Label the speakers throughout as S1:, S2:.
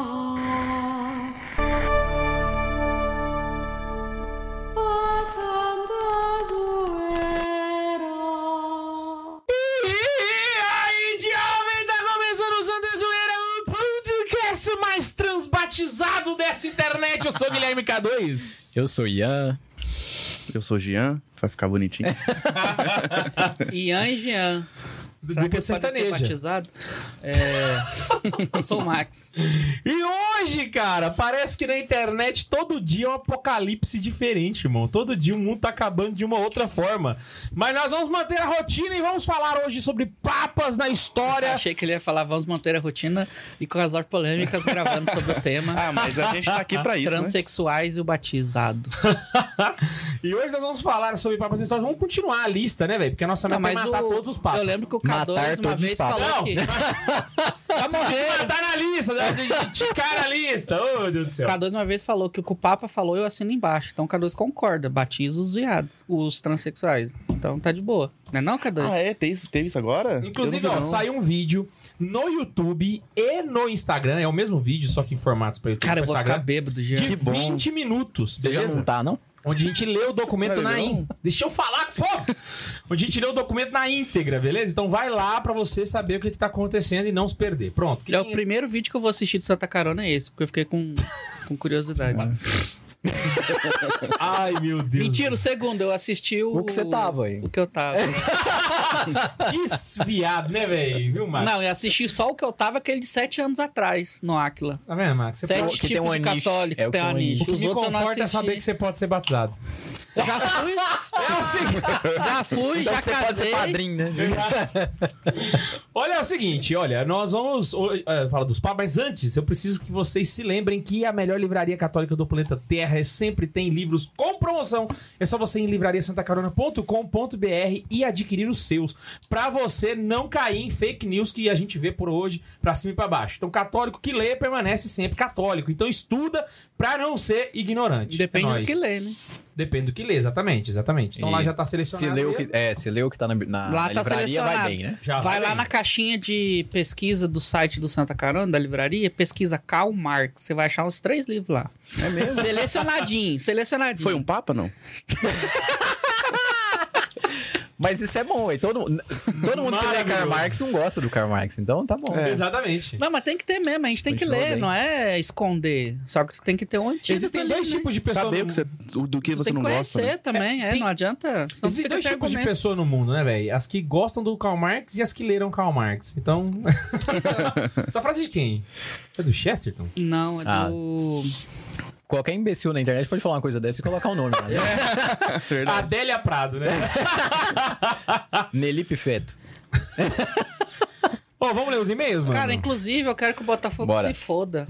S1: começar. A Santa Zoeira.
S2: E aí, jovem, tá começando o Santa Zoeira, o podcast mais transbatizado dessa internet. Eu sou o Guilherme K2.
S3: Eu sou Ian.
S4: Eu sou Jean, vai ficar bonitinho.
S5: Ian e Jean. Será que
S2: Dupla
S5: eles podem ser
S2: sertaneja.
S5: batizados? É... Eu sou o Max.
S2: E hoje, cara, parece que na internet todo dia é um apocalipse diferente, irmão. Todo dia o mundo tá acabando de uma outra forma. Mas nós vamos manter a rotina e vamos falar hoje sobre papas na história.
S5: Achei que ele ia falar, vamos manter a rotina e causar polêmicas gravando sobre o tema.
S4: ah, mas a gente tá aqui pra isso, né?
S5: Transsexuais e o batizado.
S2: e hoje nós vamos falar sobre papas na história. Vamos continuar a lista, né, velho? Porque a nossa meta
S5: Não,
S2: é matar todos os papas.
S5: Eu lembro que o
S3: Matar
S5: K2 uma
S3: todos os
S5: vez
S3: papas.
S5: falou
S2: Não.
S5: que...
S2: Tá morrendo. Tá na lista, né? Tem que ticar na lista. Ô, meu Deus do
S5: O
S2: céu.
S5: K2 uma vez falou que o que o Papa falou, eu assino embaixo. Então o K2 concorda, batiza os viados, os transexuais. Então tá de boa. Não é não, K2?
S4: Ah, é? Tem isso, teve isso agora?
S2: Inclusive,
S4: Eu
S2: ó,
S4: não vi, não.
S2: saiu um vídeo no YouTube e no Instagram. É o mesmo vídeo, só que em formatos pra YouTube
S5: Cara,
S2: e
S5: eu
S2: pra
S5: vou ficar
S2: Instagram.
S5: bêbado, Jean.
S2: De 20 minutos,
S3: Você já
S2: beleza?
S3: não tá, não?
S2: Onde a gente lê o documento
S4: Sabe,
S2: na
S4: não?
S2: íntegra. Deixa eu falar, pô! Onde a gente lê o documento na íntegra, beleza? Então vai lá pra você saber o que, que tá acontecendo e não se perder. Pronto.
S5: É o primeiro vídeo que eu vou assistir do Santa Carona é esse, porque eu fiquei com, com curiosidade.
S2: Ai, meu Deus.
S5: Mentira, o segundo, eu assisti o.
S3: O que você tava aí?
S5: O que eu tava.
S2: É Que viado, né, velho? Viu, Max?
S5: Não, eu assisti só o que eu tava, aquele de sete anos atrás, no Aquila.
S2: Tá vendo, Max? Você
S5: Sete
S2: pode-
S5: tipos de
S3: aniche.
S5: católico,
S3: É o
S5: tem
S3: que
S5: uma
S3: tem um
S5: nicho.
S2: O que
S5: Os
S2: me
S5: outros eu não
S2: conforta é
S5: assisti.
S2: saber que você pode ser batizado.
S5: Eu Já fui,
S2: É o seguinte.
S5: já fui,
S3: Então
S5: já
S3: você
S5: casei.
S3: pode ser padrinho, né?
S2: Olha, é o seguinte, olha, nós vamos ó, é, falar dos papas, mas antes eu preciso que vocês se lembrem que a melhor livraria católica do planeta Terra é- sempre tem livros com promoção. É só você ir em livrariasantacarona.com.br e adquirir os seus, Pra você não cair em fake news que a gente vê por hoje, pra cima e pra baixo. Então, católico que lê permanece sempre católico. Então, estuda pra não ser ignorante. É
S5: Depende
S2: nóis.
S5: do que lê, né?
S2: Depende do que lê, exatamente, exatamente. Então
S3: E
S2: lá já tá
S3: Se
S2: selecionado.
S3: lê o que, é, se lê o que tá na, na, na
S5: Lá tá
S3: livraria,
S5: selecionado.
S3: vai bem, né?
S2: Já
S5: Vai
S2: vai
S5: lá
S2: bem.
S5: na caixinha de pesquisa do site do Santa Carona, da livraria, pesquisa Karl Marx. Você vai achar uns três livros lá. É mesmo? Selecionadinho, selecionadinho.
S4: Foi um papa, não?
S3: Mas isso é bom, velho. Todo, todo mundo que lê
S2: Maravilhoso. É.
S3: Karl Marx não gosta do Karl Marx, então tá bom.
S2: Exatamente.
S5: Não, mas tem que ter mesmo, a gente tem que
S3: Continuou
S5: ler,
S3: bem.
S5: não é esconder. Só que tem que ter um antigo.
S2: Existem
S5: também,
S2: dois
S5: né?
S2: tipos de pessoa
S4: Saber
S2: no
S4: o que você, o- do que você
S5: tem
S4: não
S5: que
S4: gosta.
S5: conhecer
S4: né?
S5: também, é,
S2: tem-
S5: não adianta. senão
S2: Existem
S5: fica
S2: dois
S5: sem
S2: tipos de
S5: argumento.
S2: pessoa no mundo, né, velho? As que gostam do Karl Marx e as que leram Karl Marx. Então. Essa frase é de quem? É do Chesterton?
S5: Não, é
S3: Ah.
S5: do.
S3: Qualquer imbecil na internet pode falar uma coisa dessa e colocar o nome lá.
S2: É.
S3: né?
S4: Verdade.
S2: Adélia Prado, né?
S3: Nelipe Feto.
S2: Ô, vamos ler os e-mails, mano?
S5: Cara, inclusive, eu quero que o Botafogo
S3: Bora.
S5: se foda.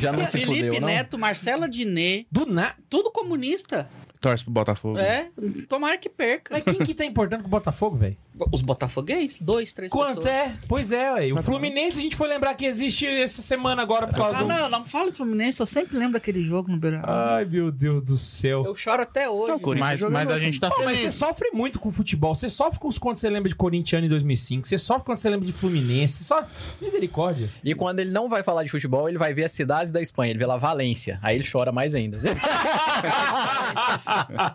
S3: Já não se
S5: Felipe
S3: fudeu, não?
S5: Neto, Marcela Diné,
S2: Do nada.
S5: tudo comunista.
S4: Torce pro Botafogo.
S5: É, tomara que perca.
S2: Mas quem que tá importando com o Botafogo, velho?
S5: Os botafoguenses? Dois, três
S2: Quanto
S5: pessoas.
S2: é? Pois é, velho. O Fluminense a gente foi lembrar que existe essa semana agora por causa
S5: Ah,
S2: do.
S5: não, não fala do Fluminense, eu sempre lembro daquele jogo no Beira.
S2: Ai, meu Deus do céu.
S5: Eu choro até hoje.
S4: Não, o Corinthians
S6: Mas,
S4: joga
S6: mas
S4: no-
S6: a gente tá
S2: Pô, mas você
S6: feliz.
S2: sofre muito com futebol. Você sofre com os quando você lembra de Corinthians em 2005. Você sofre quando você lembra de Fluminense. Você só. Misericórdia.
S3: E quando ele não vai falar de futebol, ele vai ver as cidades da Espanha. Ele vê lá Valência. Aí ele chora mais ainda.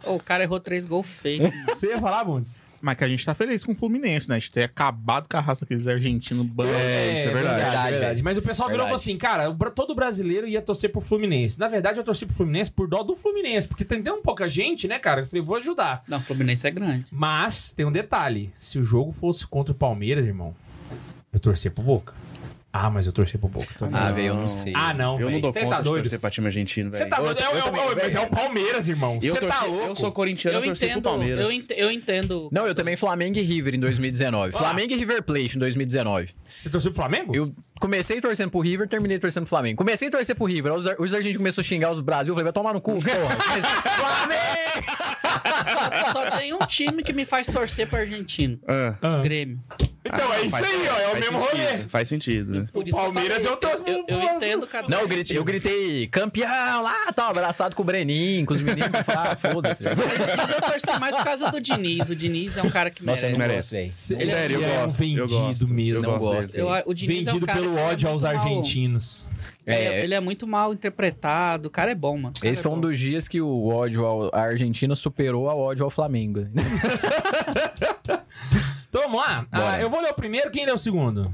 S5: Ô, o cara errou três gols feios.
S2: Você ia falar, Bundes?
S6: Mas que a gente tá feliz com o Fluminense, né? A gente tem acabado com a raça daqueles argentinos bandos.
S4: É, isso é verdade.
S3: verdade, velho.
S2: Mas o pessoal virou e falou
S3: Verdade.
S2: assim, cara, o bra- todo brasileiro ia torcer pro Fluminense. Na verdade, eu torci pro Fluminense por dó do Fluminense, porque tem tão pouca gente, né, cara? Eu falei, vou ajudar.
S5: Não, o Fluminense é grande.
S2: Mas tem um detalhe: se o jogo fosse contra o Palmeiras, irmão, eu torcer pro Boca. Ah, mas eu torci pro Boca. também.
S3: ah, velho, eu não sei.
S2: Ah, não,
S4: Eu não
S2: velho.
S4: dou
S2: Você
S4: conta
S2: tá
S4: de
S2: doido?
S4: torcer pra time argentino,
S2: Você
S4: velho.
S2: tá
S3: Eu-
S2: doido? É
S3: eu
S2: o- é o-
S3: também,
S2: mas é o
S3: velho.
S2: Palmeiras, irmão.
S4: Eu
S2: Você tá
S4: torci-
S2: louco.
S4: Eu sou corintiano,
S5: Eu
S4: eu torci pro
S5: entendo,
S4: Palmeiras.
S5: eu, ent- eu entendo.
S3: Não, eu também Flamengo e River em 2019.
S2: Ah.
S3: Flamengo e River Plate em 2019.
S2: Você torceu pro Flamengo?
S3: Eu comecei torcendo pro River, terminei torcendo pro Flamengo. Comecei a torcer pro River, os, ar- os argentinos começaram a xingar os Brasil, eu falei, vai tomar no cu, porra. Mas, Flamengo!
S5: Só, só tem um time que me faz torcer pro argentino.
S4: Ah,
S2: Ah.
S5: Grêmio.
S2: Então é isso
S4: Faz-
S2: aí, ó. É o
S4: faz
S2: mesmo
S4: sentido,
S2: rolê.
S4: Faz sentido. né?
S5: Por
S2: O
S5: isso que
S2: Palmeiras
S5: eu,
S2: é
S5: falei,
S2: o teu-
S5: eu, eu, eu entendo cada um.
S3: Não, eu gritei, eu gritei campeão lá, tal, abraçado com o Breninho, com os meninos. eu falei, Ah, foda-se.
S5: Mas eu torci mais por causa do Diniz. O Diniz é um cara que
S3: Nossa, eu
S5: merece.
S3: não
S4: Merece.
S3: gosto, velho.
S5: Ele é
S4: Sério, eu
S2: um
S4: gosto. eu
S2: vendido
S4: gosto,
S2: mesmo.
S4: Eu
S3: Não
S4: gosto
S3: gosto.
S4: dele.
S5: Eu- o Diniz é um
S2: Vendido
S5: cara
S2: pelo
S5: que é
S2: ódio aos
S5: muito mal-
S2: argentinos.
S5: Ele é-
S3: É.
S5: Ele é muito mal interpretado. O cara é bom, mano. O cara
S3: Esse
S5: é
S3: foi um
S5: bom.
S3: dos dias que o ódio ao à Argentina superou ao ódio ao Flamengo.
S2: Então vamos lá. Ah,
S3: Bora.
S2: eu vou ler o primeiro, quem lê o segundo?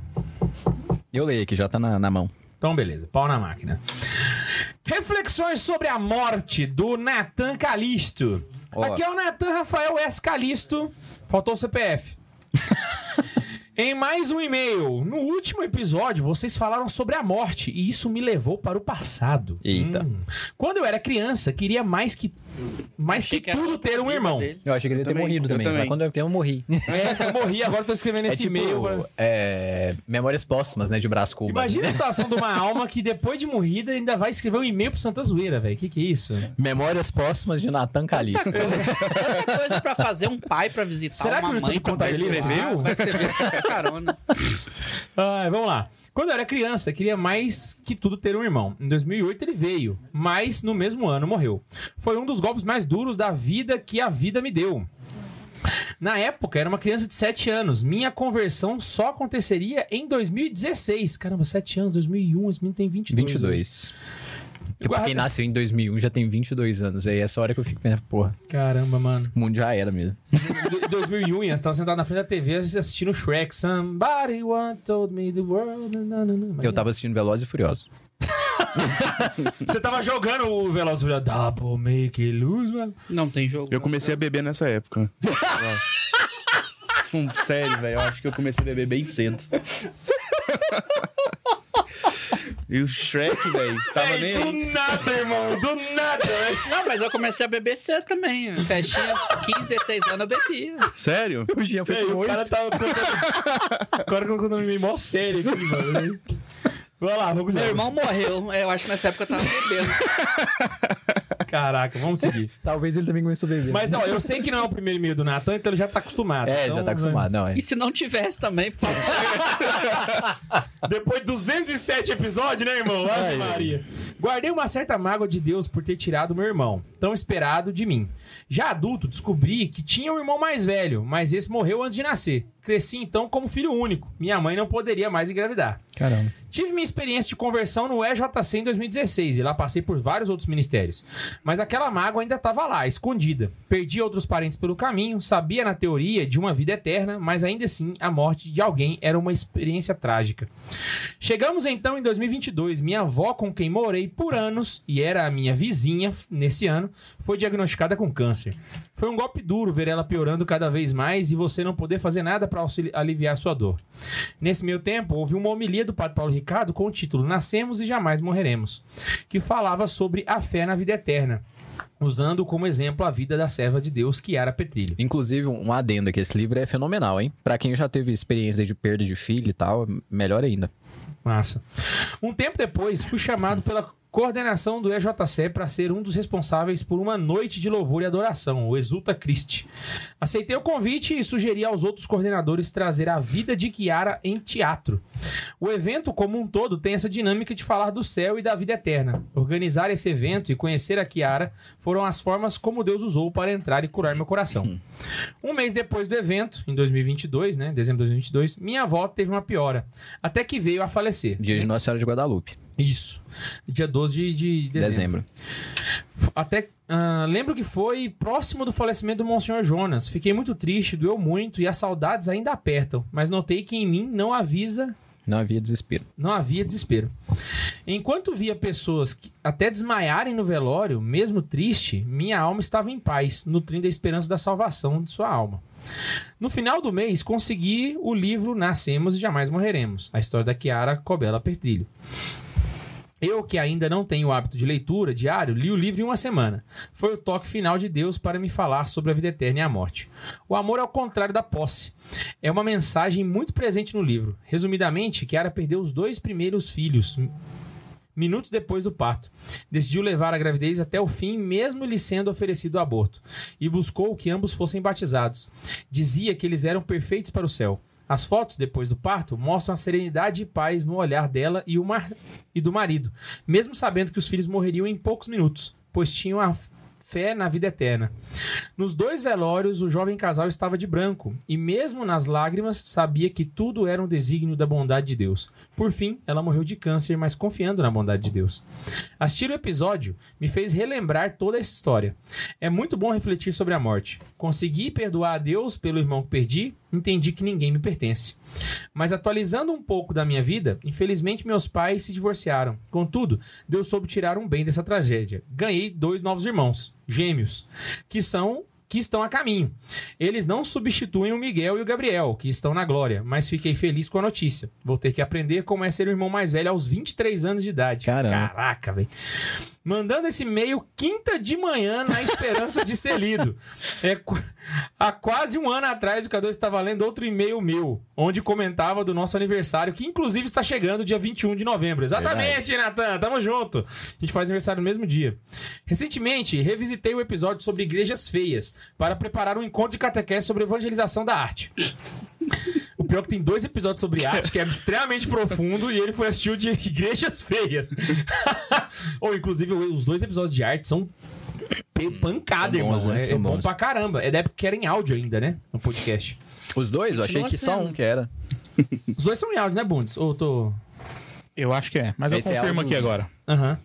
S3: Eu leio aqui, já tá na, na mão.
S2: Então, beleza, pau na máquina. Reflexões sobre a morte do Natan Calisto.
S3: Ó.
S2: Aqui é o Natan Rafael S. Calisto. Faltou o CPF. em mais um e-mail. No último episódio, vocês falaram sobre a morte e isso me levou para o passado.
S3: Eita.
S2: Hum. Quando eu era criança, queria mais que, mais
S5: Achei
S2: que,
S5: que era
S2: tudo
S5: outra
S2: ter um
S5: vida
S2: irmão.
S5: dele.
S3: Eu achei que ele ia ter
S4: também,
S3: morrido
S4: eu
S3: também, mas
S4: também.
S3: quando eu eu morri.
S2: É, eu morri, agora eu tô escrevendo
S3: É
S2: esse
S3: tipo,
S2: e-mail. pra-
S3: é, memórias póstumas, né, de Brás Cubas.
S2: Imagina a
S3: né?
S2: situação de uma alma que depois de morrida ainda vai escrever um e-mail pro Santa Zoeira, velho. Que que é isso?
S3: Memórias póstumas de Natan Calista.
S5: Tá Tanta coisa pra fazer um pai pra visitar
S2: Será que
S5: uma
S2: o
S5: mãe
S2: YouTube tá
S5: pra
S2: contabiliza
S5: visitar,
S2: e-mail?
S5: Vai escrever essa carona.
S2: Ah, vamos lá. Quando eu era criança, queria mais que tudo ter um irmão. Em 2008 ele veio, mas no mesmo ano morreu. Foi um dos golpes mais duros da vida que a vida me deu. Na época, era uma criança de 7 anos. Minha conversão só aconteceria em 2016. Caramba, 7 anos, 2001, esse menino tem 22.
S3: 22. Tipo,
S2: Guarda-
S3: quem nasceu em 2001 já tem 22 anos. Aí é essa hora que eu fico pensando, porra,
S2: Caramba, mano.
S3: o mundo já era mesmo.
S2: Em 2001, Ian, um, você tava sentado na frente da TV assistindo o Shrek. Somebody once told me the world. na, na, na. Imagina.
S3: Eu tava assistindo Velozes e Furiosos.
S2: Você tava jogando o Veloz e Furioso. Double make it lose, mano.
S5: Não tem jogo.
S4: Eu comecei a beber nessa época. Hum, Sério, velho. Eu acho que eu comecei a beber bem cedo. E o Shrek, velho, tava
S2: Ei,
S4: nem
S2: do
S4: aí.
S2: nada, irmão. Do nada, velho.
S5: Não, mas eu comecei a beber cedo também. Festinha, 15, 16 anos eu né? bebia.
S4: Sério?
S3: O Jean foi
S2: Ei,
S3: com
S2: O cara tava colocando... O cara colocou o nome meio mó sério aqui, mano. Vai lá, vamos
S5: Meu
S2: continuar.
S5: irmão morreu. É, Eu acho que nessa época eu tava bebendo.
S2: Caraca, vamos seguir.
S3: Talvez ele também começou a beber.
S2: Mas, ó, eu sei que não é o primeiro e-mail do Natan, então ele já tá acostumado.
S3: É,
S2: Então,
S3: já tá acostumado, não, é.
S5: E se não tivesse também, pô.
S2: né? Depois de 207 episódios, né, irmão? Ave Maria. Guardei uma certa mágoa de Deus por ter tirado meu irmão, tão esperado de mim. Já adulto, descobri que tinha um irmão mais velho, mas esse morreu antes de nascer. Cresci então como filho único. Minha mãe não poderia mais engravidar.
S3: Caramba.
S2: Tive minha experiência de conversão no EJC em 2016 e lá passei por vários outros ministérios. Mas aquela mágoa ainda estava lá, escondida. Perdi outros parentes pelo caminho, sabia na teoria de uma vida eterna, mas ainda assim a morte de alguém era uma experiência trágica. Chegamos então em 2022. Minha avó, com quem morei por anos e era a minha vizinha f- nesse ano, foi diagnosticada com câncer. Foi um golpe duro ver ela piorando cada vez mais e você não poder fazer nada para aliviar sua dor. Nesse meio tempo, houve uma homilia do Padre Paulo Ricardo com o título Nascemos e Jamais Morreremos, que falava sobre a fé na vida eterna. Usando como exemplo a vida da serva de Deus, Kiara Petrilho.
S3: Inclusive, um adendo aqui, esse livro é fenomenal, hein? Pra quem já teve experiência de perda de filho e tal, melhor ainda.
S2: Massa. Um tempo depois, fui chamado pela coordenação do EJC para ser um dos responsáveis por uma noite de louvor e adoração, o Exulta Christi. Aceitei o convite e sugeri aos outros coordenadores trazer a vida de Kiara em teatro. O evento como um todo tem essa dinâmica de falar do céu e da vida eterna. Organizar esse evento e conhecer a Kiara foram as formas como Deus usou para entrar e curar meu coração. Um mês depois do evento, em 2022, né, dezembro de 2022, minha avó teve uma piora, até que veio a falecer.
S3: Dia de Nossa Senhora de Guadalupe,
S2: Isso. Dia 12 de, de dezembro.
S3: dezembro.
S2: F- Até. ah, lembro que foi próximo do falecimento do Monsenhor Jonas. Fiquei muito triste, doeu muito e as saudades ainda apertam. Mas notei que em mim não avisa.
S3: Não havia desespero.
S2: Não havia desespero. Enquanto via pessoas que até desmaiarem no velório, mesmo triste, minha alma estava em paz, nutrindo a esperança da salvação de sua alma. No final do mês, consegui o livro Nascemos e Jamais Morreremos, a história da Chiara Cobela Pertrilho. Eu, que ainda não tenho o hábito de leitura diário, li o livro em uma semana. Foi o toque final de Deus para me falar sobre a vida eterna e a morte. O amor é o contrário da posse. É uma mensagem muito presente no livro. Resumidamente, Kiara perdeu os dois primeiros filhos m- minutos depois do parto. Decidiu levar a gravidez até o fim, mesmo lhe sendo oferecido o aborto, e buscou que ambos fossem batizados. Dizia que eles eram perfeitos para o céu. As fotos depois do parto mostram a serenidade e paz no olhar dela e, o mar... e do marido, mesmo sabendo que os filhos morreriam em poucos minutos, pois tinham a f- fé na vida eterna. Nos dois velórios, o jovem casal estava de branco e, mesmo nas lágrimas, sabia que tudo era um desígnio da bondade de Deus. Por fim, ela morreu de câncer, mas confiando na bondade de Deus. Assistir o episódio me fez relembrar toda essa história. É muito bom refletir sobre a morte. Consegui perdoar a Deus pelo irmão que perdi, entendi que ninguém me pertence. Mas atualizando um pouco da minha vida, infelizmente meus pais se divorciaram. Contudo, Deus soube tirar um bem dessa tragédia. Ganhei dois novos irmãos, gêmeos, que são que estão a caminho. Eles não substituem o Miguel e o Gabriel, que estão na glória, mas fiquei feliz com a notícia. Vou ter que aprender como é ser o irmão mais velho aos 23 anos de idade.
S7: Caramba.
S2: Caraca, velho. Mandando esse e-mail quinta de manhã na esperança de ser lido. É, qu- há quase um ano atrás o K2 estava lendo outro e-mail meu, onde comentava do nosso aniversário, que inclusive está chegando dia 21 de novembro. Exatamente, Natan, tamo junto. A gente faz aniversário no mesmo dia. Recentemente, revisitei o episódio sobre igrejas feias para preparar um encontro de catequese sobre evangelização da arte. O pior é que tem dois episódios sobre arte, que é extremamente profundo, e ele foi assistir o de igrejas feias. Ou, inclusive, os dois episódios de arte são pe- pancada,
S7: São bons,
S2: irmão.
S7: né?
S2: É,
S7: São
S2: é bom
S7: bons.
S2: pra caramba. É da época que era em áudio ainda, né? No podcast.
S7: Os dois? Eu achei
S5: Continua
S7: que só
S5: sendo.
S7: um que era.
S2: Os dois são em áudio, né, Bundes? Ou eu tô...
S6: Eu acho que é, mas eu
S7: Esse é
S6: confirmo
S7: algo-
S6: aqui agora.
S2: Aham.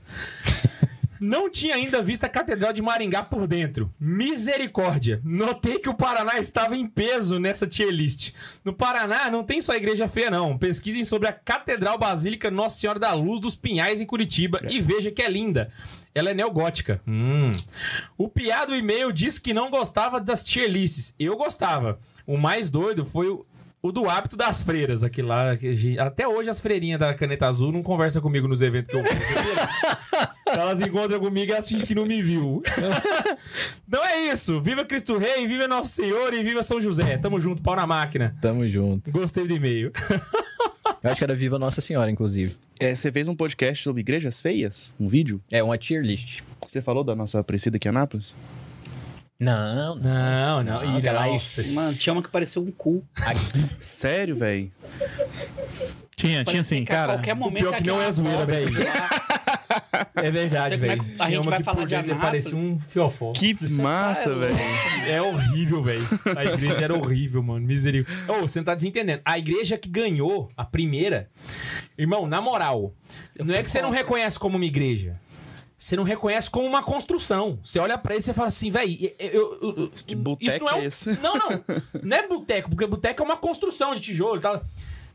S2: Não tinha ainda visto a Catedral de Maringá por dentro. Misericórdia! Notei que o Paraná estava em peso nessa tier list. No Paraná não tem só igreja feia, não. Pesquisem sobre a Catedral Basílica Nossa Senhora da Luz dos Pinhais, em Curitiba, e veja que é linda. Ela é neogótica. Hum. O piá do e-mail disse que não gostava das tier lists. Eu gostava. O mais doido foi o o do hábito das freiras, aqui lá. que a gente- até hoje as freirinhas da caneta azul não conversam comigo nos eventos que eu vou. Elas encontram comigo e elas fingem que não me viu. então é isso. Viva Cristo Rei, viva Nosso Senhor e viva São José. Tamo junto, pau na máquina.
S7: Tamo junto.
S2: Gostei do e-mail.
S7: Eu acho que era Viva Nossa Senhora, inclusive.
S4: É, você fez um podcast sobre igrejas feias? Um vídeo?
S7: É uma tier list.
S4: Você falou da nossa Aparecida aqui em Anápolis?
S7: Não, não.
S2: Não, não.
S7: Não,
S2: Ih,
S7: aquela
S2: Ah, não.
S7: isso.
S5: Mano, tinha uma que parecia um cu.
S4: Sério, velho?
S6: Tinha, tinha
S7: assim,
S6: sim,
S5: que a
S6: cara.
S5: qualquer momento
S2: pior que não é
S5: aquela
S2: zoeira,
S5: bosta
S2: velho.
S5: que lá-
S2: É verdade,
S5: Não sei
S2: velho.
S5: como é que a
S2: Tinha
S5: gente
S2: uma
S5: vai
S2: que
S5: falar
S2: por
S5: de
S2: dentro
S5: Anápolis.
S2: Parecia um fiofó.
S4: Que massa, velho.
S2: É horrível, velho. A igreja era horrível, mano. Misericórdia. Ô, você não tá desentendendo. A igreja que ganhou a primeira. Irmão, na moral, não é que você não
S5: contra.
S2: reconhece como uma igreja. Você não reconhece como uma construção. Você olha pra ele e você fala assim, velho,
S4: Que boteco
S2: não
S4: é
S2: um-
S4: esse?
S2: Não, não. Não é boteco, porque boteco é uma construção de tijolo e tal.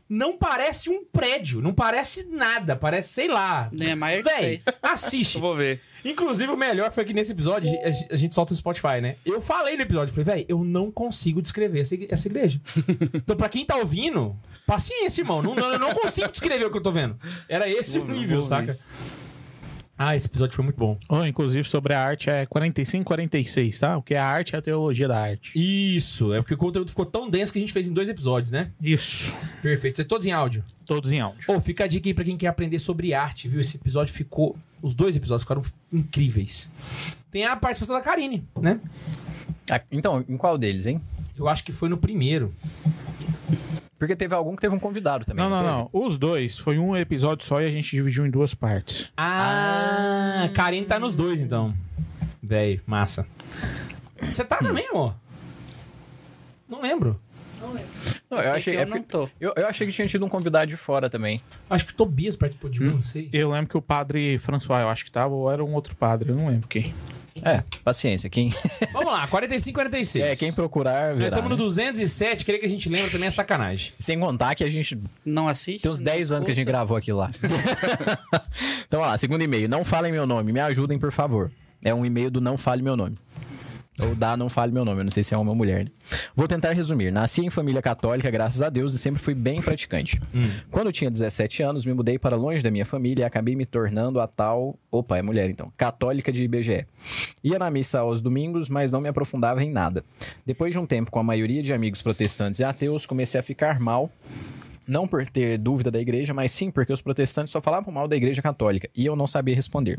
S2: Não parece um prédio, não parece nada, parece, sei lá.
S5: Né, maior que
S2: Véi,
S5: fez.
S2: assiste.
S4: Eu vou ver.
S2: Inclusive, o melhor foi que nesse episódio a gente- a gente solta o Spotify, né? Eu falei no episódio, falei, velho, eu não consigo descrever essa, igre- essa igreja. então, pra quem tá ouvindo, paciência, irmão. Não, não- eu não consigo descrever o que eu tô vendo. Era esse o
S4: Vou ver,
S2: nível,
S4: vou ver.
S2: saca? Ah, esse episódio foi muito bom.
S6: Ou, inclusive, sobre a arte é 45, 46, tá? O que é a arte é a teologia da arte.
S2: Isso, é porque o conteúdo ficou tão denso que a gente fez em dois episódios, né?
S6: Isso.
S2: Perfeito. É todos em áudio.
S6: Todos em áudio.
S2: Ô, fica a dica aí pra quem quer aprender sobre arte, viu? Esse episódio ficou. Os dois episódios ficaram incríveis. Tem a participação da Karine, né?
S7: Ah, então, em qual deles, hein?
S2: Eu acho que foi no primeiro.
S7: Porque teve algum que teve um convidado também.
S6: Não, não,
S7: teve?
S6: não. Os dois foi um episódio só e a gente dividiu em duas partes.
S2: Ah, Karine tá nos dois, então. Véi, massa. Você tá também, amor? Não lembro.
S7: Não, eu,
S5: Sei
S7: achei,
S5: que
S7: é
S5: eu não
S7: porque-
S5: tô.
S7: eu, eu achei que tinha tido um convidado de fora também.
S2: Acho que o Tobias participou de um, não sei.
S6: Eu lembro que o padre François, eu acho que tava, ou era um outro padre, eu não lembro quem.
S7: É, paciência. Quem,
S2: Vamos lá, 45, 46.
S7: é, quem procurar, verá,
S2: Estamos no
S7: né?
S2: 207, queria que a gente lembra também é sacanagem.
S7: Sem contar que a gente
S5: Não assiste.
S7: tem uns
S5: não
S7: 10 anos que a gente
S5: escuta.
S7: gravou aquilo lá. então, ó lá, segundo e-mail. Não falem meu nome, me ajudem, por favor. É um e-mail do Não Fale Meu Nome. Ou da Não Fale Meu Nome, eu não sei se é homem ou mulher. né? Vou tentar resumir. Nasci em família católica, graças a Deus, e sempre fui bem praticante. Quando eu tinha 17 anos, me mudei para longe da minha família e acabei me tornando a tal. Opa, é mulher então. Católica de IBGE. Ia na missa aos domingos, mas não me aprofundava em nada. Depois de um tempo com a maioria de amigos protestantes e ateus, comecei a ficar mal não por ter dúvida da igreja, mas sim porque os protestantes só falavam mal da igreja católica e eu não sabia responder.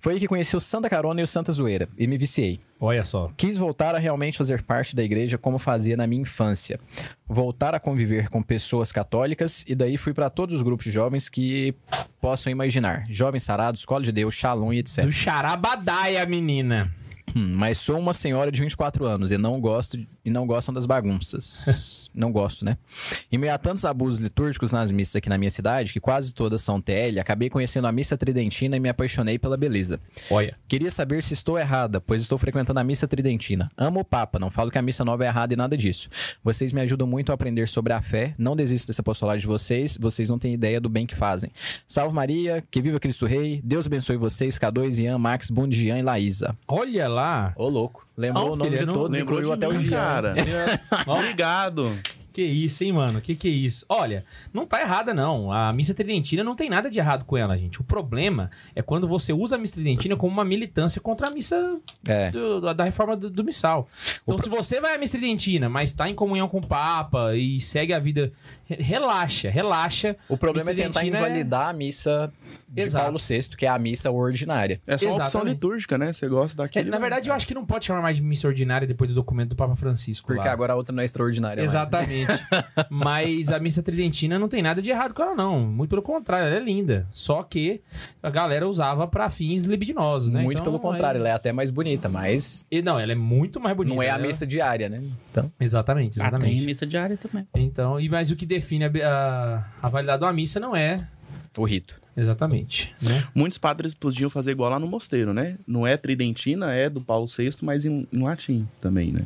S7: Foi aí que conheci o Santa Carona e o Santa Zoeira e me viciei.
S2: Olha só.
S7: Quis voltar a realmente fazer parte da igreja como fazia na minha infância. Voltar a conviver com pessoas católicas e daí fui para todos os grupos de jovens que possam imaginar. Jovens sarados, escola de Deus, Shalom e etc.
S2: Do Charabadaia, menina.
S7: Hum, mas sou uma senhora de 24 anos e não gosto e não gostam das bagunças. não gosto, né? Em meio a tantos abusos litúrgicos nas missas aqui na minha cidade, que quase todas são TL, acabei conhecendo a missa tridentina e me apaixonei pela beleza.
S2: Olha.
S7: Queria saber se estou errada, pois estou frequentando a missa tridentina. Amo o Papa, não falo que a missa nova é errada e nada disso. Vocês me ajudam muito a aprender sobre a fé. Não desisto desse apostolado de vocês, vocês não têm ideia do bem que fazem. Salve Maria, que viva Cristo Rei. Deus abençoe vocês, K2, Ian, Max, Bundian e Laísa.
S2: Olha lá.
S7: Ô, louco. Lembrou
S2: Ah,
S7: o nome
S2: filho,
S7: de
S2: não
S7: todos,
S4: Lembrou
S7: incluiu
S4: de
S7: até o
S4: mim,
S7: Jean.
S4: cara. Obrigado.
S2: Que isso, hein, mano? Que que é isso? Olha, não tá errada, não. A missa tridentina não tem nada de errado com ela, gente. O problema é quando você usa a missa tridentina como uma militância contra a missa
S7: É.
S2: do- da- da reforma do, do missal. Então, se você vai à missa tridentina, mas tá em comunhão com o Papa e segue a vida, re- relaxa, relaxa.
S7: O problema é
S2: Missa
S7: tentar
S2: tridentina é-
S7: invalidar a missa de
S2: Exato.
S7: Paulo VI, que é a missa ordinária.
S4: É só uma opção
S2: Exatamente.
S4: litúrgica, né? Você gosta
S2: É,
S4: daquilo.
S2: na verdade, eu acho que não pode chamar mais de missa ordinária depois do documento do Papa Francisco.
S7: Porque
S2: lá.
S7: agora a outra não é extraordinária. mais, né?
S2: Exatamente. Mas a missa tridentina não tem nada de errado com ela, não. Muito pelo contrário, ela é linda. Só que a galera usava pra fins libidinosos, né?
S7: Muito
S2: Então,
S7: pelo contrário,
S2: aí-
S7: ela é até mais bonita, mas
S2: E Não, ela é muito mais bonita.
S7: não é a
S2: né?
S7: missa diária, né? Então,
S2: Exatamente,
S5: Ah, tem
S2: exatamente.
S5: missa diária também.
S2: então, e mas o que define a, a, a validade de uma missa não é
S7: o rito.
S2: exatamente, né?
S4: Muitos padres podiam fazer igual lá no mosteiro, né? Não é tridentina, é do Paulo VI, mas em, em latim também, né?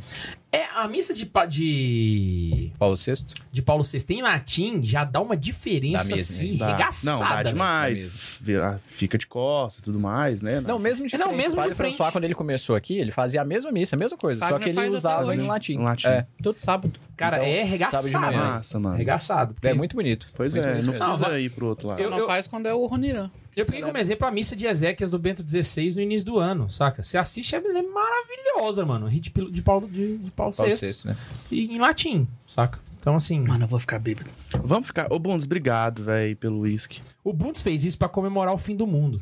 S2: É, a missa de, pa- de,
S7: Paulo VI?
S2: de Paulo VI em latim já dá uma diferença
S7: Dá mesmo,
S2: assim,
S7: hein?
S4: Dá-
S2: regaçada.
S4: Não, dá
S2: velho.
S4: demais.
S7: mesmo.
S4: né? Vira- ah, Fica de costas e tudo mais, né?
S7: Não, mesmo de
S2: É, Não,
S7: frente.
S2: mesmo
S7: o padre
S2: de frente.
S7: François, quando ele começou aqui, ele fazia a mesma missa, a mesma coisa, só
S5: Fagner
S7: que ele
S5: faz até
S7: usava
S5: hoje.
S7: em latim.
S4: Em latim.
S7: É,
S5: Todo sábado.
S2: Cara,
S7: Então,
S2: é
S7: sábado de
S2: regaçado.
S7: manhã.
S2: né?
S4: Massa, mano.
S2: Regaçado. porque-
S7: é muito bonito.
S4: Pois
S7: muito
S4: é,
S7: bonito
S4: não
S7: mesmo.
S4: precisa
S2: vai-
S4: ir pro outro lado.
S5: Só
S2: Eu-
S5: não
S2: eu-
S5: faz quando é o Roniran.
S2: Eu peguei
S5: Será?
S2: como exemplo a missa de Ezequias do Bento XVI no início do ano, saca? Você assiste, ela é maravilhosa, mano. Hit pil- de Paulo, de, de Paulo,
S7: Paulo
S2: VI.
S7: VI, né?
S2: E em latim, saca? Então, assim,
S5: Mano, eu vou ficar bêbado.
S4: Vamos ficar. Ô, Bundes, obrigado, velho, pelo uísque.
S2: o Bundes fez isso pra comemorar o fim do mundo.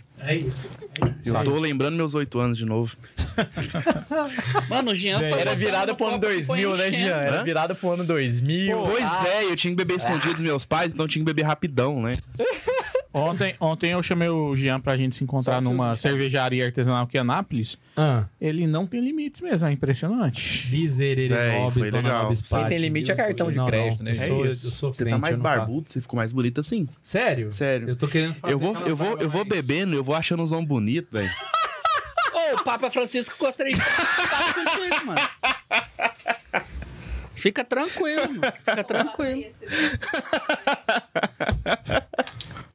S4: Eu tô lembrando meus oito anos de novo.
S5: Mano, o Jean foi
S7: Era
S5: botando
S7: virada
S5: no
S7: pro ano
S5: copo e foi
S7: 2000, né,
S5: enchendo.
S7: Jean? Era
S4: Hã?
S7: virada pro ano 2000.
S4: pois é, eu tinha que beber escondido dos meus pais, então eu tinha que beber rapidão, né?
S6: Ontem, ontem eu chamei o Jean pra gente se encontrar numa cervejaria artesanal aqui em Anápolis.
S2: Ah,
S6: Ele não tem limites mesmo, é impressionante.
S2: miserere
S4: Véi,
S2: nobis,
S4: foi
S2: dona
S4: legal.
S2: nobis
S4: Quem
S7: tem
S2: pati.
S7: limite
S2: Eu
S7: é cartão
S2: sou-
S7: de
S2: não,
S7: crédito,
S2: não.
S7: né,
S2: Eu
S7: gente?
S2: sou,
S4: É
S2: eu
S4: isso.
S2: sou
S4: Você
S2: crente,
S4: tá mais
S2: eu não faço.
S4: barbudo, você ficou mais bonito assim.
S2: Sério?
S4: Sério.
S2: Eu tô querendo fazer
S4: Eu vou,
S2: aquelas
S4: eu, vou, eu vou
S2: barbas mais-
S4: bebendo, eu vou achando uns homens bonitos, velho.
S5: Ô, o Papa Francisco gostaria de estar contigo, mano. Fica tranquilo, mano. Fica tranquilo.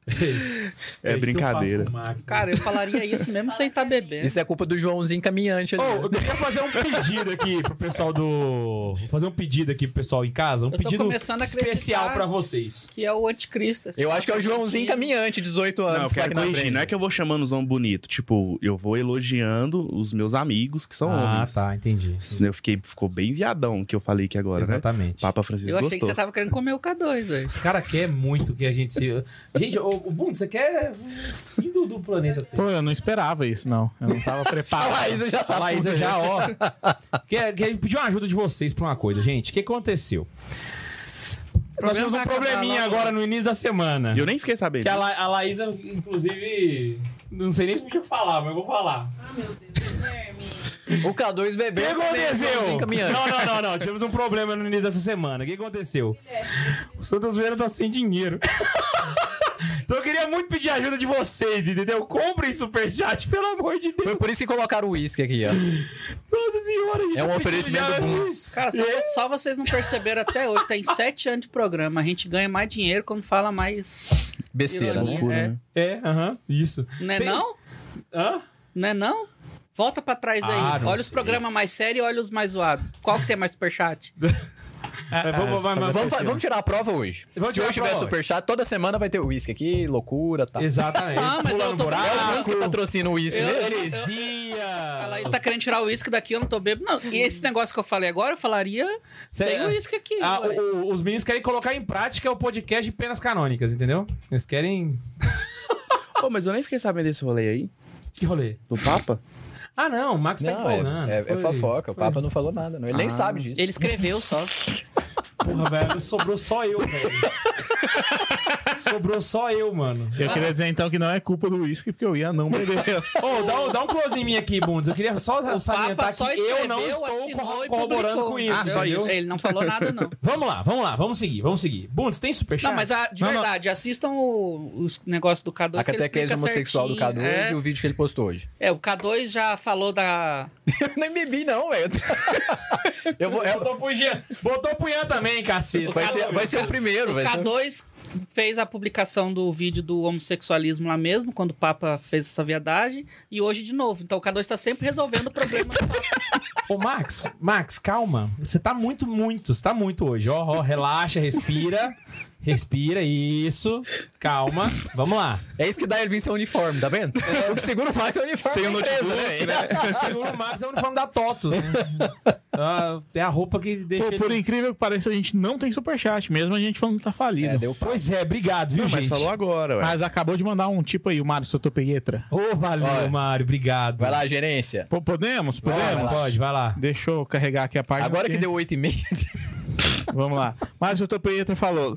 S4: É
S2: É isso eu
S4: brincadeira.
S2: faço com o Max,
S5: Cara, eu falaria isso mesmo sem estar bebendo.
S7: Isso é culpa do Joãozinho caminhante ali.
S2: Ô,
S7: né?
S2: eu queria fazer um pedido aqui pro pessoal do. Vou fazer um pedido aqui pro pessoal em casa. Um
S5: tô
S2: pedido
S5: começando a acreditar.
S2: especial pra vocês.
S5: Que é o anticristo. esse
S7: Eu
S5: Papa
S7: acho que é o Joãozinho
S5: Francisco.
S7: caminhante, 18 anos.
S4: Não, eu
S7: que tá
S4: quero
S7: aqui na
S4: corrigir,
S7: frente.
S4: não é que eu vou chamando os homens bonitos. Tipo, eu vou elogiando os meus amigos, que são
S2: Ah,
S4: homens.
S2: tá, entendi.
S4: Eu fiquei, ficou bem viadão que eu falei aqui agora, né?
S2: Exatamente.
S4: Papa
S5: Eu
S4: Francisco
S5: achei que
S4: gostou.
S5: você tava querendo comer o K2, velho.
S2: Os caras querem muito que a gente se. Gente, o, o Bundo, você quer o fim do, do planeta Terra.
S6: Pô, eu não esperava isso, não. Eu não tava
S7: A
S6: preparado.
S7: Laísa já tá
S2: A Laísa
S7: puta,
S2: já, ó. Quer, quer pedir uma ajuda de vocês pra uma coisa, gente. O que aconteceu? Nós
S5: problema
S2: tivemos um
S5: vai acabar
S2: probleminha
S5: logo.
S2: agora no início da semana.
S4: Eu nem fiquei sabendo.
S2: Que a, La- a Laísa, inclusive. Não sei nem se podia falar, mas eu vou falar.
S7: O K2 bebeu.
S2: O que aconteceu?
S7: Joãozinho caminhante.
S2: Não, não, não, não. Tivemos um problema no início dessa semana. O que aconteceu?
S5: é.
S2: O Santa Zoeira tá sem dinheiro. Então eu queria muito pedir a ajuda de vocês, entendeu? Comprem superchat, pelo amor de Deus.
S7: Foi por isso que colocaram o uísque aqui, ó.
S2: Nossa senhora, gente.
S7: É um
S2: eu pedi
S7: oferecimento
S2: já-
S7: do Bundes.
S5: Cara, só,
S2: É.
S5: só vocês não perceberam até hoje. Tem sete anos de programa. A gente ganha mais dinheiro quando fala mais.
S7: Besteira, né?
S5: ironia.
S4: Loucura,
S5: É.
S4: né?
S2: É, aham, isso.
S5: Não é
S2: Tem-
S5: não?
S2: Hã?
S5: Não é não? Volta pra trás
S2: Ah,
S5: aí.
S2: não
S5: Olha os
S2: sei.
S5: programas mais sérios e olha os mais zoados. Qual que tem mais superchat?
S2: É, vamos, vamos, vamos,
S7: Vamos, fa- vamos tirar a prova hoje.
S2: Vamos
S7: Se
S2: tirar a
S7: hoje tiver
S2: prova
S7: superchat, toda semana vai ter uísque aqui, loucura, tá?
S2: Exatamente.
S5: Ah, mas eu
S2: Pulando
S5: tô-
S7: É o
S2: buraco,
S7: Jones que patrocina o uísque,
S5: Eu-
S7: né?
S5: eu-
S2: heresia.
S5: Ela Thaís tá querendo tirar o uísque daqui, eu não tô bebendo. Não, e esse negócio que eu falei agora, eu falaria
S2: Cê-
S5: sem o uísque aqui.
S2: Ah,
S5: ué.
S2: o- o- os meninos querem colocar em prática o podcast de penas canônicas, entendeu? Eles querem.
S4: Pô, mas eu nem fiquei sabendo desse rolê aí.
S2: Que rolê?
S4: Do Papa?
S2: Ah, não, o Max tá
S3: Não,
S2: empolgando.
S3: é, é, é
S2: Foi-
S3: fofoca. O Papa não falou nada. Não. Ele nem sabe disso.
S5: Ah, Ele escreveu só.
S2: Porra, velho, sobrou só eu, velho. sobrou só eu, mano.
S6: Eu queria dizer então que não é culpa do uísque, porque eu ia não beber.
S2: Ô, dá, um- dá um close em mim aqui, Bundes. Eu queria só salientar
S5: só
S2: que
S5: escreveu,
S2: tá eu não estou
S5: assinou
S2: corro-
S5: e
S2: corroborando
S5: publicou.
S2: com isso,
S4: Ah, só
S2: entendeu?
S4: isso.
S5: Ele não falou nada, não.
S2: Vamos lá, vamos lá, vamos seguir, vamos seguir. Bundes, tem superchat?
S5: Não, mas a- de
S6: Não, não.
S5: verdade, assistam o, os negócio do K2.
S3: A
S5: que
S7: é
S5: ele
S3: catequese
S5: explica
S3: homossexual do
S5: certinho.
S3: K2 e o vídeo que ele postou hoje.
S5: É, é, o K2 já falou da.
S3: Eu nem bebi, não, velho. Eu vou. eu-
S2: Botou pro Jean. Botou pro Jean também, caceta.
S3: vai, ser, vai ser o primeiro,
S5: O
S3: vai ser o-
S5: K2 fez a publicação do vídeo do homossexualismo lá mesmo, quando o Papa fez essa viadagem, e hoje de novo. Então o K2 tá sempre resolvendo o problema. do Papa.
S2: Ô, Max, Max, calma. Você tá muito, muito, você tá muito hoje. Ó, ó, relaxa, respira. Respira, isso. Calma. Vamos lá.
S3: É isso que dá ele vir sem uniforme, tá vendo? o que segura mais é o uniforme. Sem o notebook, né?
S2: Segundo o Max, é o uniforme da Toto, né? Ah, É a roupa que deixa
S6: Pô,
S2: ele-
S6: por incrível que pareça, a gente não tem superchat, mesmo a gente falando que tá falido.
S3: É, deu pau.
S2: Pois é, obrigado, viu,
S4: Não, mas
S2: gente?
S4: falou agora, ué.
S3: Ah.
S6: Mas acabou de mandar um tipo aí, o Mário Sotopietra.
S2: Ô, valeu,
S3: Olha.
S2: Mário, obrigado. Tá
S3: Vai lá, gerência.
S6: Pô, podemos?
S2: Vai,
S6: Podemos?
S2: pode, vai lá.
S6: Deixa eu carregar aqui a página.
S3: Agora que
S6: porque-
S3: deu 8,5.
S6: Vamos lá. Márcio Topietra falou.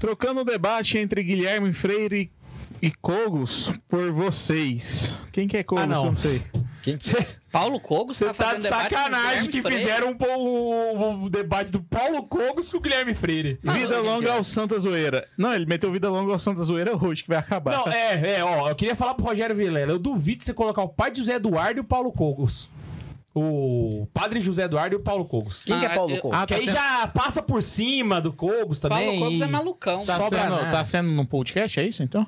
S6: Trocando o debate entre Guilherme Freire e Cogos por vocês. Quem que é Cogos?
S2: Ah, não.
S6: Eu não sei.
S3: Quem que é?
S5: Paulo Cogos
S2: Você
S5: tá
S2: tá,
S5: fazendo
S2: de
S5: debate com o
S2: sacanagem
S5: Guilherme
S2: que
S5: Freire.
S2: fizeram um, po- um- um debate do Paulo Cogos com o Guilherme Freire.
S6: Vida
S5: não,
S6: longa
S5: Guilherme.
S6: ao Santa Zoeira. Não, ele meteu vida longa ao Santa Zoeira hoje, que vai acabar.
S2: Não, é, é, ó, eu queria falar pro Rogério Vilela, eu duvido você colocar o pai de José Eduardo e o Paulo Cogos. O padre José Eduardo e o Paulo Cogos.
S3: Quem que é
S5: Ah,
S3: Paulo
S5: eu-
S3: Couto?
S6: Ah,
S2: Que
S6: tá
S2: aí
S6: sendo,
S2: já passa por cima do Cogos também.
S5: Paulo Cogos
S2: e-
S5: é malucão.
S6: tá,
S2: sobra
S6: sendo,
S2: nada.
S6: tá sendo num podcast, é isso então?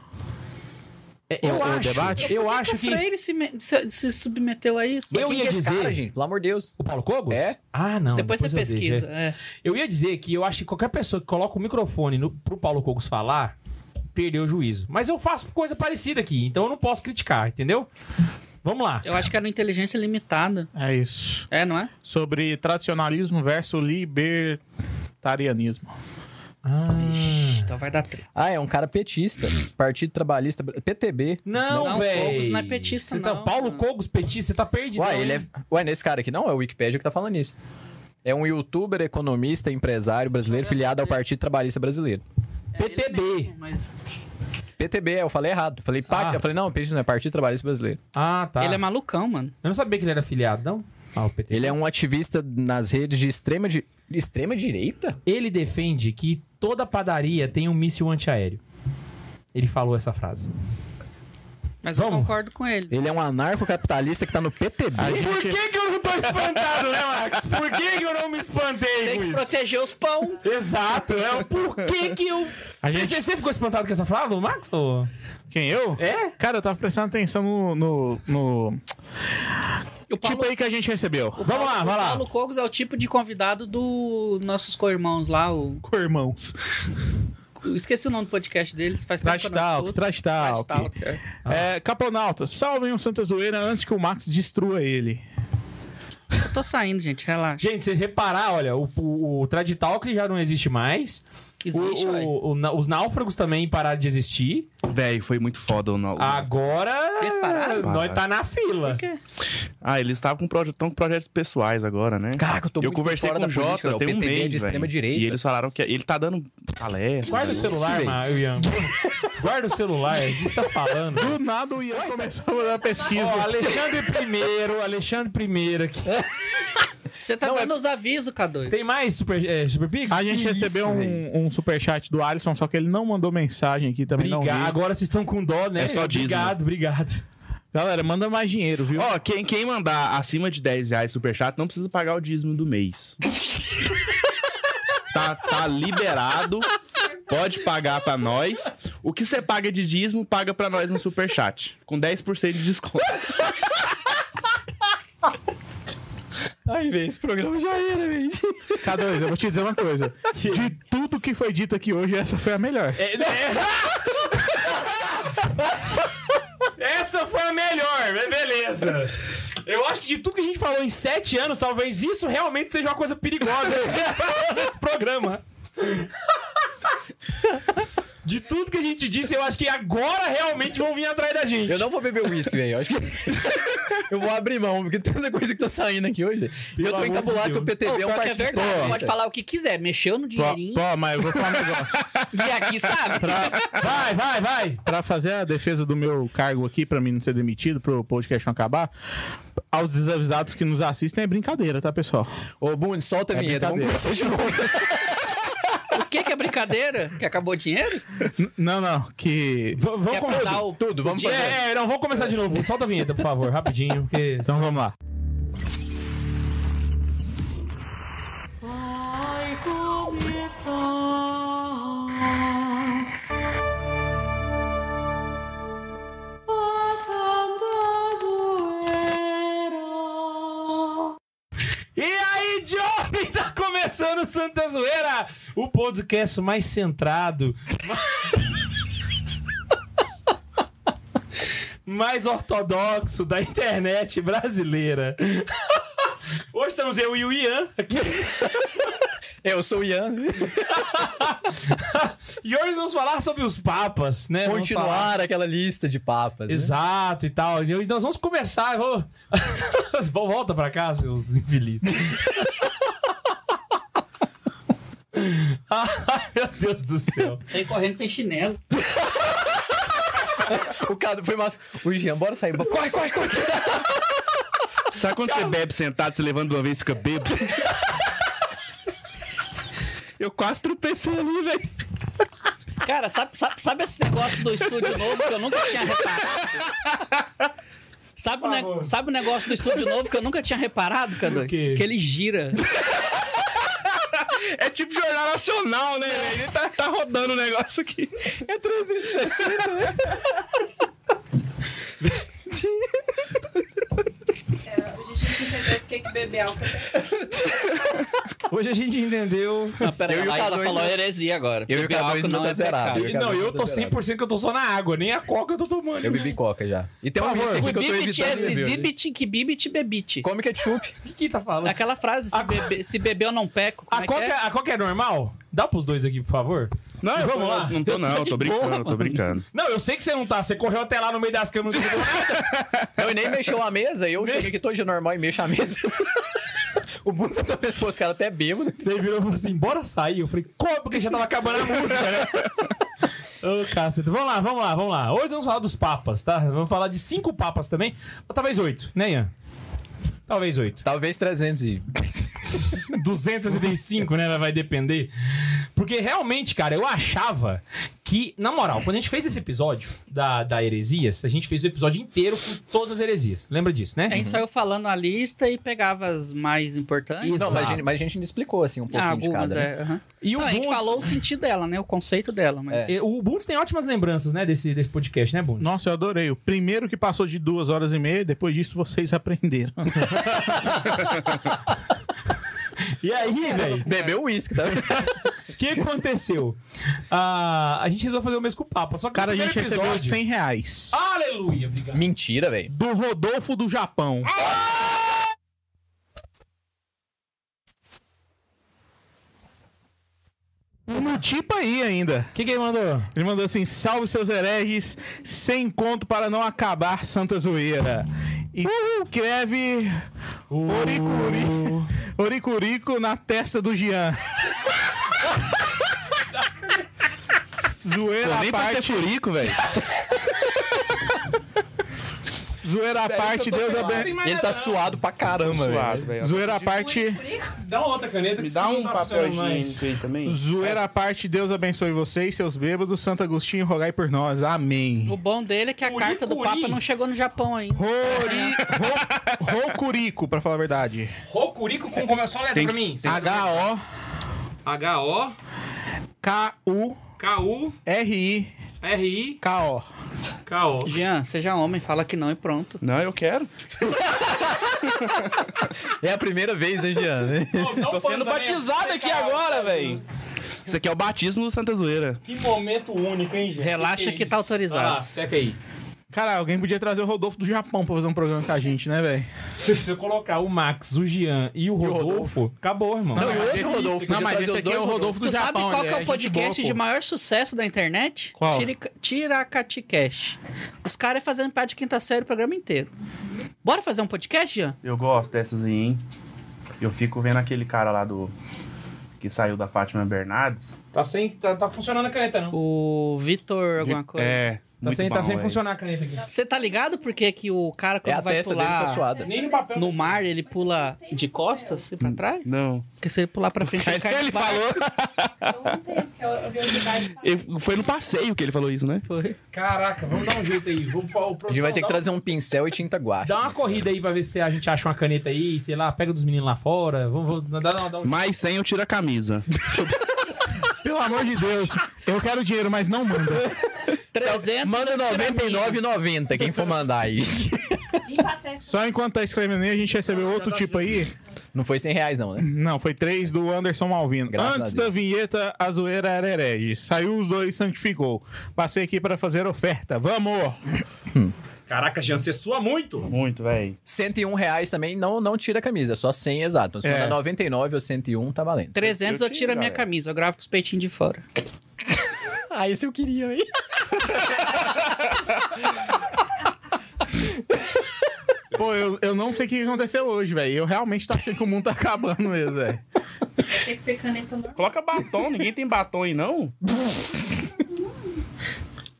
S2: É, Eu
S6: o
S2: acho,
S6: debate?
S2: eu
S5: Por que
S2: acho
S5: o
S2: que...
S5: Freire se, me- se- se submeteu a isso?
S2: Eu
S3: Quem
S2: ia
S3: que é esse
S2: dizer-
S3: cara, gente? Pelo amor de Deus.
S2: O Paulo Cogos?
S3: É?
S2: Ah, não.
S5: Depois, você
S2: eu deixo,
S5: pesquisa.
S2: é.
S5: é.
S2: Eu ia dizer que eu acho que qualquer pessoa que coloca o microfone no, pro Paulo Cogos falar, perdeu o juízo. Mas eu faço coisa parecida aqui, então eu não posso criticar, entendeu? Vamos lá.
S5: É. Eu acho que era uma inteligência limitada.
S6: É isso.
S5: É, não é?
S6: Sobre tradicionalismo versus libertarianismo.
S5: Então vai dar treta.
S3: Ah, é um cara petista. Partido Trabalhista. PTB.
S2: Não,
S5: Não,
S2: velho.
S5: Cogos não é petista,
S2: Você tá-
S5: não,
S2: Paulo
S5: mano.
S2: Cogos, petista, você tá perdido.
S3: Ué,
S2: não,
S3: ele é...
S2: hein?
S3: Ué, nesse cara aqui não, é o Wikipedia que tá falando isso. É um youtuber, economista, empresário brasileiro filiado ao Partido Trabalhista Brasileiro.
S5: é
S2: PTB.
S5: mas
S3: PTB, eu falei errado. Eu falei, pa-
S2: Ah.
S3: eu falei não, petista não é Partido Trabalhista Brasileiro.
S2: Ah, tá.
S5: ele é malucão, mano.
S2: Eu não sabia que ele era afiliado, não? Ah, o PT.
S3: Ele é um ativista nas redes de extrema, di... extrema direita?
S2: Ele defende que toda padaria tem um míssil antiaéreo. Ele falou essa frase.
S5: Mas eu
S2: Vamos.
S5: concordo com ele.
S3: Ele é um anarcocapitalista que tá no PTB?
S2: Por que, que eu não tô espantado, né, Max? Por que, que eu não me espantei
S5: Tem que proteger os pão.
S2: Exato, é por que que eu...
S6: A
S2: Você
S6: gente-
S2: você ficou espantado com essa frase, Max? Ou...
S6: Quem eu?
S2: É?
S6: Cara, eu tava prestando atenção no. no, no-
S5: O Paulo,
S6: Tipo aí que a gente recebeu.
S2: Vamos lá, vai
S5: o
S2: lá.
S5: Paulo Cogos é o tipo de convidado do nossos co-irmãos lá. O...
S6: Com irmãos.
S5: eu Esqueci o nome do podcast deles. Faz tempo
S6: Trash
S5: que eu não
S6: Talk,
S5: escuto.
S6: Trash Talk.
S5: Trash Talk, é.
S6: É, Caponauta, salvem o Santa Zoeira antes que o Max destrua ele.
S5: Eu tô saindo, gente. Relaxa.
S2: Gente, se reparar, olha, o, o, o Traditalk já não existe mais.
S5: Existe,
S2: O-
S5: ué.
S2: o- o na- os náufragos também pararam de existir.
S4: Velho, foi muito foda o. no-
S3: Ah.
S2: Agora.
S5: Eles pararam?
S2: Nós tá na fila.
S4: Ah, eles estavam com, proje- tão com projetos pessoais agora, né?
S3: Caraca, eu tô
S4: eu
S3: muito
S4: conversei
S3: fora
S4: com o
S3: da política,
S4: Jota,
S3: né? O
S4: tem um
S3: PTB é
S4: mês,
S3: de
S4: velho.
S3: extrema direita.
S4: E eles falaram que ele tá dando palestra.
S2: Guarda o
S4: né?
S2: celular,
S3: velho.
S2: Mário Ian. Guarda o celular, o que você tá falando?
S6: Do nada o Ian começou a dar pesquisa.
S2: Ó, Alexandre I, Alexandre I aqui.
S5: Você tá dando os avisos, K2.
S2: Tem mais Super, é, super Pix?
S6: A gente
S2: Que
S6: recebeu
S2: isso, velho.
S6: um, um superchat do Alisson, só que ele não mandou mensagem aqui também. Não
S2: Obrigado.
S6: li.
S2: Agora vocês estão com dó, né?
S4: É só dízimo.
S2: Obrigado, obrigado.
S6: Galera, manda mais dinheiro,
S2: Oh.
S6: viu?
S4: Ó, quem, quem mandar acima de 10 reais superchat não precisa pagar o dízimo do mês. tá, tá liberado. Pode pagar pra nós. O que você paga de dízimo, paga pra nós no superchat. Com 10% de desconto.
S2: Ai, velho, esse programa já era, velho.
S6: K2, eu vou te dizer uma coisa. De tudo que foi dito aqui hoje, essa foi a melhor.
S2: É, né? Essa foi a melhor, mas beleza. Eu acho que de tudo que a gente falou em sete anos, talvez isso realmente seja uma coisa perigosa nesse programa. De tudo que a gente disse, eu acho que agora realmente vão vir atrás da gente.
S3: Eu não vou beber uísque, velho. Eu acho que. eu vou abrir mão, porque tanta coisa que tá saindo aqui hoje. E eu
S2: Pelo
S3: tô
S2: amor de
S3: encabulado que
S2: Deus.
S3: o PTB é um
S5: pior que é
S3: partido.
S5: verdade,
S3: Pô,
S5: pode falar o que quiser, mexeu no
S6: Pô,
S5: dinheirinho
S6: pô, mas eu vou falar um negócio.
S5: e aqui sabe.
S2: Vai, vai, vai.
S6: Pra fazer a defesa do meu cargo aqui, pra mim não ser demitido, pro podcast não acabar, aos desavisados que nos assistem é brincadeira, tá, pessoal?
S3: Ô, Bund, solta a
S6: É
S3: vinheta. Vamos começar de novo.
S5: O que, que é brincadeira? Que acabou o dinheiro?
S6: N- não, não, que.
S2: V- vamos
S5: Quer
S2: começar.
S5: cortar o-
S3: Tudo, vamos
S5: o dinheiro?
S2: É, é, não, vamos começar de novo. Solta a vinheta, por favor, rapidinho, porque.
S6: Então vamos lá.
S1: Vai começar a Santazoeira.
S2: E aí, jovem, tá começando o Santa Zoeira, o podcast mais centrado, mais ortodoxo da internet brasileira. Hoje estamos eu e o Ian aqui.
S3: É, Eu sou o Ian.
S2: E hoje vamos falar sobre os papas, né? Vamos falar-
S3: Continuar aquela lista de papas. né?
S2: Exato e tal. E hoje nós vamos começar. Vou... Volta pra cá, seus infelizes. Ai, meu Deus do céu.
S5: Saí correndo sem chinelo.
S3: O cara foi massa. O Jean, bora sair. Corre, corre, corre.
S4: Sabe quando você bebe sentado, você levanta de uma vez e fica bêbado? Eu quase tropecei ali, velho.
S5: Cara, sabe, sabe, sabe esse negócio do estúdio novo que eu nunca tinha reparado? Sabe o, ne-
S2: favor.
S5: sabe o negócio do estúdio novo que eu nunca tinha reparado, Cadu?
S2: O quê?
S5: Que ele gira.
S4: É tipo Jornal Nacional, né, velho? Ele tá, tá rodando o negócio aqui.
S3: É 360, né?
S8: A gente entendeu por que que bebe álcool.
S2: Hoje a gente entendeu.
S5: Não, pera aí,
S3: Eu e o
S5: Ah, ela
S3: Cadu
S5: falou
S3: ainda-
S5: heresia agora.
S3: Eu e o
S5: Beber
S3: Cadu
S5: álcool
S3: ainda tá zerado.
S5: pecado.
S3: Eu acabei
S2: não, eu
S3: de
S2: tô
S3: zerar.
S2: 100% que eu tô só na água, nem a coca eu tô tomando. Né?
S3: Eu bebi coca já. E tem uma
S2: Por
S3: música
S2: favor.
S3: aqui que eu tô
S5: Bibit é
S3: evitando beber. hoje.
S5: zibit, que bibit, bebite.
S3: Come ketchup.
S2: O que que tá falando? A,
S5: Aquela frase, se,
S2: A co-
S5: bebe, se beber eu não peco. Como é que
S2: coca,
S5: é?
S2: a coca é normal? Dá pros dois aqui, por favor.
S4: Não, eu
S2: Vamos
S4: tô-
S2: lá.
S4: Não tô, não. Tô, brincando, tô brincando.
S2: Não, eu sei que você não tá. Você correu até lá no meio das câmeras.
S3: Não, e nem mexeu a mesa. Eu cheguei aqui todo dia normal e mexo a mesa. o Bundes tá tomando. Pô, os caras até bêbado.
S2: Você virou e falou assim, bora sair. Eu falei, como? Porque já tava acabando a música, né? Ô, cacete. Vamos lá, vamos lá, vamos lá. Hoje vamos falar dos papas, tá? Vamos falar de cinco papas também. Ou talvez oito, né, Ian? Talvez oito.
S3: Talvez 300 e...
S2: 235, né? Vai depender. Porque realmente, cara, eu achava que, na moral, quando a gente fez esse episódio da, da heresias, a gente fez o episódio inteiro com todas as heresias. Lembra disso,
S5: A
S2: né?
S3: Uhum.
S5: gente saiu falando a lista e pegava as mais importantes.
S3: Não, mas a, gente,
S2: Exato.
S3: mas a gente ainda explicou, assim, um pouquinho
S5: Ah,
S3: de
S5: algumas,
S3: cada. né?
S5: é. aham.
S2: E o
S5: Não, a gente
S2: Bundes-
S5: falou o sentido dela, né? O conceito dela, mas...
S2: eh, O Bundes tem ótimas lembranças, né? Desse, desse podcast, né, Bundes?
S6: Nossa, eu adorei. O primeiro que passou de duas horas e meia, depois disso vocês aprenderam.
S2: E aí,
S5: É,
S2: velho?
S3: Bebeu uísque, tá?
S2: O que aconteceu? Ah, a gente resolveu fazer o mesmo com o Papa. Só que
S6: Cara, a
S2: no
S6: gente
S2: primeiro
S6: recebeu
S2: episódio... Ah,
S6: 100 reais.
S2: Aleluia, obrigado.
S3: Mentira, velho.
S6: Do Rodolfo do Japão. Um tipo aí ainda.
S2: O que, que ele mandou?
S6: Ele mandou assim: salve seus hereges, sem conto para não acabar Santa Zoeira. E escreve
S4: Uh.
S6: Oricuri, Oricurico na testa do Jean. Zoeira à
S4: nem pra
S6: parte,
S4: ser furico, velho.
S6: zoeira à parte, Deus abençoe.
S3: Ele tá suado pra caramba, velho.
S6: Zoeira à parte,
S3: É.
S2: Dá outra caneta que você não tá funcionando mais.
S4: um aí também.
S6: zoeira à parte, Deus abençoe vocês, seus bêbados, Santo Agostinho, rogai por nós. Amém.
S5: O bom dele é que a
S2: Curi,
S5: carta do
S2: curi.
S5: Papa não chegou no Japão ainda.
S6: Rori, ro, Rocurico, pra falar a verdade.
S2: Rocurico com... Como é só letra
S4: Tem-
S2: pra mim?
S4: tem-
S6: H-O-K-U-R-I.
S2: H-O-K-U-R-I-K-O.
S6: K.O.
S5: Jean, seja homem, fala que não e pronto.
S4: Não, eu quero.
S3: É a primeira vez, hein, Jean?
S2: Tô
S4: Sendo batizado aqui
S2: tá
S4: agora, velho. Isso aqui é o batismo do Santa Zoeira.
S2: Que momento único, hein, gente?
S5: Relaxa que
S2: isso?
S5: tá autorizado.
S2: Vai lá, seca aí.
S6: Cara, alguém podia trazer o Rodolfo do Japão pra fazer um programa com a gente, né, velho?
S2: Se você colocar o Max, o Jean e o Rodolfo, acabou, irmão.
S7: Não, e o outro Rodolfo.
S6: Não,
S7: podia
S6: mas
S7: trazer
S6: esse
S7: os
S6: aqui
S7: dois
S6: é o Rodolfo do
S5: Tu sabe
S6: Japão.
S5: qual
S6: ele
S5: que é o
S6: gente
S5: podcast
S6: boa,
S5: de
S6: pô.
S5: maior sucesso da internet?
S6: Qual?
S5: Tirica- Tiracaticast. Os caras fazendo parte de quinta série o programa inteiro. Bora fazer um podcast, Jean?
S4: Eu gosto dessas aí, hein? Eu fico vendo aquele cara lá do. Que saiu da Fátima Bernardes.
S2: Tá, sem, tá, tá funcionando a caneta, não.
S5: O Vitor, alguma coisa.
S6: É.
S2: Tá
S4: Muito
S2: sem, tá
S4: bom,
S2: sem
S4: velho.
S2: funcionar a caneta aqui.
S5: Você tá ligado porque que o cara
S7: É
S5: quando
S7: a
S5: vai
S7: testa dele tá
S5: pular
S7: suada.
S2: Nem no papel.
S5: no mar, ele pula de costas e pra
S6: Hum,
S5: trás?
S9: Não.
S5: Porque se ele pular pra frente, ele cai de
S9: Ele
S5: barco.
S9: falou.
S8: Eu não tenho, porque eu vi
S9: Ele- Foi no passeio que ele falou isso, né?
S5: Foi.
S2: Caraca, vamos dar um jeito aí. Vamos, o
S7: A gente vai ter que trazer um pincel e tinta guache.
S2: Então, Dá uma corrida aí pra ver se a gente acha uma caneta aí, sei lá, pega dos meninos lá fora. Vamos, vamos dá, dá, dá um...
S9: Mas sem eu tiro a camisa.
S6: Pelo amor de Deus, eu quero dinheiro, mas não manda.
S5: 300
S7: Manda
S5: eu tiro a minha.
S7: 99,90, quem for mandar aí.
S6: Só enquanto tá escrevendo aí, a gente recebeu outro
S5: tá
S6: tipo aí.
S7: Não foi 100 reais não, né?
S6: Não, foi três do Anderson Malvino.
S7: Graças
S6: Antes
S7: a Deus.
S6: da vinheta, a zoeira era herege. Saiu os dois, santificou. Passei aqui pra fazer oferta. Vamos!
S2: Caraca, Jean, você sua muito.
S4: Muito, velho.
S7: 101 reais também não, não tira a camisa, é só 100 exato. Então, se
S6: É.
S7: mandar 99 ou 101, tá valendo.
S5: 300 eu
S4: Eu
S5: tiro a
S4: tiro,
S5: minha
S4: galera.
S5: camisa, eu gravo com os peitinhos de fora.
S7: Ah, isso eu queria, hein?
S6: Pô, eu, eu não sei o que aconteceu hoje, velho. Eu realmente tô achando que o mundo tá acabando mesmo, velho.
S8: Tem que ser caneta normal.
S4: Coloca batom, ninguém tem batom aí, não?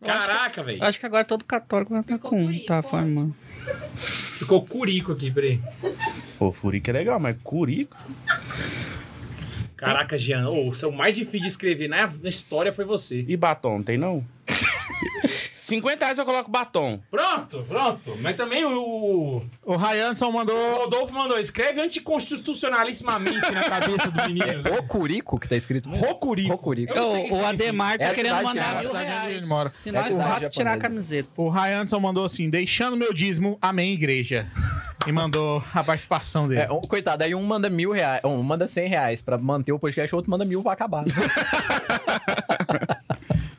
S2: Caraca, velho.
S5: Eu acho que agora todo católico vai estar com um, tá formando.
S2: Ficou curico aqui, peraí.
S4: Pô, furico é legal, mas curico.
S2: Caraca, Jean, ô, o seu mais difícil de escrever na, na história foi você.
S4: E batom, tem não? 50 reais eu coloco batom.
S2: Pronto, pronto. Mas também o, o
S6: O Ryanson mandou.
S2: Rodolfo mandou, escreve anticonstitucionalissimamente na cabeça do menino.
S7: O Curico, que tá escrito...
S2: Rocurico.
S7: Rocurico.
S2: Eu não sei o que
S5: É, O, o
S2: significa.
S5: Ademar
S7: É
S5: tá
S7: a
S5: querendo
S7: cidade
S5: mandar
S7: que é,
S5: mil
S6: a cidade onde
S5: reais.
S6: ele mora.
S5: Se
S7: É a
S5: nós
S7: cidade
S5: quatro tirar a
S7: japonesa.
S5: camiseta.
S6: O Ryanson mandou assim: deixando meu dízimo, amém, igreja. E mandou a participação dele.
S7: É, um- coitado, aí um manda mil reais, um manda 100 reais pra manter o podcast, o outro manda mil pra acabar.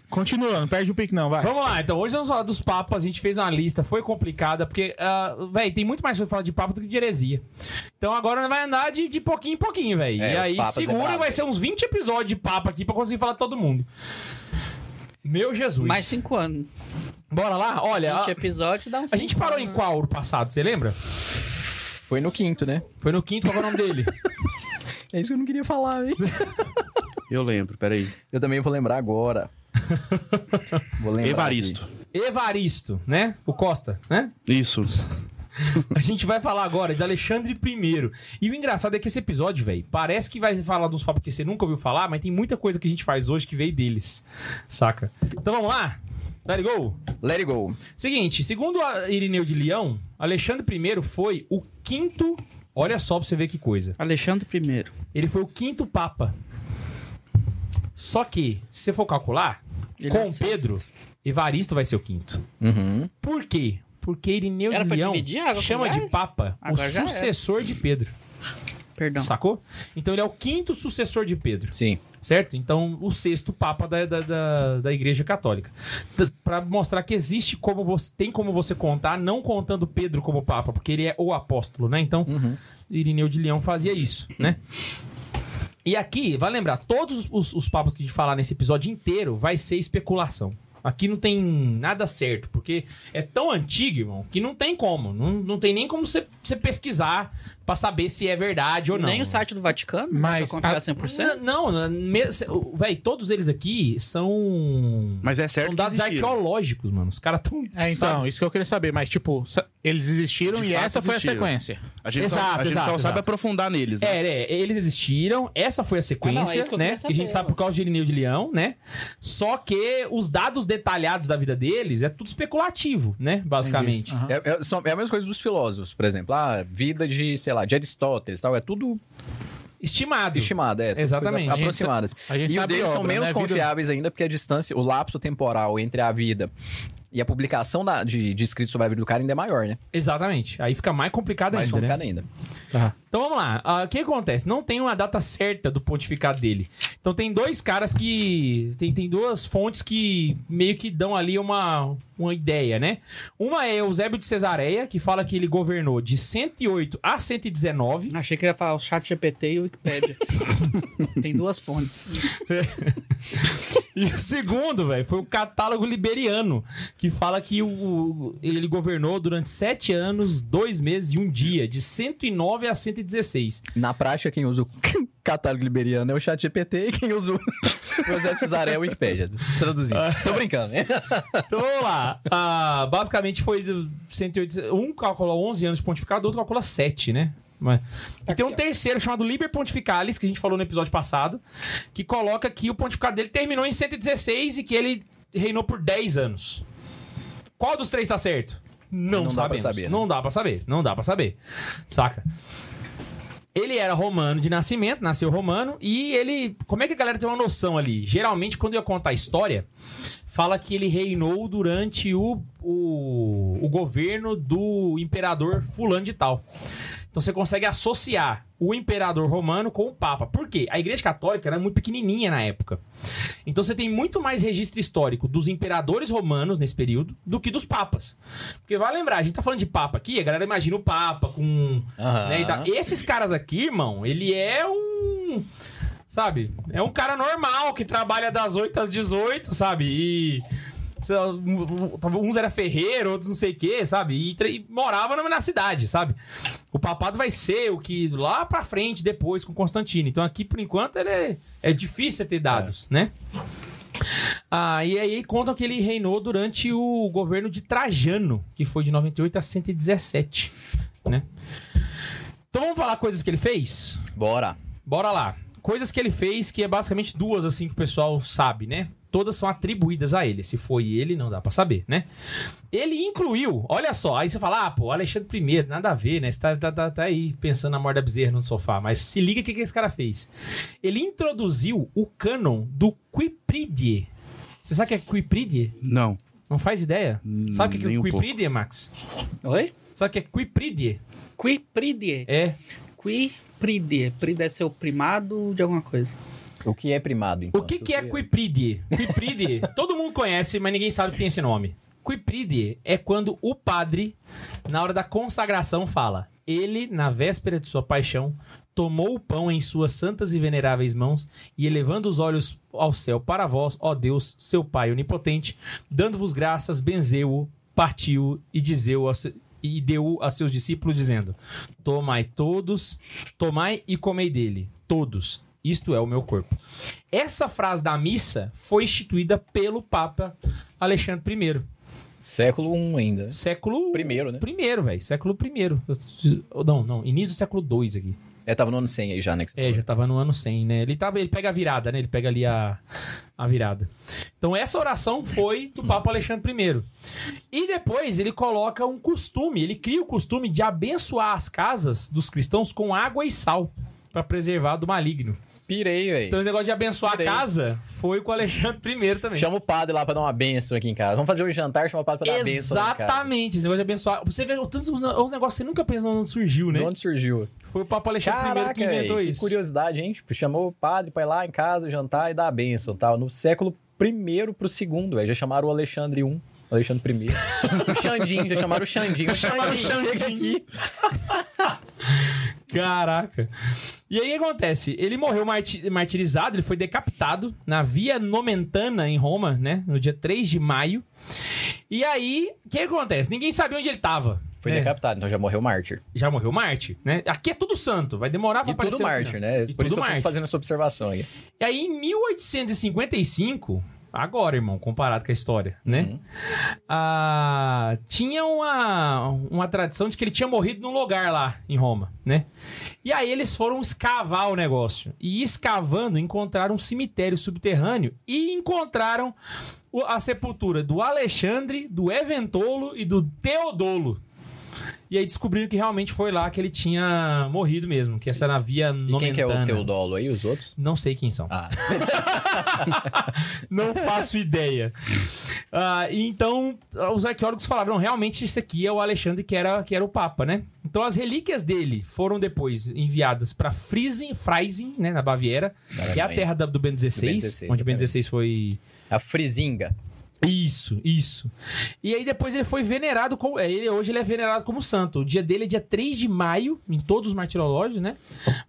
S6: Continua, não perde o pique, não, vai.
S2: Vamos lá, então hoje vamos falar dos papos. A gente fez uma lista, foi complicada, porque, ah, véi, tem muito mais coisa pra falar de papo do que de heresia. Então agora nós vai andar de, de pouquinho em pouquinho, véi.
S7: É,
S2: e
S7: os
S2: aí
S7: papas é
S2: segura,
S7: brabo,
S2: vai
S7: véi.
S2: ser uns 20 episódios de papo aqui pra conseguir falar de todo mundo. Meu Jesus.
S5: Mais cinco anos.
S2: Bora lá? Olha, É a,
S5: Este episódio dá uns
S2: a gente
S5: cinco
S2: parou
S5: anos,
S2: em
S5: né?
S2: qual ano passado, você lembra?
S7: Foi no quinto, né?
S2: Foi no quinto, qual é o nome dele?
S7: É isso que eu não queria falar, hein?
S4: Eu lembro, peraí.
S7: Eu também vou lembrar agora. Vou lembrar
S9: Evaristo.
S7: aqui.
S2: Evaristo, né? O Costa, né?
S9: Isso.
S2: A gente vai falar agora de Alexandre I. E o engraçado é que esse episódio, velho, parece que vai falar dos papos que você nunca ouviu falar, mas tem muita coisa que a gente faz hoje que veio deles, saca? Então vamos lá? Let it go!
S7: Let it go.
S2: Seguinte, segundo a Irineu de Leão, Alexandre I foi o quinto. Olha só pra você ver que coisa.
S5: Alexandre I.
S2: Ele foi o quinto Papa. Só que, se você for calcular,
S5: Ele é
S2: com
S5: o sexto.
S2: Pedro, Evaristo vai ser o quinto.
S7: Uhum.
S2: Por quê? Porque Irineu
S5: Era
S2: de
S5: pra
S2: Leão
S5: dividir a água com
S2: chama de
S5: gás?
S2: Papa
S5: Agora já
S2: o
S5: era.
S2: sucessor de Pedro.
S5: Perdão.
S2: Sacou? Então ele é o quinto sucessor de Pedro,
S7: Sim.
S2: certo? Então o sexto papa da, da, da, da Igreja Católica. T- Pra mostrar que existe como você tem como você contar, não contando Pedro como papa, porque ele é o apóstolo, né? Então
S5: Uhum.
S2: Irineu de Leão fazia isso, né? E aqui, vai lembrar, todos os, os papos que a gente falar nesse episódio inteiro vai ser especulação. Aqui não tem nada certo, porque é tão antigo, irmão, que não tem como. Não, não tem nem como você você pesquisar pra saber se é verdade ou não.
S5: Nem o site do Vaticano,
S6: Mas
S5: pra confiar
S6: a-
S5: 100%.
S2: Não, não, me- cê- o- véi, todos eles aqui são.
S9: Mas é certo
S2: são
S9: que
S2: dados
S9: existiram.
S2: arqueológicos, mano. Os caras tão.
S6: É, então,
S2: sabe?
S6: isso que eu queria saber, mas tipo, sa- eles existiram
S9: De
S6: e
S9: fato
S6: essa foi a
S9: existiram.
S6: sequência.
S9: A gente só,
S2: Exato,
S9: a gente só
S2: exato, exato.
S9: sabe aprofundar neles, né?
S2: É, é, eles existiram, essa foi a
S5: Ah, não, é
S2: sequência,
S5: isso que eu
S2: né?
S5: queria
S2: Que a gente
S5: saber,
S2: sabe por
S5: ó.
S2: causa de Irineu de Leão, né? Só que os dados detalhados da vida deles é tudo especulativo, né? Basicamente.
S7: É, é- são- é a mesma coisa dos filósofos, por exemplo. Ah, vida de, sei lá, de Aristóteles e tal. É tudo
S9: Ah.
S2: Estimado.
S7: estimada, é. tudo
S2: Uhum. Exatamente.
S7: coisa Aproximadas.
S6: a
S7: e
S6: gente
S7: o
S6: sabe
S7: deles
S6: obra,
S7: são
S6: né?
S7: menos
S6: A vida-
S7: confiáveis ainda, porque a distância, o lapso temporal entre a vida e a publicação da- de, de escrito sobre a vida do cara ainda é maior, né?
S2: Exatamente. Aí fica mais complicado
S7: Mais
S2: ainda, né?
S7: complicado ainda.
S2: Então vamos lá. Ah, o que acontece? Não tem uma data certa do pontificado dele. Então tem dois caras que. Tem, tem duas fontes que meio que dão ali uma, uma ideia, né? Uma é Eusébio de Cesareia, que fala que ele governou de 108 a 119.
S5: Achei que ia falar o chat GPT e o Wikipedia. Tem duas fontes.
S2: E o segundo, velho, foi o catálogo liberiano, que fala que o- o, ele governou durante sete anos, dois meses e um dia, de 109 a 116.
S3: Na prática, quem usa o catálogo liberiano é o chat GPT e quem usa o José Cesaré é o Wikipedia. Traduzindo.
S2: Ah.
S3: Tô brincando, né?
S2: Então vamos lá. Ah, basicamente foi do 108. Um calcula 11 anos de pontificado, outro calcula 7, né? Mas- E
S3: Tá
S2: tem um terceiro chamado Liber Pontificalis, que a gente falou no episódio passado, que coloca que o pontificado dele terminou em 116 e que ele reinou por 10 anos. Qual dos três tá certo? Não,
S3: Não dá pra
S2: sabemos.
S3: saber, né?
S2: Não dá pra saber. Não dá pra saber. Saca? Ele era romano de nascimento, nasceu romano, e ele. Como é que a galera tem uma noção ali? Geralmente, quando eu contar a história, fala que ele reinou durante o, o, o governo do imperador Fulano de Tal. Então você consegue associar o imperador romano com o Papa. Por quê? A Igreja Católica era muito pequenininha na época. Então você tem muito mais registro histórico dos imperadores romanos nesse período do que dos papas. Porque vai lembrar, a gente tá falando de Papa aqui, a galera imagina o Papa com.
S3: Aham.
S2: né, e tal. Esses caras aqui, irmão, ele é um. Sabe? É um cara normal que trabalha das 8 às 18, sabe? E. sei lá, um- um- talvez Uns era ferreiro, outros não sei o quê, sabe? E, tra- e morava na, na cidade, sabe? O papado vai ser o que lá pra frente, depois, com Constantino. Então aqui, por enquanto, ele é, é difícil você ter dados, né? Ah, e aí contam que ele reinou durante o governo de Trajano, que foi de 98 a 117, né? Então vamos falar coisas que ele fez?
S3: Bora.
S2: Bora lá. Coisas que ele fez, que é basicamente duas, assim, que o pessoal sabe, né? Todas são atribuídas a ele. Se foi ele, não dá pra saber, né? Ele incluiu, olha só, aí você fala, ah, pô, Alexandre I, nada a ver, né? Você tá, tá, tá, tá aí pensando na morte da bezerra no sofá, mas se liga o que, que esse cara fez. Ele introduziu o cânon do Quipridie. Você sabe o que é Quipridie?
S4: Não.
S2: Não faz ideia? Sabe o que é
S4: nem um
S2: Quipridie, Max?
S5: Oi?
S2: Sabe o que é Quipridie?
S5: Quipridie.
S2: É
S5: Quipridie. Pri deve ser o é primado de alguma coisa.
S3: O que é primado, então?
S2: O que, que é Quipride? Quipride, todo mundo conhece, mas ninguém sabe que tem esse nome. Quipride é quando o padre, na hora da consagração, fala: Ele, na véspera de sua paixão, tomou o pão em suas santas e veneráveis mãos e, elevando os olhos ao céu para vós, ó Deus, seu Pai onipotente, dando-vos graças, benzeu-o, partiu e dizeu ao seu- e deu a seus discípulos, dizendo: Tomai todos, tomai e comei dele, todos. Isto é o meu corpo. Essa frase da missa foi instituída pelo Papa Alexandre I.
S3: Século I ainda.
S2: Século.
S3: Primeiro, né?
S2: Primeiro, velho. Século primeiro. Eu- Não, não. Início do século II aqui.
S3: É, tava no ano 100 aí já, né? que você
S2: É,
S3: falou.
S2: já tava no ano 100, né? Ele, tava, ele pega a virada, né? Ele pega ali a, a virada. Então, essa oração foi do Papa Alexandre I. E depois ele coloca um costume, ele cria o costume de abençoar as casas dos cristãos com água e sal. Pra preservar do maligno.
S3: Pirei, velho.
S2: Então, esse negócio de abençoar a
S3: Adorei.
S2: casa foi com o Alexandre I também.
S3: Chama o padre lá pra dar uma benção aqui em casa. Vamos fazer um jantar, chama o padre pra dar uma benção lá em casa.
S2: Exatamente, esse negócio de abençoar. Você vê o tanto- os ne- os negócios que você nunca pensou onde surgiu, né?
S3: De onde surgiu?
S2: Foi o Papa Alexandre I
S3: Caraca,
S2: que inventou
S3: véi, que
S2: isso.
S3: curiosidade, hein? Tipo, chamou o padre pra ir lá em casa jantar e dar a benção e tal. No século primeiro pro segundo, velho. Já chamaram o Alexandre I. Alexandre I. o Xandinho, já chamaram o Xandinho. Já chamaram o Xandinho. Chega aqui.
S2: Caraca. E aí o que acontece? Ele morreu marti- martirizado, ele foi decapitado na Via Nomentana, em Roma, né? No dia 3 de maio. E aí, o que acontece? Ninguém sabia onde ele tava.
S3: Foi
S2: né?
S3: decapitado, então já morreu mártir.
S2: Já morreu Marte, né? Aqui é tudo santo, vai demorar pra
S3: E
S2: aparecer.
S3: tudo
S2: no
S3: mártir,
S2: final.
S3: né? Por
S2: E tudo
S3: isso que eu tô
S2: mártir.
S3: fazendo essa observação aí.
S2: E aí, em 1855, agora, irmão, comparado com a história,
S3: Uhum.
S2: né? Ah, tinha uma, uma tradição de que ele tinha morrido num lugar lá em Roma, né? E aí eles foram escavar o negócio. E escavando, encontraram um cemitério subterrâneo e encontraram o- a sepultura do Alexandre, do Eventolo e do Teodolo. E aí descobriram que realmente foi lá que ele tinha morrido mesmo, que essa era a via
S3: E quem que é o
S2: Nomentana.
S3: Teodolo aí, os outros?
S7: Ah.
S2: Não sei quem são.
S3: Ah.
S2: Não faço ideia. Ah, e então, os arqueólogos falaram, "Não, realmente isso aqui é o Alexandre que era, que era o Papa, né? Então, as relíquias dele foram depois enviadas para Friesen, Freising, né, na Baviera, que é a
S7: Maravilha.
S2: terra da- do Ben XVI,
S7: Do Ben XVI,
S2: onde o Ben
S7: exatamente.
S2: XVI foi
S7: A frisinga.
S2: isso, isso. E aí depois ele foi venerado como. é, Ele, hoje ele é venerado como santo. O dia dele é dia 3 de maio, em todos os martirológios, né?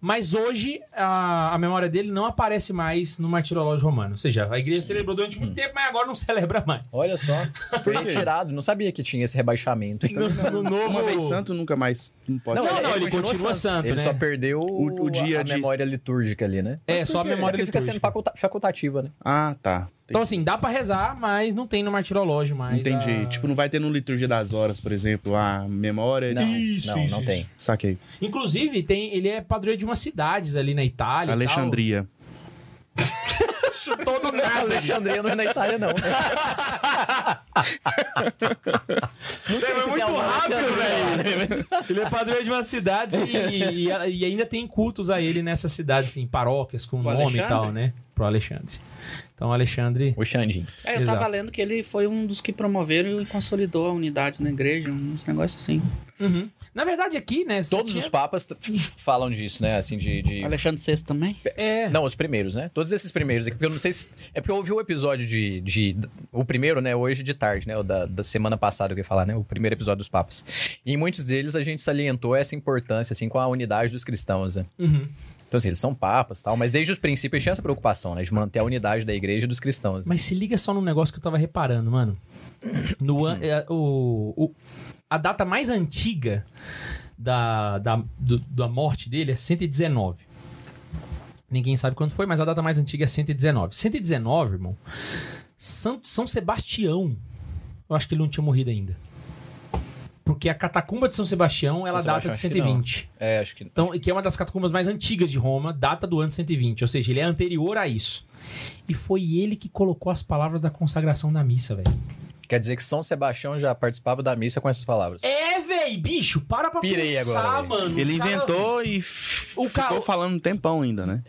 S2: Mas hoje a, a memória dele não aparece mais no martirológio romano. Ou seja, a igreja celebrou durante muito tempo, mas agora não celebra mais.
S7: Olha só. Foi retirado. Não sabia que tinha esse rebaixamento.
S2: No, no novo.
S4: Uma vez santo nunca mais. Não pode.
S2: Não, ele continua santo,
S7: ele
S2: né?
S7: só perdeu
S4: O- o dia
S7: a
S4: de-
S7: memória litúrgica ali, né?
S2: É, só a
S7: É
S2: memória
S7: que
S2: dele
S7: fica sendo faculta- facultativa, né?
S4: Ah, tá.
S2: Então assim, dá pra rezar, mas não tem no martirológio mais. Ah,
S4: Entendi.
S2: a-
S4: Tipo, não vai ter no Liturgia das Horas, por exemplo, a memória.
S7: Não,
S2: Isso,
S7: não,
S2: isso,
S7: não
S2: isso.
S7: tem.
S4: Saquei.
S2: Inclusive, tem, ele é padroeiro de umas cidades ali na Itália. e tal.
S4: Alexandria.
S2: Todo nada.
S7: Alexandria não é na Itália, não. não
S2: Foi
S7: sei se tem
S2: é muito
S7: alguma
S2: rápido,
S7: Alexandria lá, né? Mas-
S2: Ele é padroeiro de umas cidades e, e- e ainda tem cultos a ele nessas cidades, assim, paróquias com nome e
S5: Alexandre?
S2: tal, né? Pro Alexandre. Então, Alexandre.
S7: O Xandinho.
S5: É, eu tava
S2: Exato.
S5: lendo que ele foi um dos que promoveram e consolidou a unidade na igreja, uns negócios assim.
S2: Na verdade, aqui, né? você
S7: Todos
S2: tinha-
S7: os papas t- falam disso, né? Assim, de. de-
S5: Alexandre VI também?
S2: É.
S7: Não, os primeiros, né? Todos esses primeiros aqui, porque eu não sei se. É porque eu ouvi o episódio de. de- o primeiro, né? Hoje de tarde, né? O da, da semana passada que eu ia falar, né? O primeiro episódio dos papas. E em muitos deles a gente salientou essa importância, assim, com a unidade dos cristãos, né?
S2: Uhum.
S7: Então, assim, eles são papas e tal, mas desde os princípios tinha essa preocupação, né? De manter a unidade da igreja e dos cristãos. né?
S2: Mas se liga só num negócio que eu tava reparando, mano. No
S7: Hum.
S2: an- é, o, o- a data mais antiga da, da, do- da morte dele é 119. Ninguém sabe quando foi, mas a data mais antiga é 119. 119, irmão. Santo São Sebastião. Eu acho que ele não tinha morrido ainda. Porque a catacumba de São Sebastião, ela data
S7: Sebastião,
S2: de
S7: acho que não.
S2: 120.
S7: É, acho que.
S2: Então, que é uma das catacumbas mais antigas de Roma, data do ano 120, ou seja, ele é anterior a isso. E foi ele que colocou as palavras da consagração da missa, velho.
S7: Quer dizer que São Sebastião já participava da missa com essas palavras.
S2: É, velho, bicho, para pra
S7: Pirei
S2: pensar,
S7: agora, velho.
S2: mano.
S4: Ele
S2: O cara-
S4: inventou e
S2: O
S4: o
S2: cara-
S4: ficou falando um tempão ainda, né?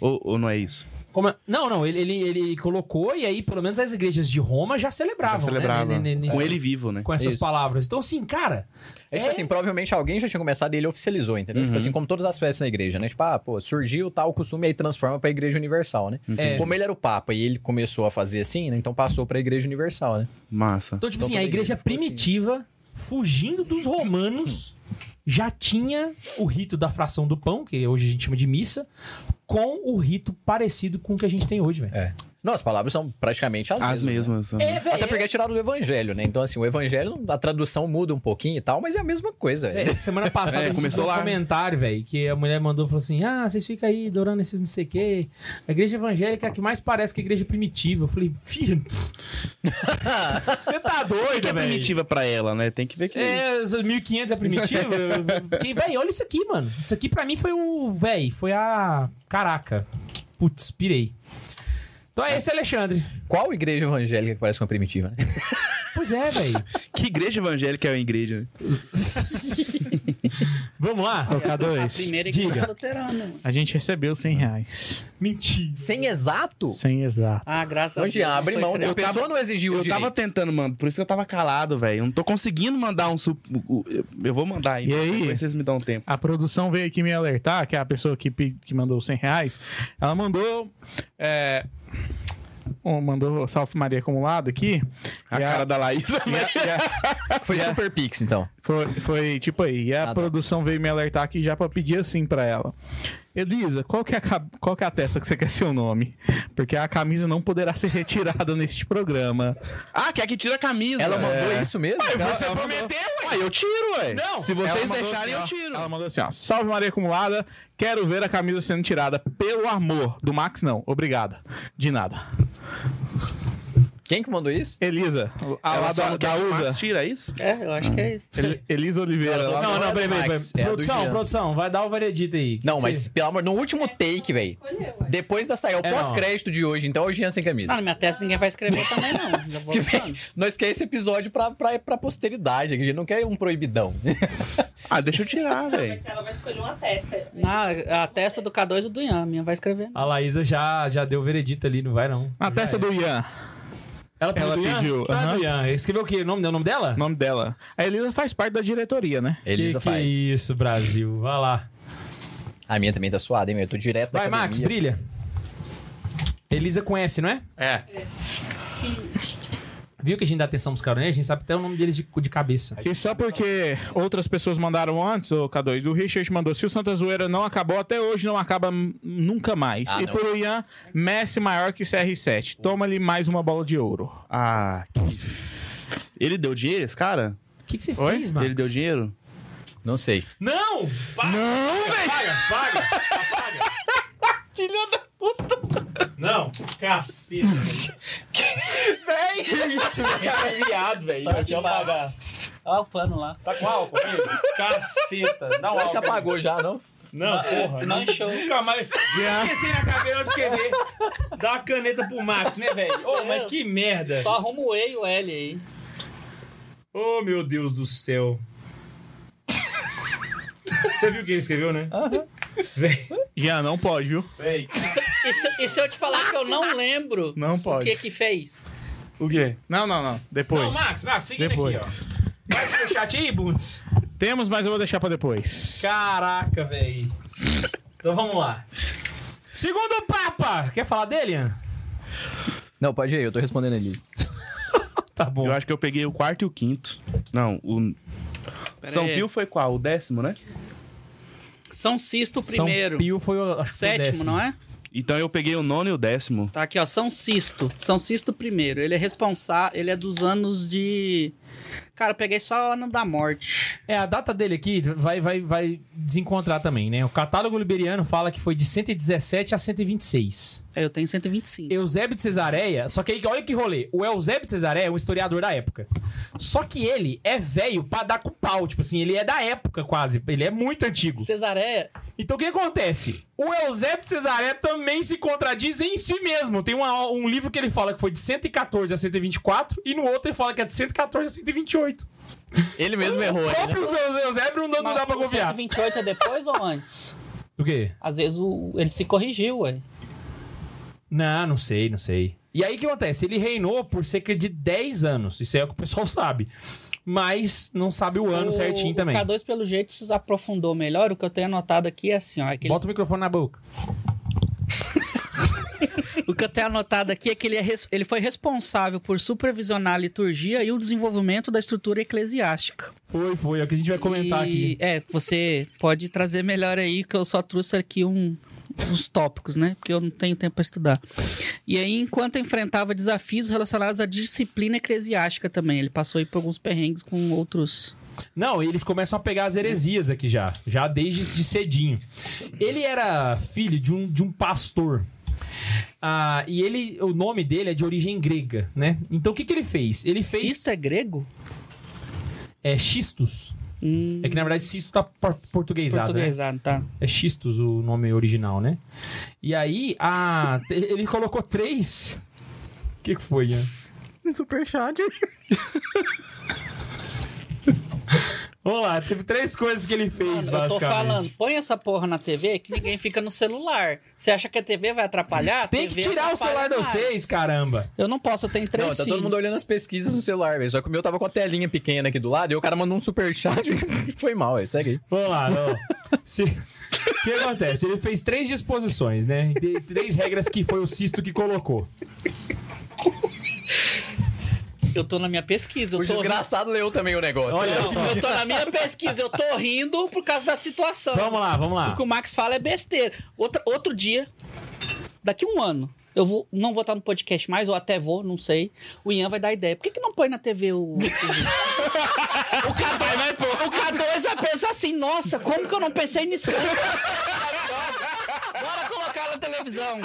S4: Ou, ou não é isso?
S2: Como é- Não, não, ele, ele, ele colocou e aí, pelo menos, as igrejas de Roma já celebravam,
S4: Já celebrava.
S2: né? N- n- n-
S4: Com
S2: nesse-
S4: ele vivo, né?
S2: com essas
S7: Isso.
S2: palavras. Então, assim, cara,
S7: É tipo assim, provavelmente alguém já tinha começado e ele oficializou, entendeu? Tipo assim, como todas as festas na igreja, né? Tipo, ah, pô, surgiu tal costume e aí transforma pra igreja universal, né?
S2: É.
S7: Como ele era o Papa e ele começou a fazer assim, né? Então passou pra igreja universal, né?
S4: Massa.
S2: Então, tipo
S7: Então,
S2: assim, a
S7: toda
S2: igreja
S7: igreja ficou assim.
S2: primitiva, fugindo dos romanos, já tinha o rito da fração do pão, que hoje a gente chama de missa, com o rito parecido com o que a gente tem hoje, velho.
S7: É. Não, as palavras são praticamente as,
S4: As
S7: mesmas.
S4: mesmas. né?
S2: É, velho.
S7: Até porque é tirado do evangelho, né? Então, assim, o evangelho, a tradução muda um pouquinho e tal, mas é a mesma coisa.
S2: É,
S7: velho.
S2: essa semana passada
S4: É,
S2: a gente viu
S4: começou
S2: um
S4: lá, né?
S2: comentário, velho, que a mulher mandou falou assim: Ah, vocês ficam aí adorando esses não sei o quê. A igreja evangélica é a que mais parece que a igreja primitiva. Eu falei, filho, você tá
S4: O que
S2: doido,
S4: é
S2: velho.
S4: primitiva pra ela, né? Tem que ver que.
S2: É, os 1500 é primitivo. que, véi, olha isso aqui, mano. Isso aqui pra mim foi o. Véi, foi a. Caraca. Putz, pirei. Então é esse, Alexandre.
S7: Qual igreja evangélica que parece uma primitiva, né?
S2: Pois é, véi.
S4: Que igreja evangélica é a igreja? né?
S2: Vamos lá?
S6: É,
S5: A
S6: K2.
S5: primeira
S2: Diga.
S5: igreja luterana. mano.
S6: A gente recebeu 100 reais.
S2: Mentira.
S7: Sem exato?
S6: Sem exato.
S5: Ah, graças a
S7: Onde
S5: Deus.
S7: abre
S5: foi
S7: mão.
S5: crente.
S7: A pessoa não exigiu o
S4: Eu tava
S7: direito.
S4: tentando, mano. Por isso que eu tava calado, velho. Eu não tô conseguindo mandar um. Su... o- o- Eu eu vou mandar ainda.
S6: E aí?
S4: Depois vocês me dão um tempo.
S6: A produção veio aqui me alertar, que é a pessoa que, pe- que mandou os 100 reais, ela mandou. É, um- mandou Salve Maria acumulado aqui.
S4: A
S6: e a-
S4: cara da né? Laís.
S6: e a- e a-
S7: Foi Super Pix, então.
S6: foi, foi tipo aí. E a
S7: Ah, tá.
S6: produção veio me alertar aqui já pra pedir assim pra ela. Elisa, qual que, é a, ca- qual que é a testa que você quer seu nome? Porque a camisa não poderá ser retirada neste programa.
S4: Ah, quer que tira a camisa.
S7: Ela mandou
S4: É.
S7: isso mesmo?
S4: Você prometeu, ué. Ah, eu tiro, ué. Não. Se vocês
S6: Ela mandou
S4: deixarem, eu
S6: assim, ó,
S4: tiro.
S6: Ela mandou assim, ó. Salve Maria Acumulada, quero ver a camisa sendo tirada. Pelo amor. Do Max, não. Obrigada. De nada.
S7: Quem que mandou isso?
S6: Elisa, a lá
S4: Ela
S6: da,
S4: só
S6: da
S4: quer que o Max
S6: USA.
S4: tira isso?
S5: É, eu acho que é isso.
S6: El- Elisa Oliveira.
S7: Ela falou,
S6: lá da-
S2: Não, não,
S7: é
S2: peraí,
S7: do
S2: peraí.
S7: Max,
S2: peraí.
S7: é a do
S2: produção,
S7: Jean.
S2: produção, vai dar o veredito aí.
S7: Não,
S2: Que
S7: mas
S2: cê-
S7: pelo amor, no último take, velho.
S8: Escolheu, ué.
S7: Depois da saída, é o
S2: É, não.
S7: pós-crédito de hoje, então é o Jean sem
S5: Ah,
S7: camisa.
S5: na minha testa ninguém vai escrever também, não. Já vou
S7: Que vem-
S5: avisando.
S7: Nós quer esse episódio pra, pra, pra posteridade, que a gente não quer um proibidão.
S4: Ah, deixa eu tirar, velho.
S8: Mas ela vai escolher uma testa.
S5: Na, a testa do K2 e do Ian, minha vai escrever.
S4: É.
S2: A Laísa já, já deu o veredito ali, não vai não.
S6: Na testa do Ian.
S2: Ela pediu.
S6: Ela
S2: do Ian?
S6: pediu,
S2: Tá,
S6: aham.
S2: do Ian. Escreveu o quê? O nome, o nome dela?
S6: O nome dela. A Elisa faz parte da diretoria, né?
S7: Elisa
S2: que,
S7: faz.
S2: Que isso, Brasil. Vai lá.
S7: A minha também tá suada, hein, meu? Eu tô direto da
S2: Vai,
S7: academia.
S2: Max, brilha. Elisa conhece, não é? Viu que a gente dá atenção pros caras, né? A gente sabe até o nome deles de, de cabeça.
S6: E só porque
S4: é.
S6: outras pessoas mandaram antes, o K2, o Richard mandou, se o Santa Zoeira não acabou, até hoje não acaba m- nunca mais.
S7: Ah,
S6: e
S7: não.
S6: por Ian, Messi maior que CR7. Toma-lhe mais uma bola de ouro.
S4: Ah, que... Ele deu dinheiro, esse cara?
S2: O que, que você
S6: Oi?
S2: fez, Max?
S4: Ele deu dinheiro?
S7: Não sei.
S2: Não! Não, velho! Paga, paga, paga. Filha da puta. Não, cacete.
S5: Véi!
S7: Tá
S2: Viado, velho.
S5: Só de pagar. Olha o pano lá.
S2: Tá com álcool, filho? Caceta. Dá um
S7: Acho que apagou já, não?
S2: Não, porra.
S5: Manchou.
S2: Nunca mais. Esqueci na cabeça de escrever. Dá uma caneta pro Max, né, velho? Ô, mas que merda.
S5: Só arruma o E e o L aí.
S2: Ô, Oh, meu Deus do céu. Você viu o que ele escreveu, né? Véi,
S6: Ian, não pode, viu?
S2: véi.
S5: E se, e se eu te falar que eu não lembro
S6: Não
S5: o que
S6: pode.
S5: que fez?
S4: O quê?
S6: Não, não, não. Depois.
S2: Não, Max, Max, seguindo
S6: Depois.
S2: aqui, ó. Mais pro chat aí, Bundes.
S6: Temos, mas eu vou deixar pra depois.
S2: Caraca, véi. Então vamos lá. Segundo Papa! Quer falar dele, Ian?
S7: Não, pode ir, eu tô respondendo a Elisa.
S2: Tá bom.
S4: Eu acho que eu peguei o quarto e o quinto. Não, o. São
S5: aí.
S4: Pio foi qual? O décimo, né?
S5: São Sisto primeiro.
S2: São Pio foi o acho que foi o
S5: Sétimo,
S2: décimo.
S5: não é?
S4: Então eu peguei o nono e o décimo.
S5: Tá aqui, ó. São Sisto. São Sisto primeiro. Ele é responsável. Ele é dos anos de. Cara, eu peguei só o ano da morte.
S2: É, a data dele aqui vai, vai, vai desencontrar também, né? O catálogo liberiano fala que foi de 117 a 126.
S5: Aí É, Eu tenho 125.
S2: Eusébio de Cesareia, só que aí, olha que rolê. O Eusébio de Cesareia é um historiador da época. Só que ele é velho pra dar com pau, tipo assim, ele é da época quase, ele é muito antigo.
S5: Cesareia.
S2: Então o que acontece? O Eusébio de Cesareia também se contradiz em si mesmo. Tem uma- um livro que ele fala que foi de 114 a 124 e no outro ele fala que é de 114 a 128.
S7: Ele mesmo
S2: O
S7: errou, né?
S2: próprio Eusébio não, não dá pra
S5: O
S2: confiar.
S5: 128 é depois ou antes?
S2: O quê?
S5: Às vezes o- ele se corrigiu, ué.
S2: Não, não sei, não sei. E aí o que acontece? Ele reinou por cerca de 10 anos. Isso é o que o pessoal sabe. Mas não sabe o ano
S5: O-
S2: certinho também.
S5: O K2, pelo jeito, se aprofundou melhor. O que eu tenho anotado aqui é assim, ó. é que ele-
S2: Bota o microfone na boca.
S5: O que eu tenho anotado aqui é que ele, é res- ele foi responsável por supervisionar a liturgia e o desenvolvimento da estrutura eclesiástica.
S2: Foi, foi. É o que a gente vai comentar
S5: E,
S2: aqui.
S5: É, você pode trazer melhor aí, que eu só trouxe aqui um, uns tópicos, né? Porque eu não tenho tempo para estudar. E aí, enquanto enfrentava desafios relacionados à disciplina eclesiástica também, ele passou aí por alguns perrengues com outros.
S2: Não, eles começam a pegar as heresias aqui já. Já desde de cedinho. Ele era filho de um, de um pastor. Ah, e ele, o nome dele é de origem grega, né? Então o que, que ele fez? Ele fez
S5: Cisto é grego?
S2: é, xistos.
S5: Hum,
S2: É que na verdade xisto tá por- portuguesado, né?
S5: portuguesado, tá.
S2: É Xistos o nome original, né? E aí, a... te- ele colocou três. O que, que foi, Ian?
S6: Superchat.
S2: Vamos lá, teve três coisas que ele fez,
S5: Mano, eu tô
S2: basicamente.
S5: falando, põe essa porra na TV que ninguém fica no celular. Você acha que a TV vai atrapalhar? A
S2: Tem que
S5: TV
S2: tirar o celular de
S5: atrapalha mais.
S2: vocês, caramba.
S5: Eu não posso, eu tenho três
S7: Não, tá
S5: filhos.
S7: todo mundo olhando as pesquisas no celular, velho. Só que o meu tava com a telinha pequena aqui do lado e o cara mandou um superchat e foi mal, velho. Segue aí.
S2: Vamos lá, não. Se- O que acontece? Ele fez três disposições, né? De- Três regras que foi o Cisto que colocou.
S5: Eu tô na minha pesquisa. Eu
S7: O
S5: tô rindo.
S7: desgraçado leu também o negócio.
S2: Olha
S5: Não,
S2: só.
S5: Eu tô na minha pesquisa, eu tô rindo por causa da situação.
S2: Vamos lá, vamos lá.
S5: O que o Max fala é besteira. Outra, outro dia, daqui um ano, eu vou, não vou estar no podcast mais, ou até vou, não sei. O Ian vai dar ideia. Por que, que não põe na TV o. o K2, o K2 vai pensar assim, nossa, como que eu não pensei nisso antes? Bora colocar na televisão.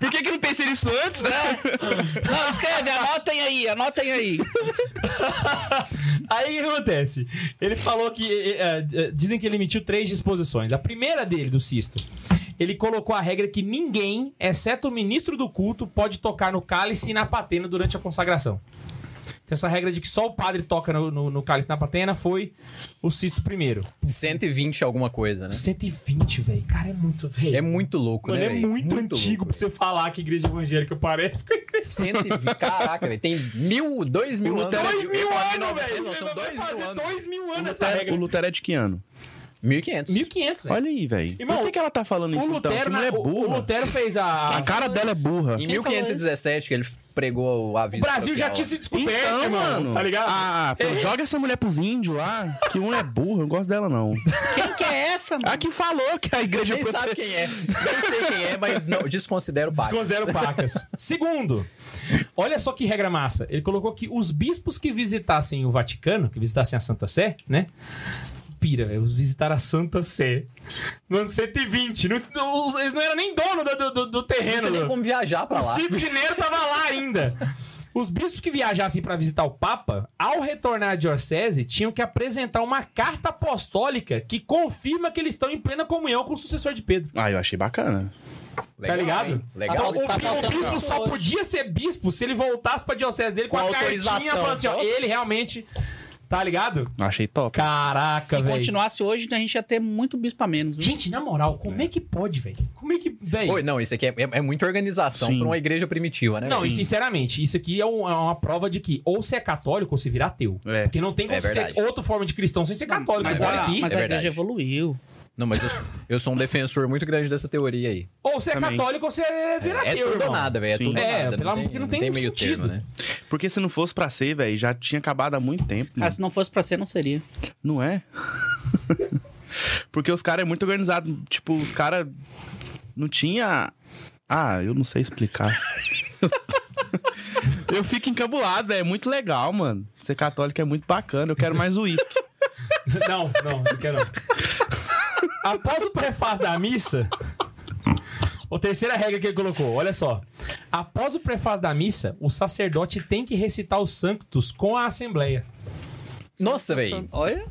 S4: Por que, que eu não pensei nisso antes, né?
S5: É. Não, escreve, anotem aí, anotem aí.
S2: Aí o que acontece? Ele falou que. eh, eh, eh, dizem que ele emitiu três disposições. A primeira dele, do Cisto, ele colocou a regra que ninguém, exceto o ministro do culto, pode tocar no cálice e na patena durante a consagração. Então essa regra de que só o padre toca no, no, no cálice na patena foi o Sisto primeiro.
S7: 120 alguma coisa, né?
S2: 120, velho. Cara, é muito velho.
S7: É muito louco,
S2: Mano,
S7: né?
S2: é
S7: velho?
S2: muito, antigo
S7: louco,
S2: pra você falar que igreja evangélica parece com a igreja.
S7: 120, caraca, velho. Tem mil, dois mil anos.
S2: Dois mil anos,
S7: Não,
S2: velho!
S7: São
S2: Vai
S7: dois mil
S2: fazer
S7: anos.
S2: dois mil
S4: O
S2: anos essa
S4: Lutero, o
S2: regra.
S4: Lutero é de que ano?
S7: 1500.
S2: 1500, velho.
S4: Olha aí, velho.
S2: Irmão,
S4: Por que, que ela tá falando
S2: O
S4: isso então?
S2: Lutero,
S4: Que mulher
S2: na- o, o
S4: burra.
S2: Lutero fez a.
S4: A cara dela é burra.
S7: Em 1517 que ele pregou o aviso.
S2: O Brasil já
S7: paroquial.
S2: tinha se descoberto,
S4: Então,
S2: irmão,
S4: mano.
S2: Tá ligado?
S4: Ah, pô,
S2: É
S4: joga essa mulher pros índios lá, que um é burro, eu não gosto dela não.
S5: Quem que é essa, mano?
S4: A que falou que a igreja...
S7: Nem sabe quem é. Nem sei quem é, mas não, desconsidero o pacto.
S2: Desconsidera o pacas. Segundo, olha só que regra massa. Ele colocou que os bispos que visitassem o Vaticano, que visitassem a Santa Sé, né? Pira, velho. Visitar a Santa Sé. No ano 120. não- não- eles não eram nem dono do, do- do- do
S7: Não
S2: terreno.
S7: sei nem
S2: do-
S7: como viajar pra
S2: O
S7: lá.
S2: Chico Mineiro tava lá ainda. Os bispos que viajassem para visitar o Papa, ao retornar à diocese, tinham que apresentar uma carta apostólica que confirma que eles estão em plena comunhão com o sucessor de Pedro.
S4: Ah, eu achei bacana.
S7: Legal,
S2: tá ligado?
S7: hein? Legal.
S2: Então,
S5: Tá
S2: o,
S5: faltando
S2: o bispo
S5: isso
S2: só
S5: hoje.
S2: podia ser bispo se ele voltasse pra diocese dele com,
S7: Com
S2: a cartinha
S7: autorização,
S2: falando assim, ó,
S7: só.
S2: ele realmente. Tá ligado?
S4: Achei top.
S2: Caraca,
S4: Ah,
S5: Se
S2: velho.
S5: continuasse hoje, a gente ia ter muito bispo a menos. viu?
S2: Gente, na moral, como é que pode, velho? Como é que. Velho.
S7: Oi, não, isso aqui é, é- é muita organização
S4: Sim.
S7: pra uma igreja primitiva, né?
S2: Não, e
S7: velho?
S2: sinceramente, isso aqui é, um- é uma prova de que ou você é católico ou você vira ateu.
S4: É.
S2: Porque não tem como
S7: É
S2: ser
S7: verdade.
S2: outra forma de cristão sem ser católico.
S5: Mas,
S2: Mas
S7: é
S5: a,
S2: olha
S7: verdade.
S2: aqui.
S5: mas a
S7: É
S5: igreja
S7: verdade.
S5: evoluiu.
S7: Não, mas eu, sou- eu sou um defensor muito grande dessa teoria aí.
S2: Ou você é
S4: Também.
S2: católico ou você vira
S7: É
S2: ateu,
S7: tudo ou
S2: Tá irmão.
S7: nada, velho. É
S4: Sim.
S7: tudo ou
S2: É,
S7: nada.
S2: pelo amor- não tem
S7: meio
S2: sentido.
S7: termo, né?
S4: Porque se não fosse pra ser, velho, já tinha acabado há muito tempo.
S5: Cara,
S4: mano.
S5: se não fosse pra ser, não seria.
S4: Não é? Porque os caras é muito organizado. Tipo, os caras não tinha. Ah, eu não sei explicar. eu fico encabulado, velho. É muito legal, mano. Ser católico é muito bacana. Eu quero mais uísque.
S2: Não, não, não quero não. Após o prefácio da missa, a terceira regra que ele colocou, olha só. Após o prefácio da missa, o sacerdote tem que recitar os sanctos com a assembleia.
S7: Nossa, velho.
S5: Olha.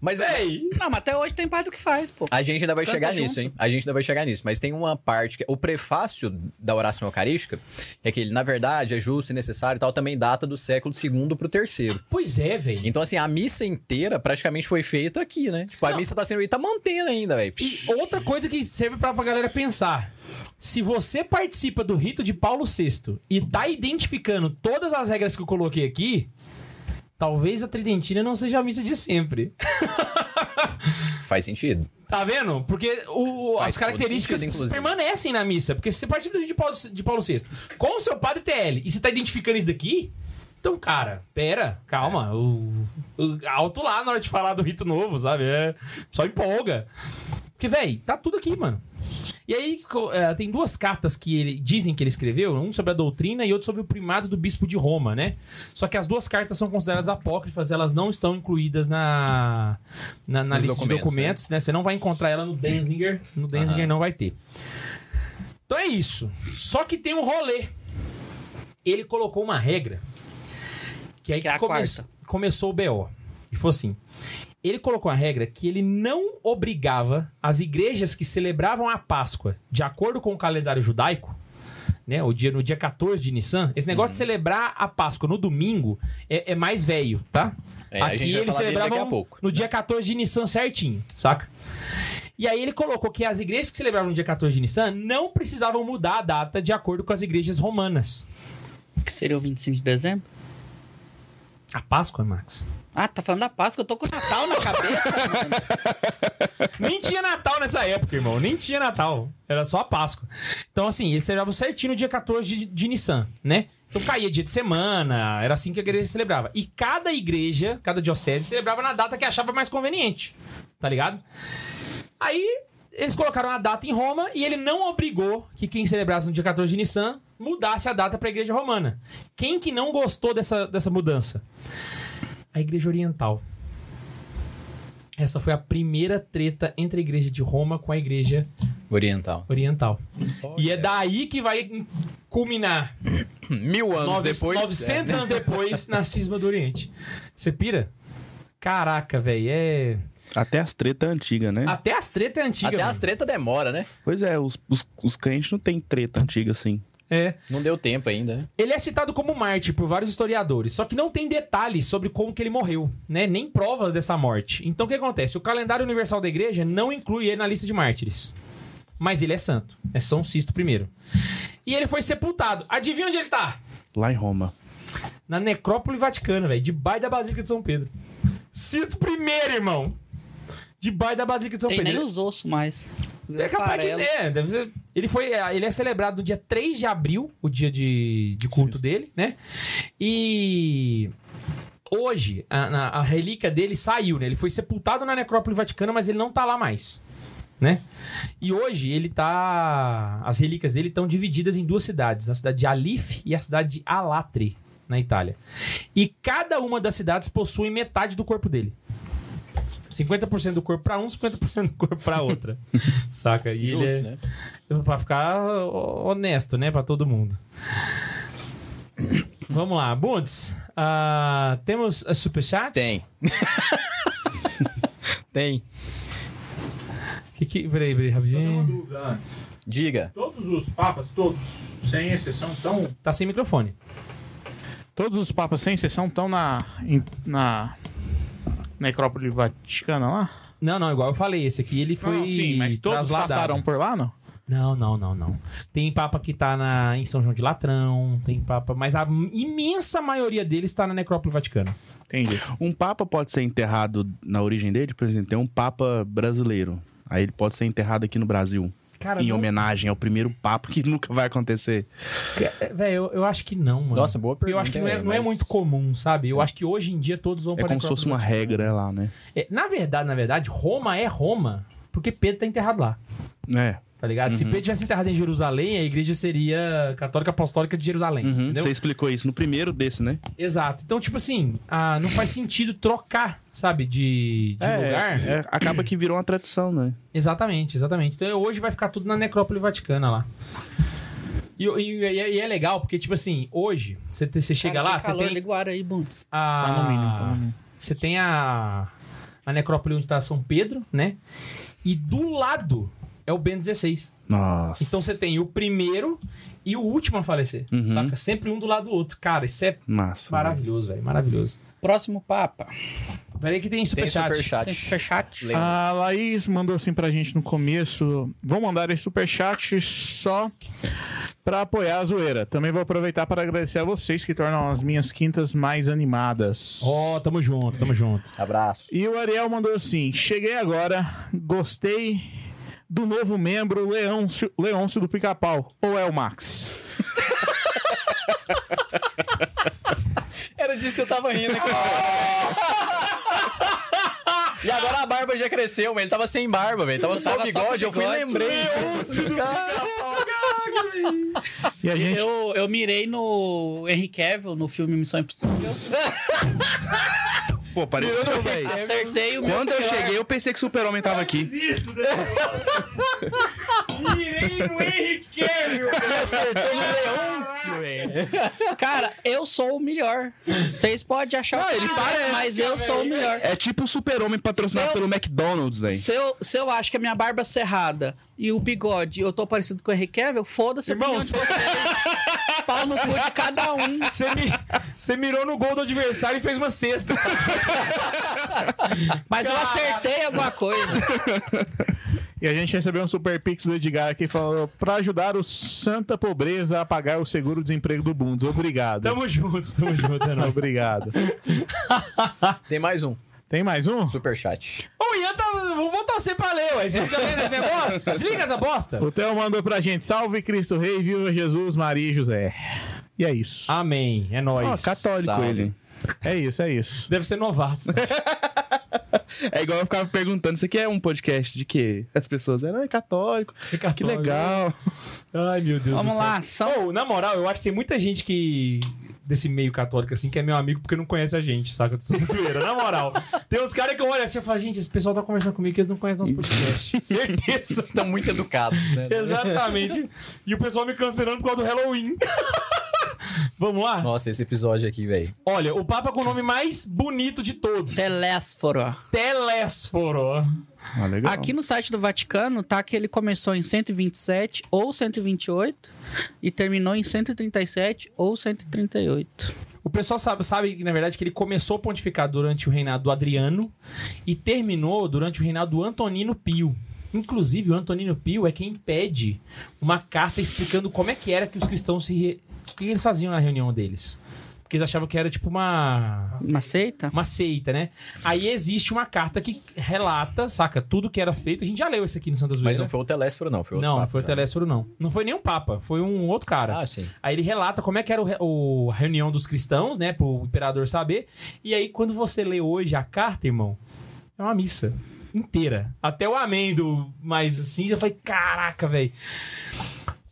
S7: Mas é
S2: Véi,
S5: Não, mas até hoje tem padre que faz, pô.
S7: A gente ainda vai
S5: Canta
S7: chegar
S5: junto.
S7: nisso, hein? A gente ainda vai chegar nisso. Mas tem uma parte que. é O prefácio da oração eucarística é que ele, na verdade, é justo e necessário e tal, também data do século II pro terceiro.
S2: pois é, velho.
S7: Então, assim, a missa inteira praticamente foi feita aqui, né? Tipo, a missa tá sendo. E tá mantendo ainda, velho.
S2: E outra coisa que serve pra, pra galera pensar. Se você participa do rito de Paulo VI e tá identificando todas as regras que eu coloquei aqui, talvez a Tridentina não seja a missa de sempre.
S7: Faz sentido.
S2: Tá vendo? Porque o- o-
S7: Faz
S2: as características
S7: todo sentido, inclusive.
S2: permanecem na missa. Porque se você participa de Paulo, de Paulo VI com o seu padre TL e você tá identificando isso daqui, então, cara, pera, calma. O, o- alto lá na hora de falar do rito novo, sabe? É, só empolga. Porque, véi, tá tudo aqui, mano. E aí, co- é, tem duas cartas que ele dizem que ele escreveu, um sobre a doutrina e outro sobre o primado do bispo de Roma, né? Só que as duas cartas são consideradas apócrifas, elas não estão incluídas na, na, na
S7: Nos
S2: lista de
S7: documentos,
S2: documentos, né? Você não vai encontrar ela no Denzinger, no Denzinger não vai ter. Então é isso. Só que tem um rolê. Ele colocou uma regra que aí
S5: Que é a
S2: come-
S5: quarta.
S2: começou o BO. E foi assim. Ele colocou a regra que ele não obrigava as igrejas que celebravam a Páscoa de acordo com o calendário judaico, né? O dia, no dia 14 de Nissan. Esse negócio
S7: Uhum.
S2: de celebrar a Páscoa no domingo é, é mais velho, tá?
S7: É, a gente vai falar dele daqui a pouco. né?
S2: no dia 14 de Nissan certinho, saca? E aí ele colocou que as igrejas que celebravam no dia 14 de Nissan não precisavam mudar a data de acordo com as igrejas romanas.
S5: Que seria o 25 de dezembro?
S2: A Páscoa, Max?
S5: Ah, tá falando da Páscoa, eu tô com o Natal na cabeça. mano.
S2: Nem tinha Natal nessa época, irmão. Nem tinha Natal. Era só a Páscoa. Então, assim, eles celebravam certinho no dia 14 de, de Nissan, né? Então caía dia de semana, era assim que a igreja celebrava. E cada igreja, cada diocese, celebrava na data que achava mais conveniente. Tá ligado? Aí eles colocaram a data em Roma e ele não obrigou que quem celebrasse no dia 14 de Nissan mudasse a data pra igreja romana. Quem que não gostou dessa, dessa mudança? A igreja oriental. Essa foi a primeira treta entre a igreja de Roma com a igreja
S7: Oriental.
S2: oriental. E é daí que vai culminar
S7: Mil anos
S2: nove-
S7: depois.
S2: 900
S7: é, né?
S2: anos depois na cisma do Oriente. Você pira? Caraca, velho, é...
S4: Até as tretas antigas, né?
S2: Até as tretas é antiga,
S7: Até
S2: mano.
S7: as tretas demora, né?
S4: Pois é, os, os, os crentes não têm treta antiga assim.
S2: É.
S7: Não deu tempo ainda, né?
S2: Ele é citado como mártir por vários historiadores, só que não tem detalhes sobre como que ele morreu, né? Nem provas dessa morte. Então o que acontece? O calendário universal da igreja não inclui ele na lista de mártires. Mas ele é santo. É São Sisto I. E ele foi sepultado. Adivinha onde ele tá?
S4: Lá em Roma.
S2: Na necrópole vaticana, velho. Debaixo da Basílica de São Pedro. Sisto I, irmão! Debaixo da Basílica de São
S5: Tem
S2: Pedro.
S5: nem os ossos mais.
S2: É capaz que
S5: Farelo.
S2: né? Deve ser- Ele, foi, ele é celebrado no dia 3 de abril, o dia de, de culto dele, né? E hoje, a, na- a relíquia dele saiu, né? Ele foi sepultado na necrópole vaticana, mas ele não tá lá mais. Né? E hoje ele tá. As relíquias dele estão divididas em duas cidades, a cidade de Alife e a cidade de Alatri, na Itália. E cada uma das cidades possui metade do corpo dele. 50% do corpo pra um, 50% do corpo pra outra. Saca? E ele é...
S7: né?
S2: Pra ficar honesto, né? Pra todo mundo. Vamos lá. Bundes, ah, temos a superchat?
S7: Tem. Tem.
S2: Que, que, peraí, peraí,
S10: Só tem uma
S2: rapidinho.
S10: dúvida antes.
S7: Diga.
S10: Todos os papas, todos, sem exceção, estão
S2: Tá sem microfone.
S6: Todos os papas, sem exceção, estão na, em- na necrópole vaticana lá?
S2: Não, não, igual eu falei, esse aqui ele foi.
S6: Não, Ah, sim, mas todos
S2: trasladado.
S6: passaram por lá, não?
S2: Não, não, não, não. Tem papa que tá na, em São João de Latrão, tem papa. Mas a imensa maioria deles tá na Necrópole Vaticana.
S6: Entendi.
S4: Um papa pode ser enterrado na origem dele, por exemplo, tem um papa brasileiro. Aí ele pode ser enterrado aqui no Brasil.
S2: Cara,
S4: em
S2: não-
S4: homenagem ao primeiro papa que nunca vai acontecer.
S2: É, Velho, eu, eu acho que não, mano.
S7: Nossa, boa pergunta.
S2: eu acho que não é,
S7: hein,
S2: não é
S7: mas-
S2: muito comum, sabe? Eu acho que hoje em dia todos vão
S4: É
S2: pra
S4: como se
S2: necrópole
S4: fosse uma
S2: vaticana.
S4: regra lá, né?
S2: É, na verdade, na verdade, Roma é Roma porque Pedro tá enterrado lá,
S4: É.
S2: tá ligado? Se Pedro tivesse enterrado em Jerusalém, a igreja seria católica apostólica de Jerusalém,
S4: Uhum,
S2: entendeu?
S4: Você explicou isso no primeiro desse, né?
S2: Exato. Então, tipo assim, ah, não faz sentido trocar, sabe, de, de lugar.
S4: é, acaba que virou uma tradição, né?
S2: Exatamente, exatamente. Então hoje vai ficar tudo na Necrópole Vaticana lá. E, e- e- e é legal, porque, tipo assim, hoje, você, te- você chega
S5: Cara,
S2: lá,
S5: que
S2: você
S5: calor, né?
S2: tem
S5: liga o ar aí, Bundes.
S2: a...
S6: Tá no mínimo, tá no mínimo.
S2: Você tem a, a necrópole onde tá São Pedro, né? E do lado é o Ben 16.
S4: Nossa.
S2: Então você tem o primeiro e o último a falecer,
S4: Uhum.
S2: saca? Sempre um do lado do outro. Cara, isso é
S4: Massa.
S2: maravilhoso, velho, maravilhoso.
S5: Próximo Papa.
S2: Peraí que tem
S7: Tem
S2: superchat.
S7: superchat.
S5: Tem superchat.
S7: Lembra.
S6: A Laís mandou assim pra gente no começo. Vou mandar esse superchat só pra apoiar a zoeira. Também vou aproveitar para agradecer a vocês que tornam as minhas quintas mais animadas.
S2: Ó, tamo junto, tamo junto.
S7: Ah. Abraço.
S6: E o Ariel mandou assim: Cheguei agora, gostei do novo membro Leôncio, Leôncio do Pica-Pau. Ou é o Max?
S7: Era disso que eu tava rindo, E agora a barba já cresceu, mas ele tava sem barba, velho. Tava só o
S5: Tava só com
S7: bigode, eu fui
S5: bigode.
S7: e lembrei.
S6: E a gente.
S5: Eu, eu mirei no Henry Cavill, no filme Missão Impossível.
S4: Pô, pareceu, velho.
S5: Acertei o meu
S4: Quando eu
S5: pior.
S4: cheguei, eu pensei que o super-homem tava aqui.
S1: Isso, né? Mirei no Henrique, meu.
S7: Acertou no Leôncio, velho.
S5: Cara, eu sou o melhor. Vocês podem achar o que quiser, mas eu sou o melhor.
S4: É tipo o super-homem patrocinado
S5: Seu-
S4: pelo McDonald's, velho.
S5: Se eu, se eu acho que a minha barba é cerrada e o bigode eu tô parecido com o Henry Cavill, foda-se a
S2: Irmão,
S5: opinião de vocês. Pau no cu de cada um.
S2: Você mi- você mirou no gol do adversário e fez uma cesta.
S5: Mas eu acertei alguma coisa.
S6: E a gente recebeu um super pix do Edgar aqui falando pra ajudar o Santa Pobreza a pagar o seguro-desemprego do Bundes. Obrigado.
S2: Tamo junto, tamo junto, é nóis.
S6: Obrigado.
S7: Tem mais um.
S6: Tem mais um?
S7: Superchat.
S2: Ô, Ian, tá... vou botar você pra ler, ué. Você fica lendo esse negócio? Desliga essa bosta.
S6: O Theo mandou pra gente. Salve Cristo Rei, viva Jesus, Maria e José. E é isso.
S10: Ah.
S2: Amém, é nóis.
S4: Ó, católico
S7: Salve.
S4: ele.
S6: É isso, é isso.
S2: Deve ser novato.
S4: É igual eu ficava perguntando, isso aqui é um podcast de quê? As pessoas eram, ah, é católico. Que legal.
S2: Ai, meu Deus
S5: Vamos
S2: do céu.
S5: lá, são.
S2: Ô, na moral, eu acho que tem muita gente que. Desse meio católico, assim, que é meu amigo porque não conhece a gente, saca? Tô sendo zoeira, na moral. Tem uns caras que eu olho assim e falo, gente, esse pessoal tá conversando comigo que eles não conhecem nosso podcast. Certeza.
S7: Estão muito educados, né?
S2: Exatamente. E o pessoal me cancelando por causa do Halloween. Vamos lá?
S7: Nossa, esse episódio aqui, velho.
S2: Olha, é o Papa com o nome mais bonito de todos.
S5: Telésforo.
S2: Telésforo.
S4: Ah, legal.
S5: Aqui no site do Vaticano tá que ele começou em 127 ou 128 e terminou em 137 ou 138.
S2: O pessoal sabe, sabe, que, na verdade, que ele começou a pontificar durante o reinado do Adriano e terminou durante o reinado do Antonino Pio. Inclusive, o Antonino Pio é quem pede uma carta explicando como é que era que os cristãos se. re- O que eles faziam na reunião deles? Porque eles achavam que era tipo uma.
S5: Uma seita?
S2: Uma seita, né? Aí existe uma carta que relata, saca, tudo que era feito. A gente já leu isso aqui no Santa
S7: Mas
S2: Zoeira.
S7: não foi o Telésforo, não. Foi outro
S2: Não,
S7: papo,
S2: foi o
S7: já.
S2: Telésforo, não. Não foi nem um Papa, foi um outro cara.
S7: Ah, sim.
S2: Aí ele relata como é que era o re- o- a reunião dos cristãos, né? Pro imperador saber. E aí, quando você lê hoje a carta, irmão, é uma missa inteira. Até o amém do mais assim, já falei, caraca, velho.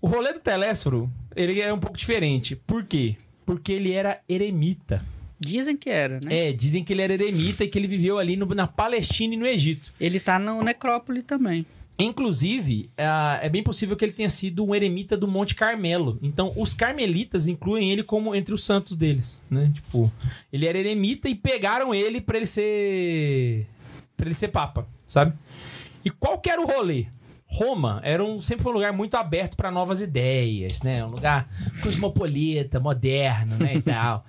S2: O rolê do Telésforo, ele é um pouco diferente. Por quê? Porque ele era eremita.
S5: Dizem que era, né?
S2: É, dizem que ele era eremita e que ele viveu ali no- na Palestina e no Egito.
S5: Ele tá no necrópole também.
S2: Inclusive, ah, é bem possível que ele tenha sido um eremita do Monte Carmelo. Então, os carmelitas incluem ele como entre os santos deles, né? Tipo, ele era eremita e pegaram ele pra ele ser para ele ser papa, sabe? E qual que era o rolê? Roma era um, sempre foi um lugar muito aberto pra novas ideias, né? Um lugar cosmopolita, moderno, né, e tal.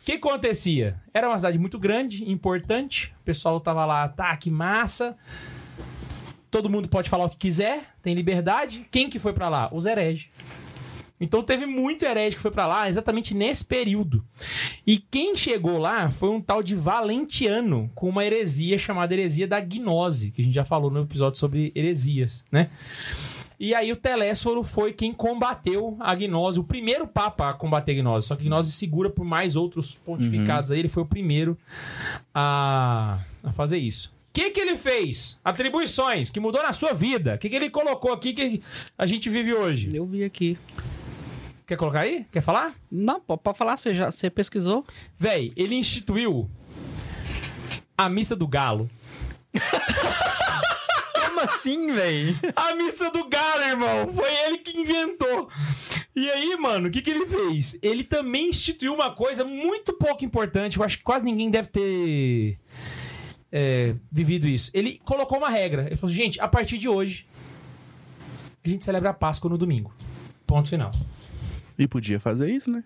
S2: O que acontecia? Era uma cidade muito grande, importante. O pessoal tava lá, tá, que massa todo mundo pode falar o que quiser, tem liberdade. Quem que foi pra lá? Os hereges. Então teve muito herege que foi pra lá exatamente nesse período. E quem chegou lá foi um tal de Valentiano com uma heresia chamada heresia da gnose, que a gente já falou no episódio sobre heresias, né? E aí o Telésforo foi quem combateu a gnose, o primeiro papa a combater a gnose. Só que a gnose segura por mais outros pontificados aí, ele foi o primeiro a, a fazer isso. O que, que ele fez? Atribuições que mudou na sua vida. O que, que ele colocou aqui que a gente vive hoje?
S5: Eu vi aqui.
S2: Quer colocar aí? Quer falar?
S5: Não, pô, pode falar, você, já, você pesquisou?
S2: Véi, ele instituiu a missa do galo.
S3: Como assim, velho?
S2: A missa do galo, irmão. Foi ele que inventou. E aí, mano, o que, que ele fez? Ele também instituiu uma coisa muito pouco importante. Eu acho que quase ninguém deve ter é, vivido isso. Ele colocou uma regra. Ele falou: gente, a partir de hoje, a gente celebra a Páscoa no domingo. Ponto final.
S4: E podia fazer isso, né?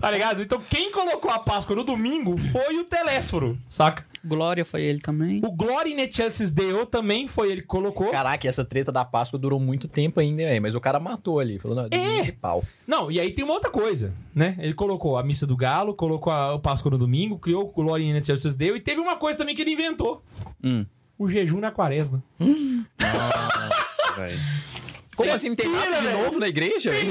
S2: Tá ligado? Então, quem colocou a Páscoa no domingo foi o Telésforo, saca?
S5: Glória foi ele também.
S2: O Glory in Chances Deo também foi ele que colocou.
S7: Caraca, e essa treta da Páscoa durou muito tempo ainda, hein, mas o cara matou ali. Falou, não, é. de pau.
S2: Não, e aí tem uma outra coisa, né? Ele colocou a missa do galo, colocou a, o Páscoa no domingo, criou o Glory in Chances Deo e teve uma coisa também que ele inventou.
S4: Hum.
S2: O jejum na quaresma.
S7: Como assim? Não tem nada de novo na igreja?
S2: É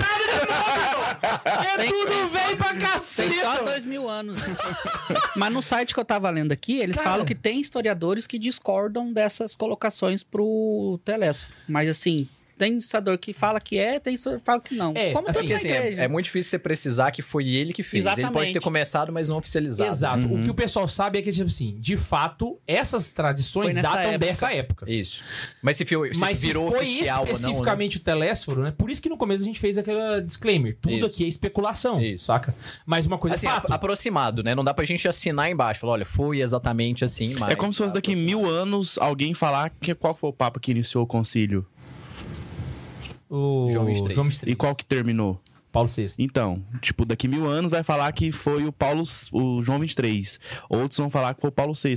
S2: tudo velho pra
S5: Tem
S2: cacete!
S5: só dois mil anos. né? Mas no site que eu tava lendo aqui, eles
S2: Cara.
S5: falam que tem historiadores que discordam dessas colocações pro Telésforo. Mas assim, tem historiador que fala que é, tem historiador que fala que não.
S2: É,
S5: Como
S2: assim,
S5: tudo
S7: Porque
S5: na
S7: assim,
S5: igreja.
S7: é, é muito difícil você precisar que foi ele que fez. Ele pode
S5: Exatamente.
S7: ter começado, mas não oficializado. né?
S2: Exato. O
S5: Uhum.
S2: que o pessoal sabe é que, tipo assim, de fato, essas tradições
S5: Foi nessa
S2: datam
S5: época.
S2: dessa época.
S7: Isso. Mas se, fio- se
S2: Mas se
S7: virou
S2: foi
S7: oficial ou não. né?
S2: especificamente o Telésforo, né? Por isso que no começo a gente fez aquela disclaimer. Tudo
S7: Isso.
S2: aqui é especulação,
S7: Isso.
S2: saca? Mas uma coisa
S7: Assim,
S2: é
S7: a-
S2: fato.
S7: aproximado, né? Não dá pra gente assinar embaixo. Falar, olha, foi exatamente assim, mas.
S4: é como se fosse daqui
S7: aproximado.
S4: mil anos alguém falar que, qual foi o papa que iniciou o concílio
S2: O
S7: João 23.
S2: João 23.
S4: e qual que terminou.
S2: Paulo VI.
S4: Então, tipo, daqui mil anos vai falar que foi o Paulo, o João 23. Outros vão falar que foi o Paulo VI.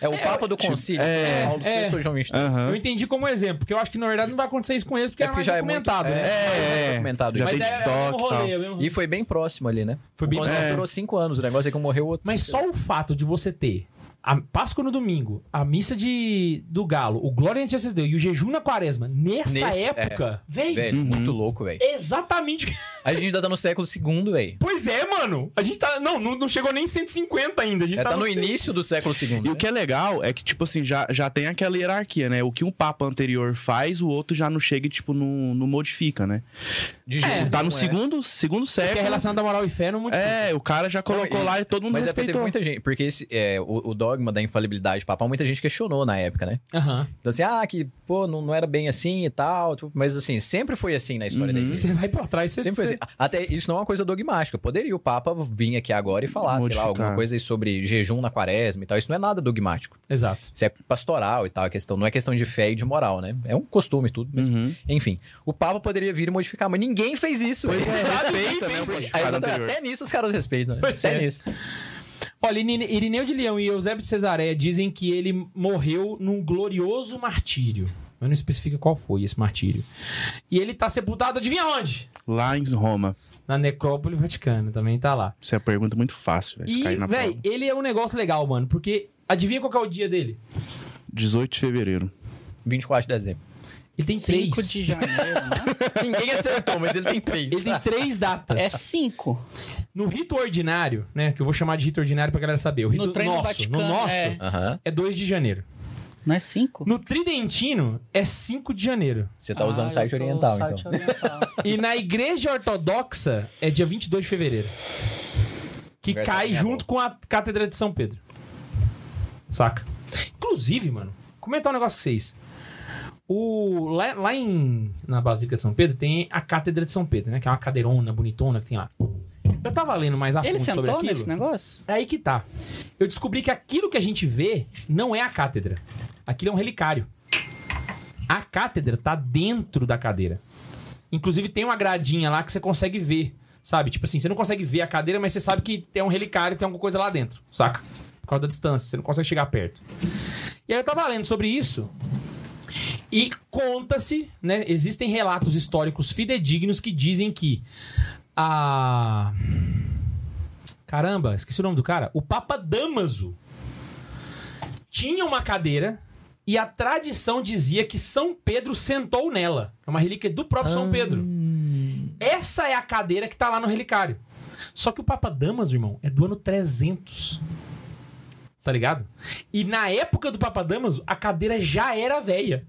S7: É o Papa do
S2: tipo,
S7: Concílio. né?
S4: é,
S7: Paulo VI ou João XXIII.
S4: Aham.
S2: Eu entendi como exemplo, porque eu acho que na verdade não vai acontecer isso com eles, porque
S7: É
S2: era
S7: porque
S2: mais
S7: já é
S2: documentado,
S7: muito-
S2: né?
S4: É,
S7: É, documentado
S4: já tipo um
S7: isso.
S4: tem
S2: Mas é, é o mesmo
S4: TikTok e tal.
S2: rolê, é o mesmo rolê.
S7: E foi bem próximo ali, né?
S2: Foi bem
S7: o Concílio
S4: próximo.
S7: durou cinco anos. O negócio é que um morreu, o outro.
S2: Mas só o fato de você ter a Páscoa no domingo, a missa de, do Galo, o Glória Antes Deu e o jejum na quaresma, nessa
S7: Nesse- é.
S2: época, véi,
S7: Velho,
S4: Uhum.
S7: muito louco, velho.
S2: exatamente. o que-
S7: A gente ainda tá no século II, velho.
S2: Pois é, mano. A gente tá. Não, não, não chegou nem 150 ainda. A gente
S7: É, tá no
S2: cem.
S7: início do século II.
S4: E
S7: né?
S4: o que é legal é que, tipo assim, já, já tem aquela hierarquia, né? O que um papa anterior faz, o outro já não chega e, tipo, não, não modifica, né?
S7: De jeito
S4: tá no
S7: nenhum, é.
S4: segundo, segundo
S2: Porque a
S4: século.
S2: relação da moral e fé não é muito.
S4: É, o cara já colocou
S7: Não, e-
S4: lá e todo mundo
S7: Mas é porque
S4: respeitou.
S7: teve muita gente. Porque esse, é, o, o dogma da infalibilidade papal, muita gente questionou na época, né?
S2: Aham.
S7: Então, assim, ah, que, pô, não, não era bem assim e tal. tipo, mas, assim, sempre foi assim na história da igreja.
S4: Uhum.
S2: Uhum. Você vai pra trás, você
S7: Sempre foi assim, até isso não é uma coisa dogmática. Poderia o Papa vir aqui agora e falar, sei
S4: Modificar.
S7: lá, alguma coisa aí sobre jejum na quaresma e tal. Isso não é nada dogmático.
S2: Exato.
S7: Isso é pastoral e tal, a questão. Não é questão de fé e de moral, né? É um costume e tudo. mas-
S4: Uhum.
S7: Enfim, o Papa poderia vir e modificar, mas ninguém fez isso.
S4: Pois
S7: velho.
S4: é,
S7: Sabe? Ninguém
S4: respeita,
S7: fez
S4: né, o
S7: isso.
S4: pontificado
S2: tá
S7: Exatamente,
S4: anterior.
S7: Até nisso os caras respeitam, né?
S2: Pois
S7: até
S2: é.
S7: nisso.
S2: Olha, Irine- Irineu de Leão e Eusébio de Cesareia dizem que ele morreu num glorioso martírio. Mas não especifica qual foi esse martírio. E ele tá sepultado, adivinha onde?
S4: Lá em Roma.
S2: Na necrópole vaticana, também tá lá.
S4: Isso é uma pergunta muito fácil, velho. se
S2: E,
S4: cair na
S2: véi,
S4: prova.
S2: ele é um negócio legal, mano, porque adivinha qual que é o dia dele?
S4: 18 de fevereiro.
S7: 24 de dezembro.
S2: Ele tem
S5: 5
S2: três.
S5: de janeiro, né?
S7: Ninguém acertou, mas ele tem três.
S2: Ele tem três datas.
S5: É 5.
S2: No rito ordinário, né? Que eu vou chamar de rito ordinário pra galera saber. O rito
S5: No trem do
S2: nosso,
S5: Vaticano,
S2: no nosso,
S5: é.
S2: é.
S7: Aham.
S2: 2 de janeiro.
S5: Não é 5?
S2: No tridentino, é 5 de janeiro.
S7: Você
S5: Ah,
S7: tá usando o site oriental, então.
S2: E na igreja ortodoxa, é dia 22 de fevereiro. Que
S7: Conversa
S2: cai
S7: minha
S2: junto com a Cátedra de São Pedro. Saca? Inclusive, mano, comentar um negócio com vocês. O, lá lá em, na Basílica de São Pedro tem a Cátedra de São Pedro, né? Que é uma cadeirona bonitona que tem lá. Eu tava lendo mais a fundo
S5: Ele
S2: sobre
S5: sentou
S2: aquilo.
S5: nesse negócio?
S2: É aí que tá. Eu descobri que aquilo que a gente vê não é a cátedra. Aquilo é um relicário. A cátedra tá dentro da cadeira. Inclusive tem uma gradinha lá que você consegue ver, sabe? Tipo assim, você não consegue ver a cadeira, mas você sabe que tem um relicário, tem alguma coisa lá dentro, saca? Por causa da distância, você não consegue chegar perto. E aí eu tava lendo sobre isso. E conta-se, né? Existem relatos históricos fidedignos que dizem que a Caramba, esqueci o nome do cara. O Papa Damaso tinha uma cadeira e a tradição dizia que São Pedro sentou nela. É uma relíquia do próprio São Pedro. Essa é a cadeira que tá lá no relicário. Só que o Papa Damaso, irmão, é do ano 300. Tá ligado? E na época do Papa Damaso, a cadeira já era velha.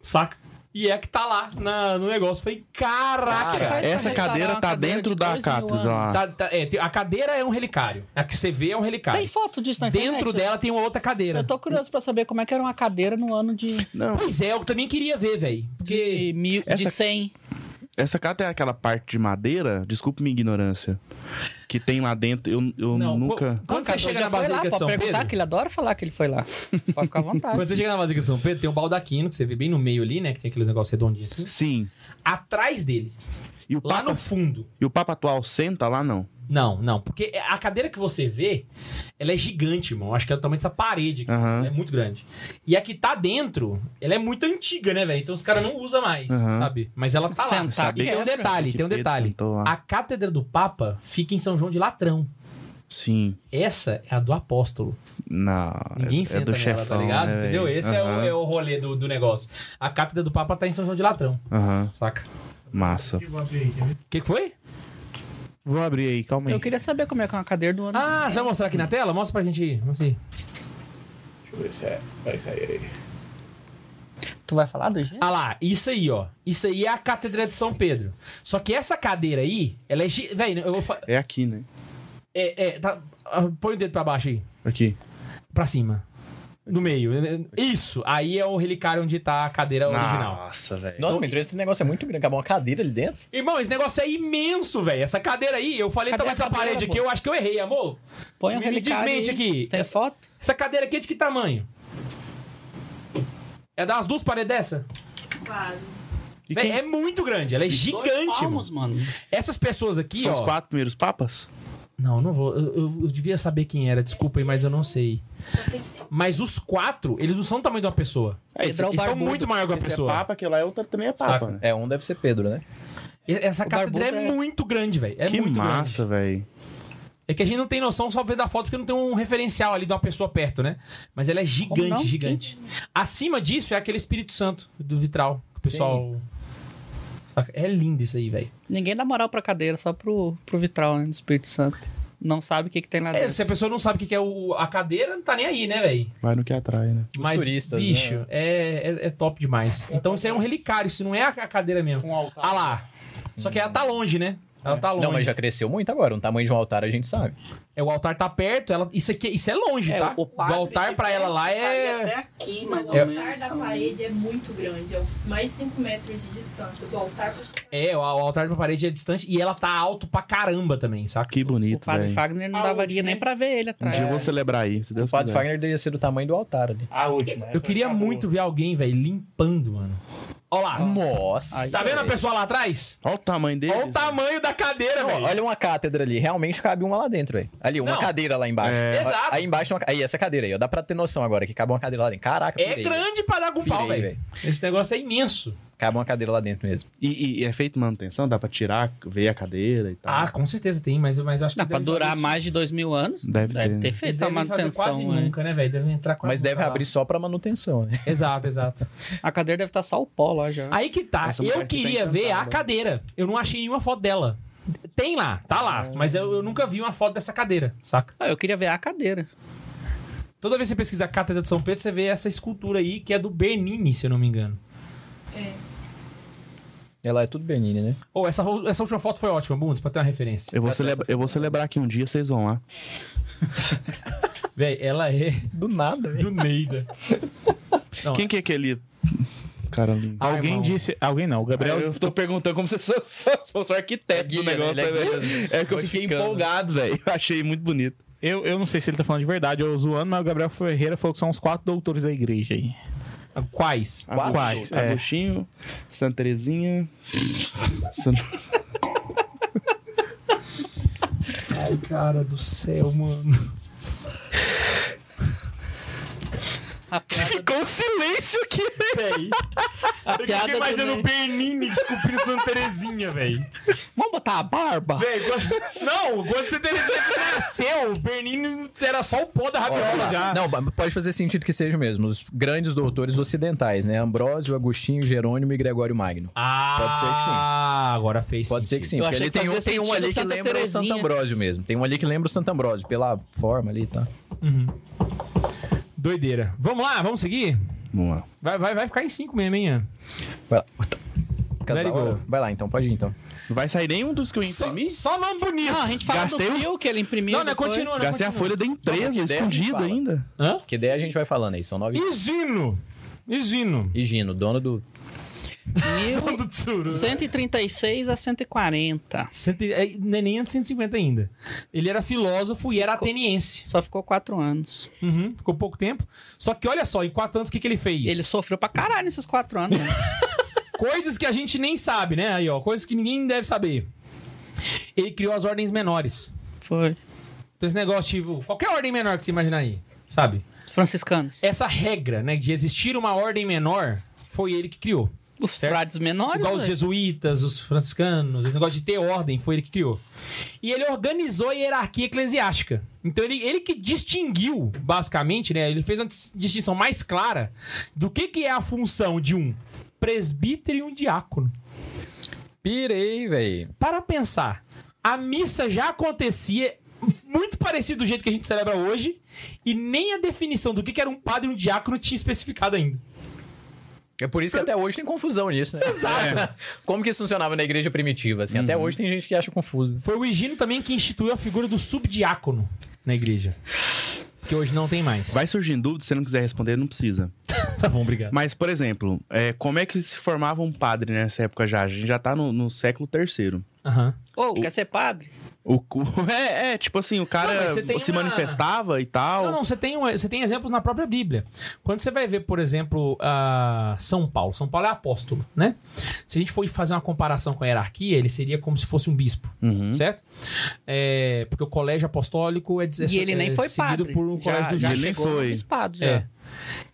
S2: Saca? E é que tá lá na- no negócio. Falei, caraca!
S5: Cara, Faz pra
S4: Essa
S5: restaurar
S4: cadeira
S5: uma
S4: tá
S5: cadeira
S4: dentro
S5: de
S4: da
S5: dois mil
S4: cátedra.
S5: anos.
S4: lá.
S2: Tá- tá- é, tem- a cadeira é um relicário. A que você vê é um relicário.
S5: Tem foto disso na internet? né?
S2: Dentro dela tem uma outra cadeira.
S5: Eu tô curioso pra saber como é que era uma cadeira no ano de,
S4: Não,
S2: Pois é, eu também queria ver, velho. Porque.
S5: de, mil, de
S4: Essa-
S5: 100.
S4: essa cátedra é aquela parte de madeira, desculpe minha ignorância, que tem lá dentro. Eu, eu
S2: Não,
S4: nunca.
S2: qu- Quando você
S5: Não,
S2: chega
S5: já
S2: na
S5: foi lá,
S2: Basílica de
S5: pode
S2: São
S5: perguntar,
S2: Pedro.
S5: que ele adora falar que ele foi lá. Pode ficar à vontade.
S2: Quando você chega na Basílica de São Pedro, tem um baldaquino que você vê bem no meio ali, né? Que tem aqueles negócios redondinhos assim.
S4: Sim.
S2: Atrás dele.
S4: E o,
S2: Lá
S4: papa,
S2: no fundo.
S4: e o Papa atual senta lá, não?
S2: Não, não. Porque é, a cadeira que você vê, ela é gigante, irmão. Acho que é totalmente essa parede aqui.
S4: Aham.
S2: Ela é muito grande. E a que tá dentro, ela é muito antiga, né, velho? Então os caras não usam mais,
S4: Aham.
S2: sabe? Mas ela tá lá.
S5: Sentar
S2: E
S5: aqui
S2: tem um
S5: é-
S2: detalhe,
S4: Que
S2: tem um
S4: Pedro
S2: detalhe.
S4: sentou lá.
S2: A cátedra do Papa fica em São João de Latrão.
S4: Sim.
S2: Essa é a do apóstolo.
S4: Não.
S2: Ninguém
S4: é,
S2: senta
S4: é do
S2: nela,
S4: chefão,
S2: tá ligado?
S4: né,
S2: Entendeu?
S4: velho?
S2: Esse é, o,
S4: Aham,
S2: é o rolê do, do negócio. A cátedra do Papa tá em São João de Latrão,
S4: aham.
S2: saca?
S4: Massa.
S2: O que, que foi?
S6: Vou abrir aí, calma aí.
S5: Eu queria saber como é que é uma cadeira do ano.
S2: Ah, você vai mostrar aqui na tela? Mostra pra gente. aí. Vamos ver.
S10: Deixa eu ver se é. Vai sair aí.
S5: Tu vai falar do jeito?
S2: Ah lá, isso aí, ó. Isso aí é a Cátedra de São Pedro. Só que essa cadeira aí, ela é. gi- Véi, eu vou. fa-
S4: É aqui, né?
S2: É, é, tá... ah, Põe o dedo pra baixo aí.
S4: Aqui.
S2: Pra cima. No meio. né, Isso. Aí é o relicário onde tá a
S4: Ah.
S2: cadeira original.
S4: Nossa, velho.
S7: Nossa, me interessa, esse negócio é muito grande. Acabou uma cadeira ali dentro.
S2: Irmão, esse negócio é imenso, velho. Essa cadeira aí, eu falei
S5: Cadê
S2: também
S5: a
S2: dessa
S5: cadeira,
S2: parede aqui,
S5: pô?
S2: eu acho que eu errei, amor.
S5: Põe um
S2: me
S5: relicário
S2: desmente
S5: aí.
S2: aqui.
S5: Tem
S2: Essa-
S5: foto?
S2: Essa cadeira aqui é de que tamanho? É das duas paredes dessa?
S8: Quase.
S2: Véi, É muito grande, ela é
S5: Dois
S2: gigante,
S5: palmos,
S2: mano.
S5: mano.
S2: Essas pessoas aqui,
S4: São
S2: ó.
S4: os quatro primeiros papas?
S2: Não, não vou. Eu, eu- eu devia saber quem era, desculpa aí, mas eu não sei.
S8: Só sei que tem
S2: Mas os quatro, eles não são do tamanho de uma pessoa.
S4: É,
S5: Pedro é o
S2: Eles são
S5: barbudo.
S2: muito maior que uma
S4: esse
S2: pessoa.
S4: é papa, que lá é outra também é
S2: Saca.
S4: papa, né?
S7: É, um deve ser Pedro, né?
S2: E- Essa
S5: barbudo
S2: catedral é,
S5: é-
S2: muito grande, velho. É
S4: que
S2: muito grande.
S4: massa, velho.
S2: É que a gente não tem noção só ver da foto porque não tem um referencial ali de uma pessoa perto, né? Mas ela é
S5: Como não?
S2: gigante, gigante. Acima disso é aquele Espírito Santo do vitral. que O pessoal. Saca? É lindo isso aí, velho.
S5: Ninguém dá moral pra cadeira, só pro, pro vitral, né, do Espírito Santo. Não sabe o que, que tem lá
S2: É,
S5: dentro.
S2: se a pessoa não sabe o que que é o- a cadeira, não tá nem aí, né, velho?
S4: Vai no que atrai, né?
S7: Os
S2: Mas,
S7: turistas,
S2: bicho,
S7: né?
S2: é, é, é top demais. Então isso aí é um relicário, isso não é a a cadeira mesmo.
S5: Um altar.
S2: Ah lá. Só que ela tá longe, né? Ela tá longe.
S7: Não, mas já cresceu muito agora. O tamanho de um altar a gente sabe.
S2: É, o altar tá perto, ela... isso, aqui, isso é longe, tá? O, altar pra ela lá
S8: Ficaria Até
S2: é.
S8: aqui, mais
S2: É.
S8: ou menos. O altar da parede é muito grande, é uns mais de 5 metros de distância do altar pro
S2: É, o altar pra parede é distante e ela tá alto pra caramba também, saca?
S4: Que
S5: O
S4: bonito,
S5: padre
S4: velho.
S5: Fagner não dava dia nem pra ver ele
S4: Um
S5: atrás.
S4: dia eu vou celebrar aí, se Deus
S7: O padre
S4: quiser.
S7: Fagner devia ser do tamanho do altar ali.
S2: Ah.
S10: A última.
S2: Eu queria muito ver alguém, velho, limpando, mano. Ó lá.
S7: Ah, Nossa!
S2: Tá vendo a pessoa lá atrás?
S4: Olha o tamanho dele.
S2: Olha o tamanho da cadeira,
S7: é. Não,
S2: velho.
S7: olha uma cátedra ali, realmente cabe uma lá dentro, velho. Ali, uma
S2: Não.
S7: cadeira lá embaixo.
S2: É. Exato.
S7: Aí embaixo, uma... aí essa cadeira aí, ó. Dá pra ter noção agora que cabe uma cadeira lá dentro. Caraca,
S2: É
S7: pirei, velho.
S2: grande pra dar com pau,
S7: Pirei,
S2: velho. Esse negócio é imenso.
S7: Cabe uma cadeira lá dentro mesmo.
S4: E, e- e é feito manutenção? Dá pra tirar, ver a cadeira e tal.
S7: Tá.
S2: Ah, com certeza tem, mas, mas eu acho que.
S5: Dá
S2: eles
S5: pra
S2: devem fazer
S5: durar
S2: isso-
S5: mais de dois mil anos.
S4: Deve ter.
S5: ter
S2: Eles
S5: feito a
S2: devem Então, fazer
S5: manutenção.
S2: quase
S5: né?
S2: nunca, né, velho? Devem entrar quase
S7: Mas deve
S2: nunca lá.
S7: abrir só pra manutenção, né?
S2: Exato, exato.
S5: A cadeira deve estar só o pó lá já.
S2: Aí que tá.
S4: Essa mulher
S2: eu
S4: aqui tá
S2: queria ver a
S4: encantada.
S2: cadeira. Eu não achei nenhuma foto dela. Tem lá, tá lá. Mas eu, eu nunca vi uma foto dessa cadeira, saca?
S5: Ah, eu queria ver a cadeira.
S2: Toda vez que você pesquisa a Cátedra de São Pedro, você vê essa escultura aí, que é do Bernini, se eu não me engano.
S7: Ela é tudo Bernini, né?
S2: Ou essa, essa última foto foi ótima, Bundes, pra ter uma referência.
S4: Eu vou,
S7: Essa-
S4: celebra- eu vou celebrar aqui um dia, vocês vão lá.
S2: Véi, ela é
S7: Do nada, velho.
S2: do Neida.
S4: Quem que é aquele. Caramba.
S2: Ah,
S6: Alguém
S2: irmão.
S6: disse. Alguém não, o Gabriel.
S4: eu tô perguntando como se fosse, se fosse o arquiteto
S7: É guia,
S4: do negócio,
S7: né? Ele é
S4: né,
S7: guia.
S4: velho? É que eu fiquei
S7: Modificando.
S4: empolgado, velho. Eu achei muito bonito.
S6: Eu, eu não sei se ele tá falando de verdade ou zoando, mas o Gabriel Ferreira falou que são os quatro doutores da igreja aí.
S2: Quais?
S6: Quais? É.
S4: Agostinho, Santa Terezinha. San-
S2: Ai, cara do céu, mano.
S5: A piada,
S4: Ficou um silêncio aqui, velho.
S2: Véi. Eu
S5: a
S2: fiquei
S5: piada do
S2: imaginando o
S5: Ney.
S2: Bernini descobrindo Santa Terezinha, véi.
S5: Vamos botar a barba?
S2: Véi, quando- Não, quando Santa Terezinha nasceu, o Bernini era só o pó da rabiola. Já.
S7: Não, mas pode fazer sentido que sejam mesmo. Os grandes doutores ocidentais, né? Ambrósio, Agostinho, Jerônimo e Gregório Magno.
S2: Ah,
S7: Pode ser que sim.
S2: Agora fez
S7: Pode ser que sim,
S5: Eu
S7: porque
S5: achei
S7: ali
S5: que
S7: tem um,
S5: fazia
S7: tem um
S5: sentido
S7: ali que
S5: Santa
S7: lembra o
S5: Terezinha.
S7: Santo Ambrósio mesmo. Tem um ali que lembra o Santo Ambrósio, pela forma ali, tá?
S2: Doideira. Vamos lá, vamos seguir?
S4: Vamos lá.
S2: Vai, vai, vai ficar em 5 mesmo, hein? Ian?
S7: Vai lá. Casa
S2: Very
S7: da hora.
S2: good.
S7: Vai lá então, pode ir então.
S4: Não vai sair nenhum dos que eu imprimi?
S2: Só, só nome bonito.
S5: Não, Ah, a gente fala
S4: Gastei
S5: do
S4: o-
S5: fio que ele imprimiu.
S2: Não, não,
S5: depois.
S2: continua, não.
S4: Gastei a
S2: continua.
S4: folha da empresa,
S7: Não, mas que ideia a gente
S4: escondida
S7: fala.
S4: ainda.
S2: Hã?
S7: Que ideia a gente vai falando aí, são nove.
S2: Isino. Isino.
S7: E Gino, dono do.
S5: Mil-
S2: Do Tsuru.
S5: 136 a 140.
S2: Cento e- é, Não é nem antes de 150 ainda. Ele era filósofo e era ateniense.
S5: Só ficou quatro anos.
S2: Uhum, ficou pouco tempo. Só que olha só, em quatro anos, o que, que ele fez?
S5: Ele sofreu pra caralho nesses quatro anos. né?
S2: Coisas que a gente nem sabe, né? Aí, ó. Coisas que ninguém deve saber. Ele criou as ordens menores.
S5: Foi.
S2: Então, esse negócio, tipo, qualquer ordem menor que você imaginar aí, sabe?
S5: Os franciscanos.
S2: Essa regra, né, de existir uma ordem menor, foi ele que criou.
S5: Os
S2: Certo.
S5: frades menores.
S2: Igual os
S5: velho.
S2: jesuítas, os franciscanos, esse negócio de ter ordem, foi ele que criou. E ele organizou a hierarquia eclesiástica. Então ele, ele que distinguiu, basicamente, né? Ele fez uma dis- distinção mais clara do que, que é a função de um presbítero e um diácono.
S7: Pirei, velho.
S2: Para pensar, a missa já acontecia muito parecido do jeito que a gente celebra hoje, e nem a definição do que, que era um padre e um diácono tinha especificado ainda.
S7: É por isso que até hoje tem confusão nisso, né? Exato. Como que isso funcionava na igreja primitiva, assim? Até hoje tem gente que acha confuso.
S2: Foi o Higino também que instituiu a figura do subdiácono na igreja. Que hoje não tem mais.
S4: Vai surgindo dúvida, se você não quiser responder, não precisa.
S2: Tá bom, obrigado.
S4: Mas, por exemplo, é, como é que se formava um padre nessa época já? A gente já tá no, no século terceiro.
S2: Aham.
S5: Ô, quer ser padre?
S4: O, cu- é, é, tipo assim, o
S2: Não,
S4: cara
S2: mas você tem
S4: se
S2: uma-
S4: manifestava e tal.
S2: Não, não, você tem, um- você tem exemplos na própria Bíblia. Quando você vai ver, por exemplo, a São Paulo. São Paulo é apóstolo, né? Se a gente for fazer uma comparação com a hierarquia, ele seria como se fosse um bispo, certo? É, porque o colégio apostólico é, de- é
S5: e ele nem
S2: é
S5: foi
S2: seguido
S5: padre.
S2: por um
S5: já,
S2: colégio do
S5: já
S4: Ele nem
S5: chegou
S4: foi.
S5: no bispado, já.
S2: É.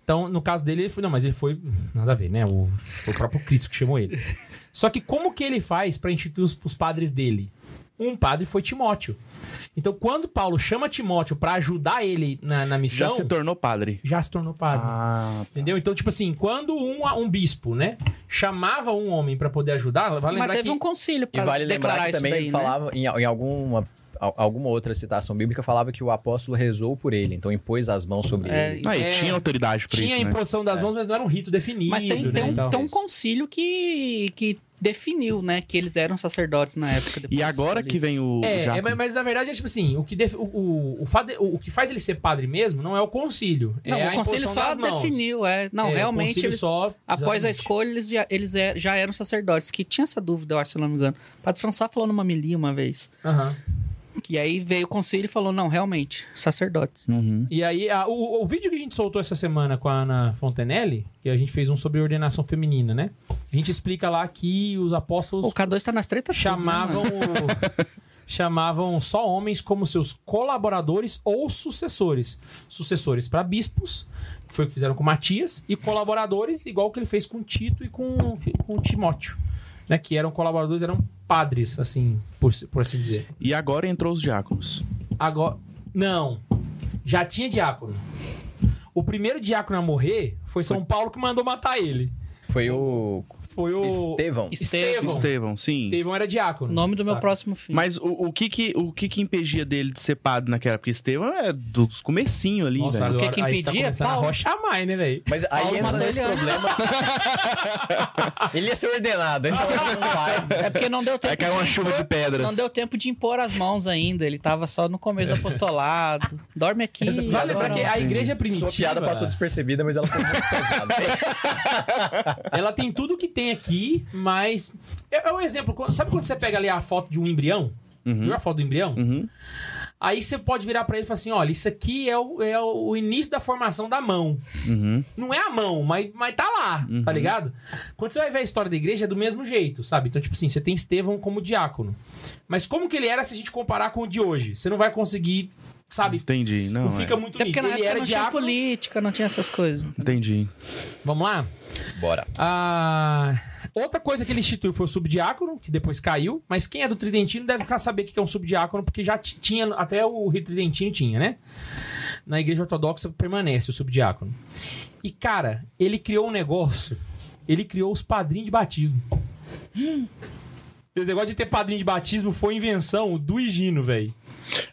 S2: Então, no caso dele, ele foi. Não, mas ele foi. Nada a ver, né? O, foi o próprio Cristo que chamou ele. Só que como que ele faz pra instituir os, os padres dele? Um padre foi Timóteo. Então, quando Paulo chama Timóteo pra ajudar ele na, na
S4: já
S2: missão,
S4: se tornou padre.
S2: tornou padre.
S4: Ah,
S2: Entendeu? Então, tipo assim, quando um, um bispo, né, chamava um homem pra poder ajudar, vai lembrar
S5: Mas teve
S2: que
S5: um concílio
S7: E
S5: pra
S7: vale lembrar
S5: declarar
S7: que
S5: isso
S7: também
S5: daí, né?
S7: falava em, em alguma al- alguma outra citação bíblica falava que o apóstolo rezou por ele, então impôs as mãos sobre
S5: É,
S7: ele.
S5: isso Ah, e
S2: é-
S4: tinha autoridade pra
S2: Tinha a
S4: isso, né?
S2: imposição das mãos, mas não era um rito definido.
S5: Mas tem,
S2: né,
S5: tem, um,
S2: então.
S5: tem um concílio que, que definiu, né? Que eles eram sacerdotes na época. depois
S4: E agora
S5: ali.
S4: que vem o. o
S2: É,
S4: diácono.
S2: é, mas, mas na verdade é tipo assim, o que, def- o, o, o fade- o- o que faz ele ser padre mesmo não é o concílio.
S5: Não,
S2: é a
S5: o conselho
S2: imposição
S5: só
S2: das mãos.
S5: definiu, é. Não,
S2: É, o
S5: realmente,
S2: concílio
S5: eles,
S2: só-
S5: após a
S2: exatamente.
S5: escolha, eles, via- eles é- já eram sacerdotes. Que tinha essa dúvida, eu acho, se eu não me engano. O padre François falou numa milia uma vez.
S2: Aham.
S5: E aí veio o concílio e falou, não, realmente, sacerdotes.
S2: E aí, a- o, o vídeo que a gente soltou essa semana com a Ana Fontenelle, que a gente fez um sobre ordenação feminina, né? A gente explica lá que os apóstolos
S5: O K2 tá nas tretas tudo, né,
S2: chamavam
S5: mano?
S2: o- chamavam só homens como seus colaboradores ou sucessores. Sucessores para bispos, que foi o que fizeram com Matias, e colaboradores igual que ele fez com Tito e com, com Timóteo, né, que eram colaboradores, eram padres, assim, por, por assim dizer.
S4: E agora entrou os diáconos.
S2: Agora. Não. Já tinha diácono. O primeiro diácono a morrer foi São Paulo que mandou matar ele.
S7: Foi o
S2: Foi o.
S7: Estevão.
S2: Estevão. Estevão,
S4: Estevão, sim.
S2: era diácono.
S5: O nome do meu
S2: saca?
S5: próximo filho.
S4: Mas o, o que que, o que que impedia dele de ser padre naquela época? Porque Estevão é dos comecinho ali,
S2: Nossa,
S4: velho.
S2: agora,
S5: que
S2: aí você tá
S5: impedia?
S2: começando a
S5: Paulo.
S2: rochar mais, né, velho?
S7: Mas aí
S5: Paulo
S7: entra
S5: matou
S7: nesse
S5: ele antes.
S7: problema. ele ia ser ordenado, aí você fala, não vai.
S5: É porque não deu tempo
S4: Aí caiu uma chuva de pedras.
S5: Não deu tempo de impor as mãos ainda, ele tava só no começo do apostolado. Dorme aqui.
S2: Vale lembrar
S5: adora
S2: que
S5: lá.
S2: a igreja é primitiva.
S7: Sua piada passou despercebida, mas ela foi muito pesada.
S2: Ela tem tudo que tem aqui, mas. É, é um exemplo. quando- Sabe quando você pega ali a foto de um embrião?
S7: Uhum.
S2: Viu a foto do embrião? Aí você pode virar pra ele e falar assim: olha, isso aqui é o, é o início da formação da mão.
S7: Uhum.
S2: Não é a mão, mas, mas tá lá, tá ligado? Quando você vai ver a história da igreja, é do mesmo jeito, sabe? Então, tipo assim, você tem Estevão como diácono. Mas como que ele era se a gente comparar com o de hoje? Você não vai conseguir, sabe?
S4: Entendi, não.
S2: Não,
S4: é.
S2: fica muito
S5: Até porque
S2: nítido.
S5: na
S2: Ele
S5: época
S2: era
S5: não tinha
S2: diácono.
S5: política, não tinha essas coisas.
S4: Entendi.
S2: Vamos lá?
S7: Bora.
S2: Ah, outra coisa que ele instituiu foi o subdiácono, que depois caiu, mas quem é do Tridentino deve ficar saber o que é um subdiácono, porque já ti- tinha, até o Rio Tridentino tinha, né? Na igreja ortodoxa permanece o subdiácono. E, cara, ele criou um negócio, ele criou os padrinhos de batismo. Esse negócio de ter padrinho de batismo foi invenção do Higino, velho.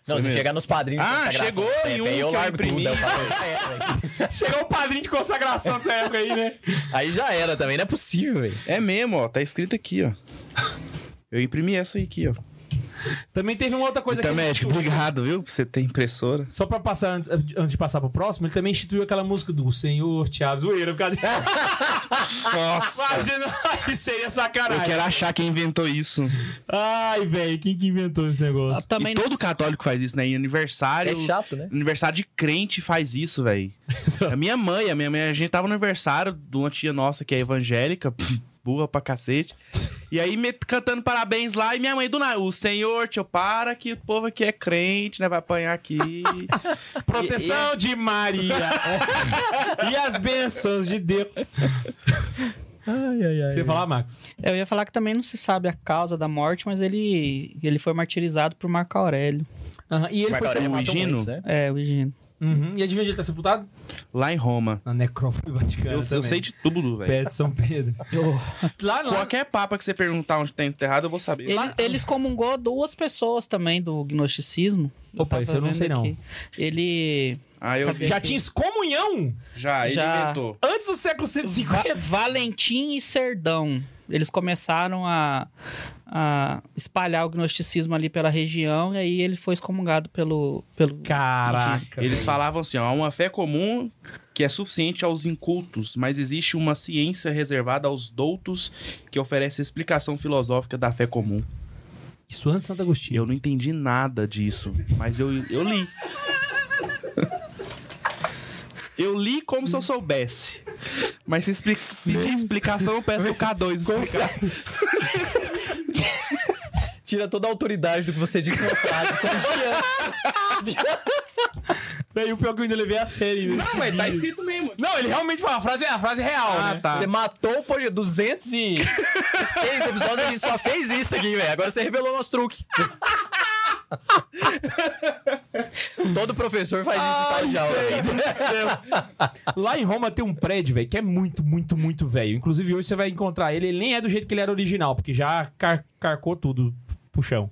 S7: Não, se chegar nos padrinhos. de
S4: Ah,
S7: consagração
S4: chegou
S7: que você
S4: em um
S7: tem, eu
S4: que eu
S7: largo
S4: imprimi.
S7: tudo, eu falo, "Ah, é, velho."
S2: Chegou o padrinho de consagração dessa época aí, né?
S7: Aí já era também, não é possível, velho.
S4: É mesmo, ó. Tá escrito aqui, ó. Eu imprimi essa aí aqui, ó.
S2: Também teve uma outra coisa
S4: Então,
S2: que ele
S4: médico,
S2: instituiu.
S4: obrigado, viu? Por você ter impressora.
S2: Só pra passar, antes- antes de passar pro próximo, ele também instituiu aquela música do Senhor Tiago Zoeira. Por causa de-
S4: Nossa.
S2: Imagina, aí seria
S4: Eu
S2: sacanagem.
S4: quero achar quem inventou isso.
S2: Ai, velho, quem que inventou esse negócio?
S5: Ah, Também
S4: e todo católico faz isso, né? Em aniversário.
S7: É chato, né?
S4: Aniversário de crente faz isso, velho. a minha mãe, a minha mãe, a gente tava no aniversário de uma tia nossa que é evangélica, burra pra cacete. E aí me- cantando parabéns lá, e minha mãe do nada, o senhor, tio, para que o povo aqui é crente, né? Vai apanhar aqui.
S2: Proteção de Maria. É. e as bênçãos de Deus. Você ia falar, Max?
S5: Eu ia falar que também não se sabe a causa da morte, mas ele, ele foi martirizado por Marco Aurélio.
S2: Aham, E ele
S7: Marco
S2: foi.
S7: Aurélio
S4: o
S7: matou
S4: Higino?
S7: muitos, né?
S5: É, o Higino.
S2: Uhum. E adivinha onde ele tá sepultado?
S4: lá em Roma.
S2: Na necrópole Vaticana.
S4: Eu, eu
S2: também. Oh.
S4: sei de tudo, velho.
S2: Pé de São Pedro. Lá, lá.
S4: Qualquer papa que você perguntar onde tem enterrado, eu vou saber.
S5: Ele, ele excomungou duas pessoas também do gnosticismo.
S2: Opa,
S5: tava
S2: isso eu não
S5: vendo
S2: sei, não.
S5: aqui. Ele.
S4: Ah, eu
S5: Cadê?
S2: Já tinha excomunhão
S4: já, ele
S5: Já.
S4: inventou.
S2: antes do século
S5: Va-
S2: 150.
S5: Valentim e Serdão. Eles começaram a, a espalhar o gnosticismo ali pela região, e aí ele foi excomungado pelo. pelo
S2: Caraca.
S4: Eles falavam assim, ó, há uma fé comum que é suficiente aos incultos, mas existe uma ciência reservada aos doutos que oferece explicação filosófica da fé comum.
S2: Isso antes de Santo
S4: E
S2: Agostinho.
S4: Eu não entendi nada disso, mas eu, eu li. Eu li como se eu soubesse. Mas se expli- pedir explicação, eu peço que o K2 explicar.
S7: Tira toda a autoridade do que você disse na frase. Como
S2: Aí o pior que eu ainda levei a sério. Não, mas tá escrito
S4: né?
S2: mesmo. Não, ele realmente fala, a frase é a frase é real, né?
S7: Você matou por 206 episódios, a gente só fez isso aqui, velho. Agora você revelou nosso truque. Todo professor faz isso em sala de aula. velho.
S2: Lá em Roma tem um prédio, velho, que é muito, muito, muito velho. Inclusive hoje você vai encontrar ele, ele nem é do jeito que ele era original, porque já car- carcou tudo. pro chão.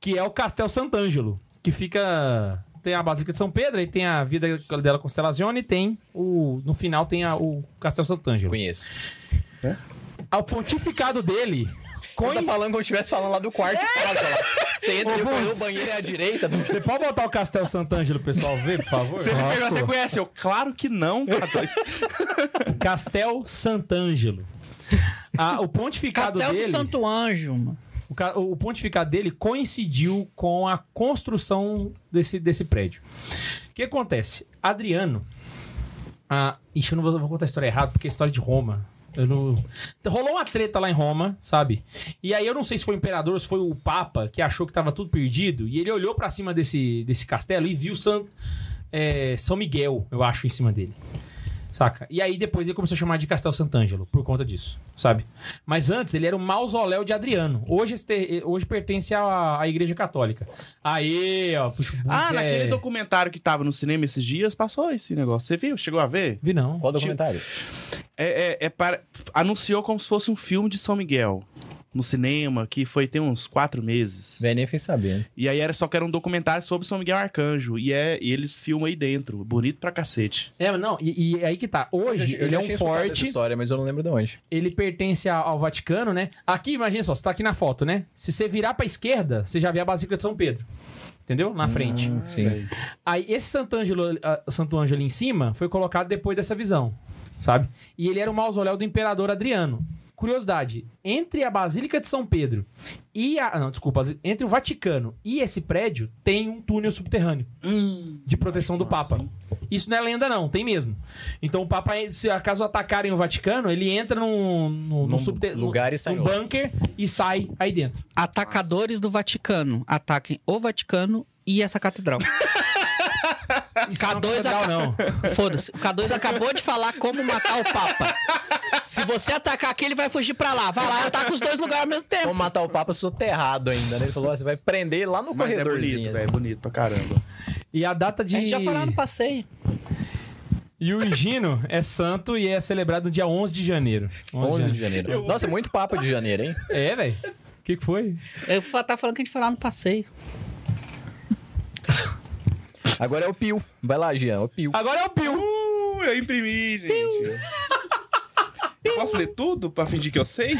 S2: Que é o Castel Sant'Angelo, que fica... Tem a Basílica de São Pedro, aí tem a Vida della Constellazione e tem o... No final tem a- o Castel Sant'Angelo.
S7: Conheço.
S2: Ao pontificado dele...
S7: Tá
S2: coin-
S7: falando como se estivesse falando lá do quarto de casa. lá. Você entra
S2: Ô,
S7: e o
S2: Gus.
S7: banheiro é à direita.
S2: Você pode botar o Castel Sant'Angelo pro pessoal ver, por favor?
S4: Se ele perguntar, você conhece? Eu, claro que não, K2.
S2: Castel Sant'Angelo. Ah, o pontificado
S5: Castel
S2: dele,
S5: do Santo Anjo, mano.
S2: o, ca- o pontificado dele coincidiu com a construção desse, desse prédio. O que acontece? Adriano. Ah, ixi, eu não vou, eu vou contar a história errada, porque é história de Roma. Eu não... Rolou uma treta lá em Roma, sabe? E aí eu não sei se foi o imperador ou se foi o Papa que achou que tava tudo perdido. E ele olhou pra cima desse, desse castelo e viu San, é, São Miguel, eu acho, em cima dele. Saca? E aí depois ele começou a chamar de Castel Sant'Angelo por conta disso, sabe? Mas antes ele era o mausoléu de Adriano. Hoje, esse te- hoje pertence à, à Igreja Católica. Aí, ó. Puxa, o
S4: Ah,
S2: Bundes
S4: naquele
S2: é-
S4: documentário que tava no cinema esses dias, passou esse negócio. Você viu? Chegou a ver?
S2: Vi não.
S7: Qual documentário?
S4: É, é- é para... Anunciou como se fosse um filme de São Miguel. No cinema, que foi tem uns quatro meses.
S7: Véi, nem fiquei sabendo.
S4: E aí era só que era um documentário sobre São Miguel Arcanjo. E, é, e eles filmam aí dentro. Bonito pra cacete.
S2: É, mas não, e, e aí que tá. Hoje
S7: Eu
S2: ele
S7: já
S2: é
S7: tinha
S2: um
S7: escutado essa
S2: forte,
S7: história, mas eu não lembro de onde.
S2: ele pertence a- ao Vaticano, né? Aqui, imagina só, você tá aqui na foto, né? Se você virar pra esquerda, você já vê a Basílica de São Pedro. Entendeu? Na frente.
S7: Hum. Ah, Sim.
S2: Aí esse Sant'Angelo, ah, Santo Ângelo ali em cima foi colocado depois dessa visão, sabe? E ele era o mausoléu do imperador Adriano. Curiosidade, entre a Basílica de São Pedro e a, ah, não, desculpa, entre o Vaticano e esse prédio tem um túnel subterrâneo
S5: Hum.
S2: de proteção do Papa. Isso não é lenda não, tem mesmo. Então o Papa, se acaso atacarem o Vaticano, ele entra num, num,
S7: Num
S2: subter-
S7: lugar e sai
S2: num
S7: outro.
S2: bunker e sai aí dentro.
S5: Atacadores do Vaticano. Ataquem o Vaticano e essa catedral.
S2: Isso não é
S5: K2
S2: legal,
S5: aca-
S2: não.
S5: Foda-se. O K2 acabou de falar como matar o Papa. Se você atacar aqui, ele vai fugir pra lá. Vai lá, ataca os dois lugares ao mesmo tempo.
S7: Vou matar o papo soterrado ainda, né? Ele falou, ó, você vai prender lá no
S4: Mas é
S7: corredorzinho.
S4: bonito,
S7: assim.
S4: velho. É bonito pra caramba.
S2: E a data de
S5: A gente já falou no passeio.
S2: E o Higino é santo e é celebrado no dia 11 de janeiro.
S7: 11 de janeiro. assim." Nossa, é muito papo de janeiro, hein?
S2: É, velho. O que, que foi?
S5: Eu fa- tava falando que a gente foi lá no passeio.
S7: Agora é o Pio. Vai lá, Jean, é o Pio.
S2: Agora é o Pio.
S4: Uh, eu imprimi, gente. Eu posso ler tudo pra fingir que eu sei?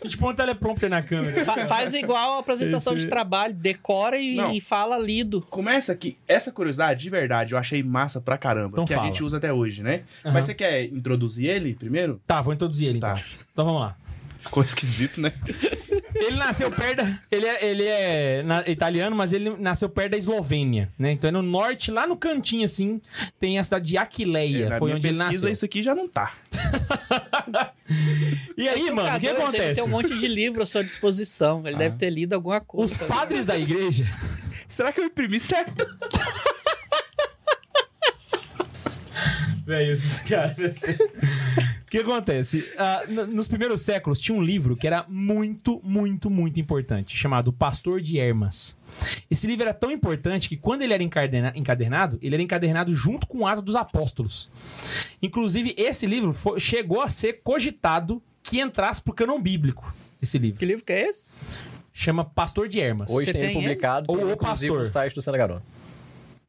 S2: A gente põe um teleprompter na câmera.
S5: Fa- faz igual a apresentação
S2: Esse-
S5: de trabalho, decora e,
S4: Não.
S5: e fala lido.
S4: Começa aqui. Essa curiosidade, de verdade, eu achei massa pra caramba.
S2: Então
S4: que
S2: fala.
S4: a gente usa até hoje, né?
S2: Aham.
S4: Mas você quer introduzir ele primeiro?
S2: Tá, vou introduzir ele então.
S4: Tá.
S2: Então vamos lá.
S4: Ficou esquisito, né?
S2: Ele nasceu perto. da- Ele é, ele é na- italiano, mas ele nasceu perto da Eslovênia, né? Então é no norte, lá no cantinho, assim, tem a cidade de Aquileia.
S4: É, na
S2: foi
S4: minha
S2: onde ele
S4: pesquisa,
S2: nasceu.
S4: isso aqui já não tá.
S2: E aí, mano, o que
S5: K2, Ele
S2: acontece? Ah.
S5: tem um monte de livro à sua disposição. Ele deve ter lido alguma coisa.
S2: Os padres da igreja.
S4: Será que eu imprimi certo?
S2: Velho, esses caras. O que acontece? Ah, n- nos primeiros séculos tinha um livro que era muito, muito, muito importante, chamado Pastor de Hermas. Esse livro era tão importante que quando ele era encadena- encadernado, ele era encadernado junto com o Ato dos Apóstolos. Inclusive, esse livro fo- chegou a ser cogitado que entrasse pro canon bíblico. Esse livro.
S5: Que livro que é esse?
S2: Chama Pastor de Hermas.
S7: Hoje
S5: Você
S7: tem, ele
S5: tem ele?
S7: publicado,
S2: Ou o
S7: inclusive,
S2: pastor.
S7: no site do Santa Garota.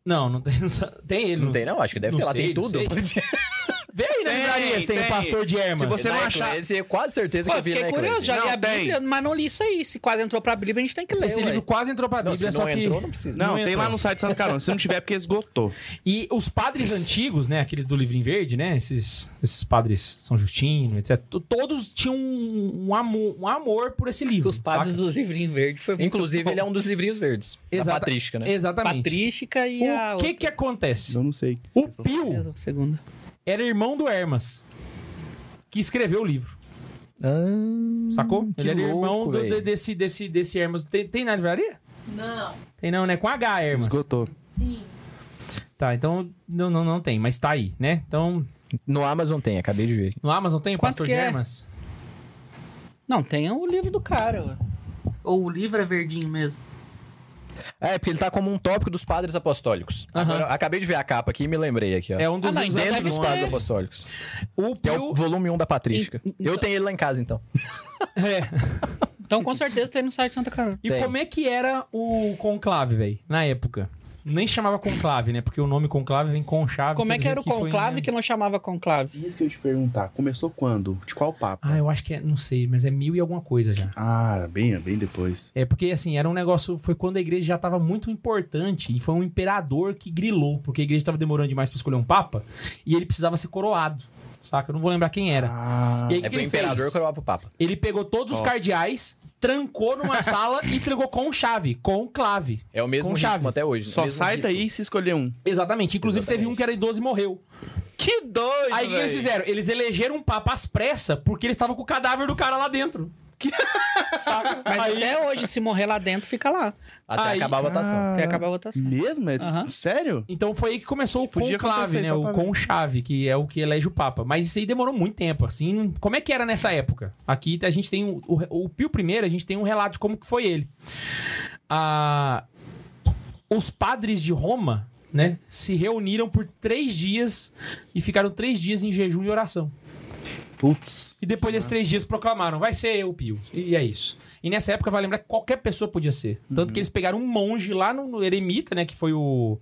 S2: Não, não tem. Não, sa- tem ele.
S7: Não tem, não? Acho que deve
S2: Não
S7: ter lá,
S2: sei,
S7: tem
S2: não
S7: tudo.
S2: Vê aí na
S4: Tem,
S2: livraria se tem, o
S4: tem.
S2: Pastor de Hermas.
S4: Se você não
S7: Na
S4: achar.
S7: Eclésia, eu quase certeza
S5: Pô,
S7: que
S5: eu
S7: eu vi
S5: fiquei
S7: na
S5: curioso, já li
S7: Eclésia.
S4: Não,
S5: a
S4: tem.
S5: Bíblia, mas não li isso aí. Se quase entrou pra Bíblia, a gente tem que ler.
S2: Esse
S5: ué.
S2: livro quase entrou pra
S7: Não,
S2: Bíblia,
S7: se
S2: só
S7: não
S2: que.
S7: entrou, não precisa.
S4: Não, tem
S2: entrou.
S4: lá no site de Santa Carona. Se não tiver, é porque esgotou.
S2: E os padres antigos, né? Aqueles do Livrinho Verde, né? Esses, esses padres São Justino, etc. to- Todos tinham um, um amor, um amor por esse livro.
S5: Os padres
S2: saca?
S5: do livrinho verde. Foi muito
S7: Inclusive,
S5: bom.
S7: ele é um dos livrinhos verdes. Da
S2: Exata-
S7: patrística, né?
S2: Exatamente.
S5: patrística e a.
S2: O que que acontece?
S4: Eu não sei.
S2: O
S5: outra-
S2: Pio
S5: Segunda.
S2: era irmão do Hermas, que escreveu o livro. Sacou?
S7: que
S2: Ele era
S7: louco,
S2: irmão do-
S7: velho.
S2: de- desse, desse, desse Hermas. Tem, tem na livraria?
S8: Não,
S2: Tem não, né? Com H, Hermas.
S4: Esgotou.
S8: sim.
S2: Tá, então não, não, não tem, mas tá aí, né? Então,
S7: No Amazon tem, acabei de ver.
S2: no Amazon tem o
S5: Quanto
S2: Pastor
S5: que
S2: de
S5: é?
S2: Hermas?
S5: Não, tem o livro do cara, ué. Ou o livro é verdinho mesmo.
S7: É, porque ele tá como um tópico dos padres apostólicos.
S2: Aham.
S7: Agora, acabei de ver a capa aqui e me lembrei aqui, ó.
S2: É um dos
S5: Ah, não,
S2: livros
S5: então
S7: Dentro
S5: deve
S7: dos
S5: ter.
S7: padres apostólicos.
S2: O
S7: Que é um
S2: Pio
S7: o volume 1 da patrística. Eu tenho ele lá em casa, então.
S2: É.
S5: Então, com certeza, tem no site Santa Carona.
S2: E como é que era o conclave, velho, na época? Nem chamava conclave, né? Porque o nome conclave vem conclave.
S5: Como é que era o
S2: né? um
S5: conclave que não chamava conclave?
S4: Isso que eu ia te perguntar. Começou quando? De qual papo?
S2: Ah, eu acho que é, não sei, mas é mil e alguma coisa já.
S4: Ah, bem, bem depois.
S2: É porque assim, era um negócio, foi quando a igreja já tava muito importante e foi um imperador que grilou, porque a igreja tava demorando demais pra escolher um papa e ele precisava ser coroado. Saca? Eu não vou lembrar quem era.
S4: Ah,
S2: e aí, o que
S7: É
S2: que
S7: pro
S2: ele
S7: imperador
S2: fez?
S7: coroava o papa.
S2: Ele pegou todos os cardeais, trancou numa sala e trancou com chave, com clave.
S7: É o mesmo
S2: Com
S7: ritmo
S2: chave.
S7: até hoje. né?
S4: Só
S7: Mesmo
S4: sai
S7: ritmo.
S4: daí se escolher um.
S2: Exatamente. Inclusive teve um que era idoso e morreu.
S4: Que doido,
S2: Aí o que eles fizeram? Eles elegeram um papa às pressas porque eles estavam com o cadáver do cara lá dentro. Saca?
S5: Mas é
S2: Aí-
S5: até hoje, se morrer lá dentro, fica lá.
S7: Até
S2: Aí-
S7: acabar a votação.
S5: Até acabar a votação.
S4: Mesmo? É-
S5: Aham.
S4: Sério?
S2: Então foi aí que começou o
S4: Podia
S2: conclave,
S4: acontecer
S2: né?
S4: só
S2: O
S4: pra ver.
S2: conclave, que é o que elege o Papa. Mas isso aí demorou muito tempo, assim. Como é que era nessa época? Aqui a gente tem o, o, o Pio I, a gente tem um relato de como que foi ele. Ah, os padres de Roma, né? Se reuniram por três dias e ficaram três dias em jejum e oração.
S4: Putz.
S2: E depois desses três dias proclamaram, vai ser eu, Pio. E é isso. E nessa época, vai lembrar que qualquer pessoa podia ser. Tanto que eles pegaram um monge lá no, no Eremita, né? Que foi o.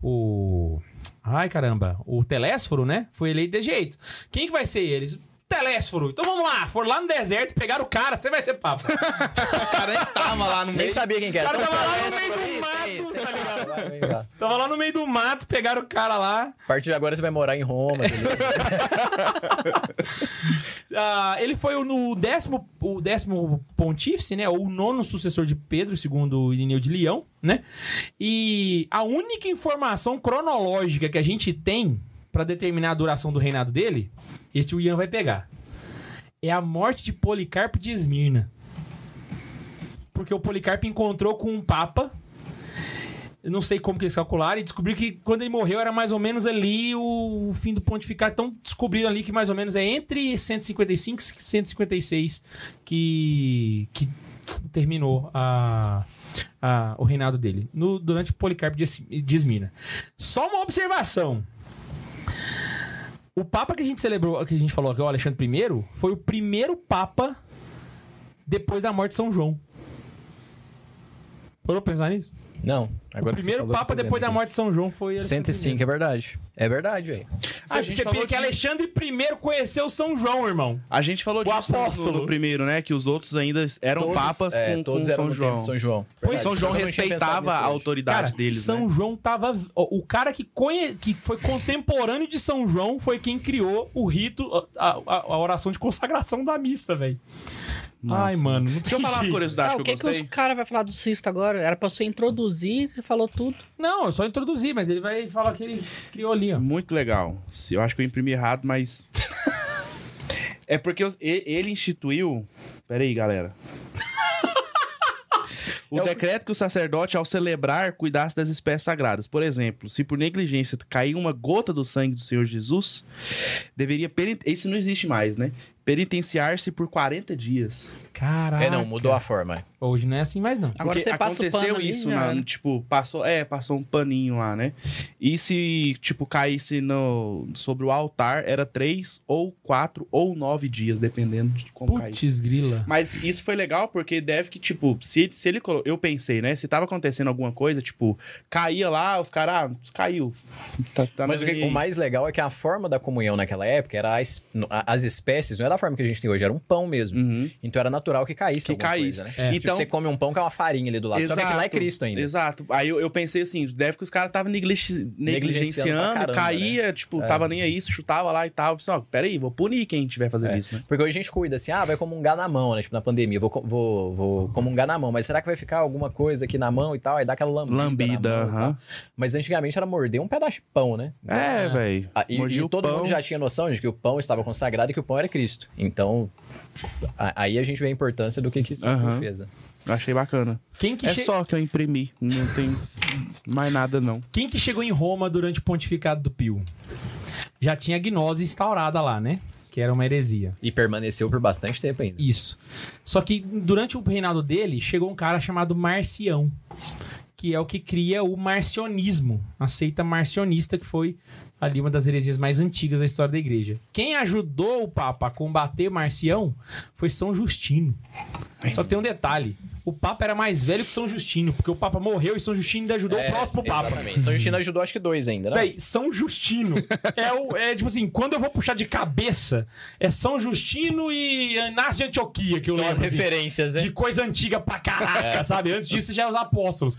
S2: O. Ai, caramba. O Telésforo, né? Foi eleito de jeito. Quem que vai ser eles? Telésforo. Então vamos lá. Foram lá no deserto, pegaram o cara, você vai ser papa.
S4: O cara nem tava lá no
S7: Nem sabia quem que
S2: Ah, O
S7: era.
S2: cara tava
S7: Então,
S2: lá no
S7: essa
S2: meio
S7: pra
S2: do
S7: mim,
S2: mato,
S7: tem,
S2: tá
S7: sei lá,
S2: ligado?
S7: lá, vem lá.
S2: Tava lá no meio do mato, pegaram o cara lá.
S7: A partir de agora você vai morar em Roma,
S4: É.
S7: beleza?
S2: Ah, ele foi o, no décimo, o décimo pontífice, né? Ou o nono sucessor de Pedro, segundo o Irineu de Leão, né? E a única informação cronológica que a gente tem pra determinar a duração do reinado dele, esse o Ian vai pegar. É a morte de Policarpo de Esmirna. Porque o Policarpo encontrou com um papa. Eu não sei como que eles calcularam e descobriram que quando ele morreu era mais ou menos ali o fim do pontificado. Então descobriram ali que mais ou menos é entre 155 e 156 que, que terminou a, a- o reinado dele, no- durante o Policarpo de, Es- de Esmina. Só uma observação. O Papa que a gente celebrou, que a gente falou aqui, o Alexandre I, foi o primeiro Papa depois da morte de São João. Parou pra pensar nisso?
S7: Não, agora
S2: o
S7: que você
S2: primeiro
S7: falou,
S2: Papa
S7: eu tô
S2: depois
S7: vendo
S2: da
S7: aqui.
S2: morte de São João foi. Alexandre
S7: 105, é verdade. É verdade, velho.
S2: I. Ah, você pensa que Alexandre I conheceu São João, irmão.
S4: A gente falou disso no-
S2: apóstolo.
S4: No, no primeiro, né? Que os outros ainda eram
S7: Todos,
S4: papas
S7: é,
S4: com,
S7: todos
S4: com
S7: eram
S4: São
S7: no
S4: João.
S7: tempo de São João. É,
S2: Pois,
S4: São João
S7: Eu não tinha pensado
S4: respeitava
S7: nisso
S4: a
S7: hoje.
S4: autoridade
S2: Cara,
S4: deles,
S2: São
S4: né?
S2: João tava. ó, O cara que, conhe... que foi contemporâneo de São João foi quem criou o rito, a, a- a oração de consagração da missa, velho. Ai, mano. Não
S4: Deixa eu
S2: tem
S4: falar uma
S2: jeito.
S4: curiosidade
S5: Ah,
S4: que
S5: o
S4: eu
S5: que, que os
S4: gostei.
S5: caras vão falar do cisto agora? Era pra você introduzir, você falou tudo.
S2: Não, eu só introduzi, mas ele vai falar que ele criou ali, ó.
S4: Muito legal. Se- Eu acho que eu imprimi errado, mas. é porque os- e- ele instituiu. Pera aí, galera. É O decreto que o sacerdote, ao celebrar, cuidasse das espécies sagradas. Por exemplo, se por negligência cair uma gota do sangue do Senhor Jesus, deveria. Peniten... Isso não existe mais, né? Penitenciar-se por 40 dias.
S2: Caraca.
S4: Ah,
S7: É, não, mudou a forma.
S2: Hoje não é assim mais, não.
S5: Agora
S4: Porque
S5: você passa o
S4: aconteceu
S5: pano
S4: isso,
S5: ali, já
S4: na-
S5: era.
S4: tipo, passou, é, passou um paninho lá, né? E se, tipo, caísse no, sobre o altar, era três ou quatro ou nove dias, dependendo de como caísse.
S2: Putz, grila.
S4: Mas isso foi legal porque deve que, tipo, se, se ele colo- Eu pensei, né? Se tava acontecendo alguma coisa, tipo, caía lá, os caras, ah, caiu. Tá, tá
S7: Mas o, que-
S4: nem aí.
S7: o mais legal é que a forma da comunhão naquela época era as, as espécies, não era a forma que a gente tem hoje, era um pão mesmo.
S4: Uhum.
S7: Então era natural que caísse
S4: Que
S7: alguma
S4: caísse.
S7: coisa, né?
S4: É.
S7: Tipo,
S4: Então-
S7: você come um pão que é uma farinha ali do lado. Só que lá é Cristo ainda.
S4: Exato. Aí eu, eu pensei assim, deve que os caras estavam negligenciando,
S7: Negligenciando pra caramba, né? É.
S4: caía, tipo, tava nem aí, se chutava lá e tal. Eu Pensei, ó, peraí, vou punir quem tiver fazendo
S7: É.
S4: isso, né?
S7: Porque hoje a gente cuida assim, ah, vai comungar na mão, né? Tipo, na pandemia, vou, co- vou, vou comungar na mão, mas será que vai ficar alguma coisa aqui na mão e tal? Aí dá aquela lambida. na
S4: Lambida,
S7: mão né? e tal.
S4: aham.
S7: Mas antigamente era morder um pedaço de pão, né?
S4: É, velho.
S7: Ah, e,
S4: Mordia
S7: e
S4: o
S7: todo
S4: pão.
S7: mundo já tinha noção de que o pão estava consagrado e que o pão era Cristo. Então, a- aí a gente vê a importância do que, que isso
S4: Aham.
S7: fez. né?
S4: Eu Achei bacana.
S2: Quem que,
S4: é
S2: che-
S4: só que eu imprimi. Não tem mais nada, não.
S2: Quem que chegou em Roma durante o pontificado do Pio? Já tinha a gnose instaurada lá, né? Que era uma heresia.
S7: E permaneceu por bastante tempo ainda.
S2: Isso. Só que durante o reinado dele, chegou um cara chamado Marcião. que é o que cria o marcionismo, a seita marcionista, que foi ali uma das heresias mais antigas da história da igreja. Quem ajudou o Papa a combater Marcião foi São Justino. Só que tem um detalhe: o Papa era mais velho que São Justino, porque o Papa morreu e São Justino ainda ajudou
S7: É,
S2: o próximo Papa.
S3: Exatamente.
S7: Então,
S3: São Justino ajudou acho que dois ainda, né?
S2: Véi, São Justino. É, o, é tipo assim, quando eu vou puxar de cabeça, é São Justino e Inácio de Antioquia que eu
S3: São
S2: lembro.
S3: as
S2: assim,
S3: referências, né?
S2: de coisa antiga pra caraca, sabe? Antes disso já é os apóstolos.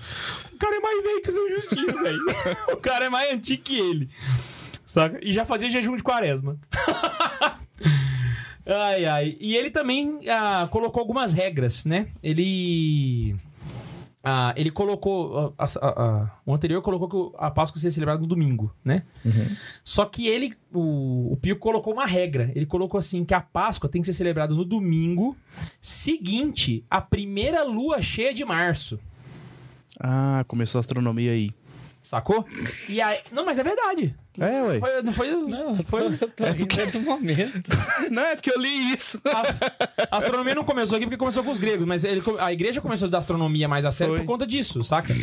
S2: O cara é mais velho que o São Justino, velho. O cara é mais antigo que ele. Saca? E já fazia jejum de quaresma. Ai, ai. E ele também ah, colocou algumas regras, né? Ele. Ah, ele colocou. ah, ah, ah, o anterior colocou que o- a Páscoa seria celebrada no domingo, né? Só que ele. O, o Pio colocou uma regra. Ele colocou assim: que a Páscoa tem que ser celebrada no domingo seguinte à primeira lua cheia de março.
S4: Ah, começou a astronomia aí.
S2: Sacou? E aí. Não, mas é verdade.
S6: É, ué.
S2: Foi- não foi. Não, foi.
S7: É porque é do momento.
S4: Não, é porque eu li isso.
S2: A astronomia não começou aqui porque começou com os gregos, mas ele- a igreja começou a estudar astronomia mais a sério
S4: Foi.
S2: por conta disso, saca?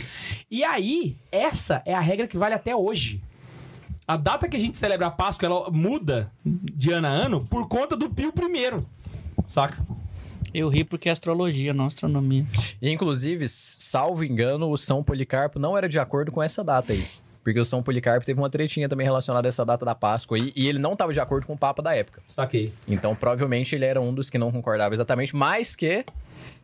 S2: E aí, essa é a regra que vale até hoje. A data que a gente celebra a Páscoa, ela muda de ano a ano por conta do Pio I, saca?
S5: Eu ri porque é astrologia, não astronomia.
S7: E, inclusive, s- salvo engano, o São Policarpo não era de acordo com essa data aí. Porque o São Policarpo teve uma tretinha também relacionada a essa data da Páscoa aí, e ele não estava de acordo com o Papa da época.
S2: Saquei.
S7: Então, provavelmente, ele era um dos que não concordava exatamente, mas que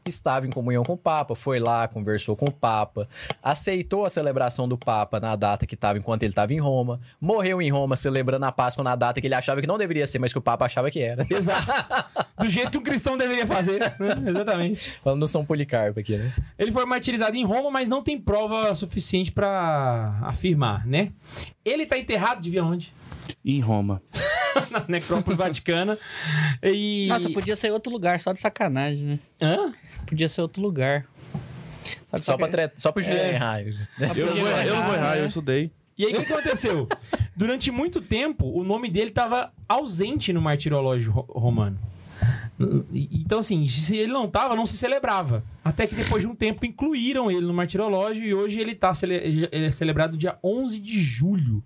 S7: estava em comunhão com o Papa, foi lá, conversou com o Papa, aceitou a celebração do Papa na data que estava enquanto ele estava em Roma, morreu em Roma celebrando a Páscoa na data que ele achava que não deveria ser, mas que o Papa achava que era.
S2: Exato. Do jeito que um cristão deveria fazer. né? Exatamente.
S7: Falando do São Policarpo aqui, né?
S2: Ele foi martirizado em Roma, mas não tem prova suficiente pra afirmar, né? Ele tá enterrado, devia onde?
S4: Em Roma.
S2: Na necrópole vaticana. E...
S5: Nossa, podia ser outro lugar, só de sacanagem, né?
S2: Hã?
S5: Podia ser outro lugar. Só de
S7: Só pra,
S5: sacanagem.
S7: tre... Só pro Julian errar.
S4: Eu, vou, eu não vou
S7: né?
S4: errar, eu estudei.
S2: E aí, o que aconteceu? Durante muito tempo, o nome dele estava ausente no martirológio ro- romano. E- Então, assim, se ele não tava, não se celebrava. Até que depois de um tempo incluíram ele no martirológio e hoje ele, tá cele- ele é celebrado dia 11 de julho.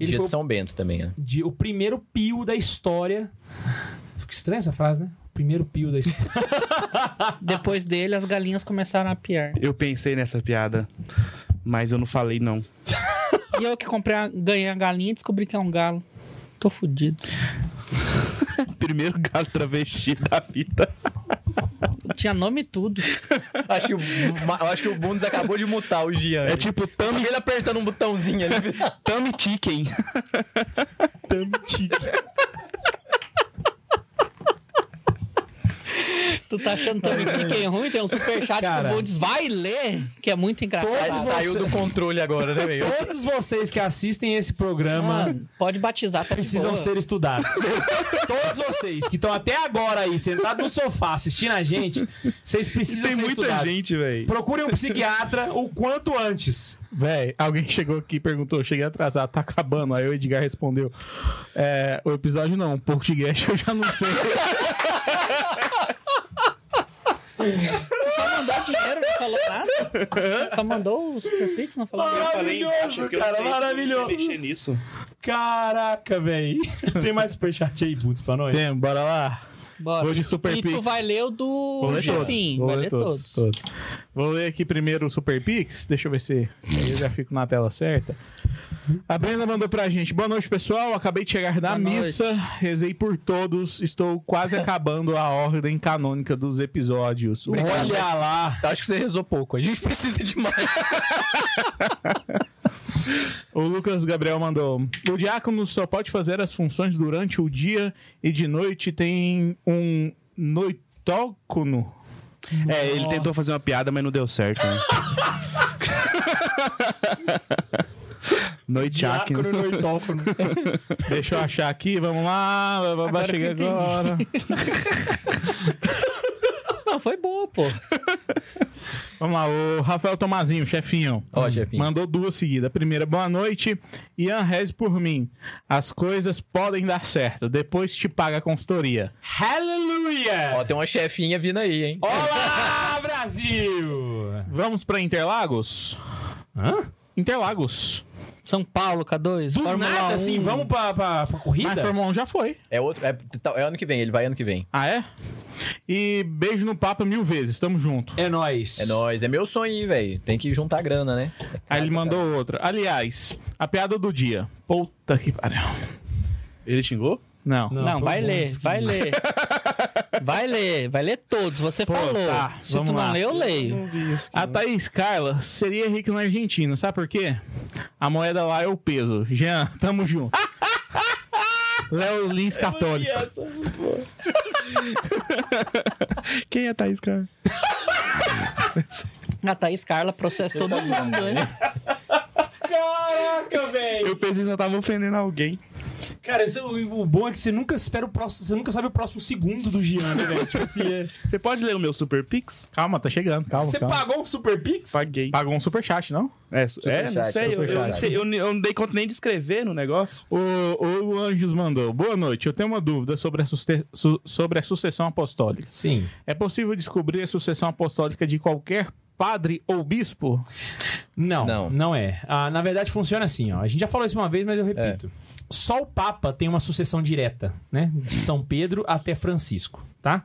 S2: Ele
S7: Dia
S2: foi
S7: de São Bento também, né?
S2: o, de- o primeiro pio da história. Fica estranha essa frase, né? O primeiro pio da história.
S5: Depois dele, as galinhas começaram a piar.
S4: Eu pensei nessa piada, mas eu não falei, não.
S5: E eu que comprei, a, ganhei a galinha e descobri que é um galo. Tô fudido.
S4: Primeiro galo travesti da vida.
S5: Tinha nome e tudo.
S7: Acho que o, ma- eu acho que o Bundes acabou de mutar o Gian.
S6: É tipo
S7: Só vi ele apertando um botãozinho ali.
S4: Tami Chicken.
S5: Tu tá achando também de quem é ruim? Tem um superchat que
S2: Cara.
S5: o Bundes vai ler, que é muito
S7: Sai-
S5: engraçado.
S7: saiu do controle agora, né, velho?
S2: Todos vocês que assistem esse programa
S5: Mano, pode batizar, tá de
S2: precisam
S5: boa.
S2: ser estudados. Todos vocês que estão até agora aí, sentados no sofá, assistindo a gente, vocês precisam
S4: Tem
S2: ser
S4: muita
S2: estudados.
S4: gente, velho.
S2: Procurem um psiquiatra o quanto antes.
S6: Véi, alguém chegou aqui e perguntou, cheguei atrasado, tá acabando. Aí o Edgar respondeu, é, o episódio não, o podcast eu já não sei.
S5: Só mandou dinheiro, não falou nada. Só mandou o Superpix, não falou nada.
S2: Maravilhoso, cara, maravilhoso.
S11: mexer nisso.
S2: Caraca, velho. Tem mais superchat aí, Bundes, pra nós?
S6: Tem, bora lá.
S5: Bora.
S6: Vou de
S5: e tu
S6: Superpix.
S5: vai ler o
S6: Vou
S5: do
S6: ler todos.
S5: Jefim.
S6: Vou
S5: Vai
S6: ler todos, todos. Vou ler aqui primeiro o Super Pix. Deixa eu ver se aí eu já fico na tela certa. A Brenda mandou pra gente. Boa noite, pessoal. Acabei de chegar da
S5: Boa
S6: missa. Rezei por todos. Estou quase acabando a ordem canônica dos episódios.
S7: Olha lá. Acho que você rezou pouco. A gente precisa de mais.
S6: O Lucas Gabriel mandou. O diácono só pode fazer as funções durante o dia e de noite tem um noitócono.
S4: É, ele tentou fazer uma piada, mas não deu certo. Né? Noite
S2: Diácono
S4: Chicken.
S2: noitócono.
S6: Deixa eu achar aqui, vamos lá. Agora
S5: Agora que eu
S6: cheguei
S5: entendi.
S6: agora.
S5: Não, foi boa, pô.
S6: Vamos lá, o Rafael Tomazinho, chefinho.
S7: Ó, chefinho.
S6: Mandou duas seguidas. A primeira, boa noite. Ian, reze por mim. As coisas podem dar certo. Depois te paga a consultoria.
S2: Hallelujah!
S7: Ó, tem uma chefinha vindo aí, hein?
S2: Olá, Brasil! Boa.
S6: Vamos pra Interlagos?
S2: Hã?
S6: Interlagos.
S5: São Paulo, K2,
S2: Do
S5: Fórmula
S2: nada,
S5: 1.
S2: assim, vamos pra, pra, pra
S6: Mas
S2: corrida?
S6: Fórmula 1 já foi.
S7: É, outro, é, tá- é ano que vem, ele vai ano que vem.
S6: Ah, é? E beijo no papo mil vezes, tamo junto.
S2: É nóis.
S7: É nóis, é meu sonho, hein, velho. Tem que juntar grana, né?
S6: Aí ele mandou outra. Aliás, a piada do dia. Puta que pariu.
S4: Ele xingou?
S6: Não.
S2: Não,
S5: Não,
S2: foi
S5: vai
S2: bom
S5: ler,
S2: isso que-
S5: vai ler. Vai ler, vai ler todos. Você falou.
S6: tá,
S5: Se
S6: vamos
S5: tu
S6: lá.
S5: não ler, eu leio.
S6: A Thaís Carla seria rica na Argentina, sabe por quê? A moeda lá é o peso. Jean, tamo junto. Léo Lins Católico.
S4: é Quem é Thaís, cara?
S5: A Thaís Carla processa todo mundo, né?
S2: Caraca, velho.
S4: Eu pensei que só tava ofendendo alguém.
S2: Cara, isso- o, o bom é que você nunca espera o próximo. Você nunca sabe o próximo segundo do Gian, né, velho? Tipo assim, é-
S4: Você pode ler o meu Super Pix?
S6: Calma, tá chegando, calma.
S2: você
S6: calma.
S2: pagou um Super Pix?
S4: Paguei.
S6: Pagou um superchat, não?
S4: É, su- é, não
S7: Superchat,
S4: sei. Eu, eu não
S7: superchat.
S4: sei, eu, eu não dei conta nem de escrever no negócio.
S6: O, o Anjos mandou. Boa noite. Eu tenho uma dúvida sobre a, suste- su- sobre a sucessão apostólica.
S2: Sim.
S6: É possível descobrir a sucessão apostólica de qualquer padre ou bispo?
S2: Não, não,
S7: Não.
S2: é. Ah, na verdade, funciona assim, ó. A gente já falou isso uma vez, mas eu repito. Só o Papa tem uma sucessão direta, né? De São Pedro até Francisco, tá?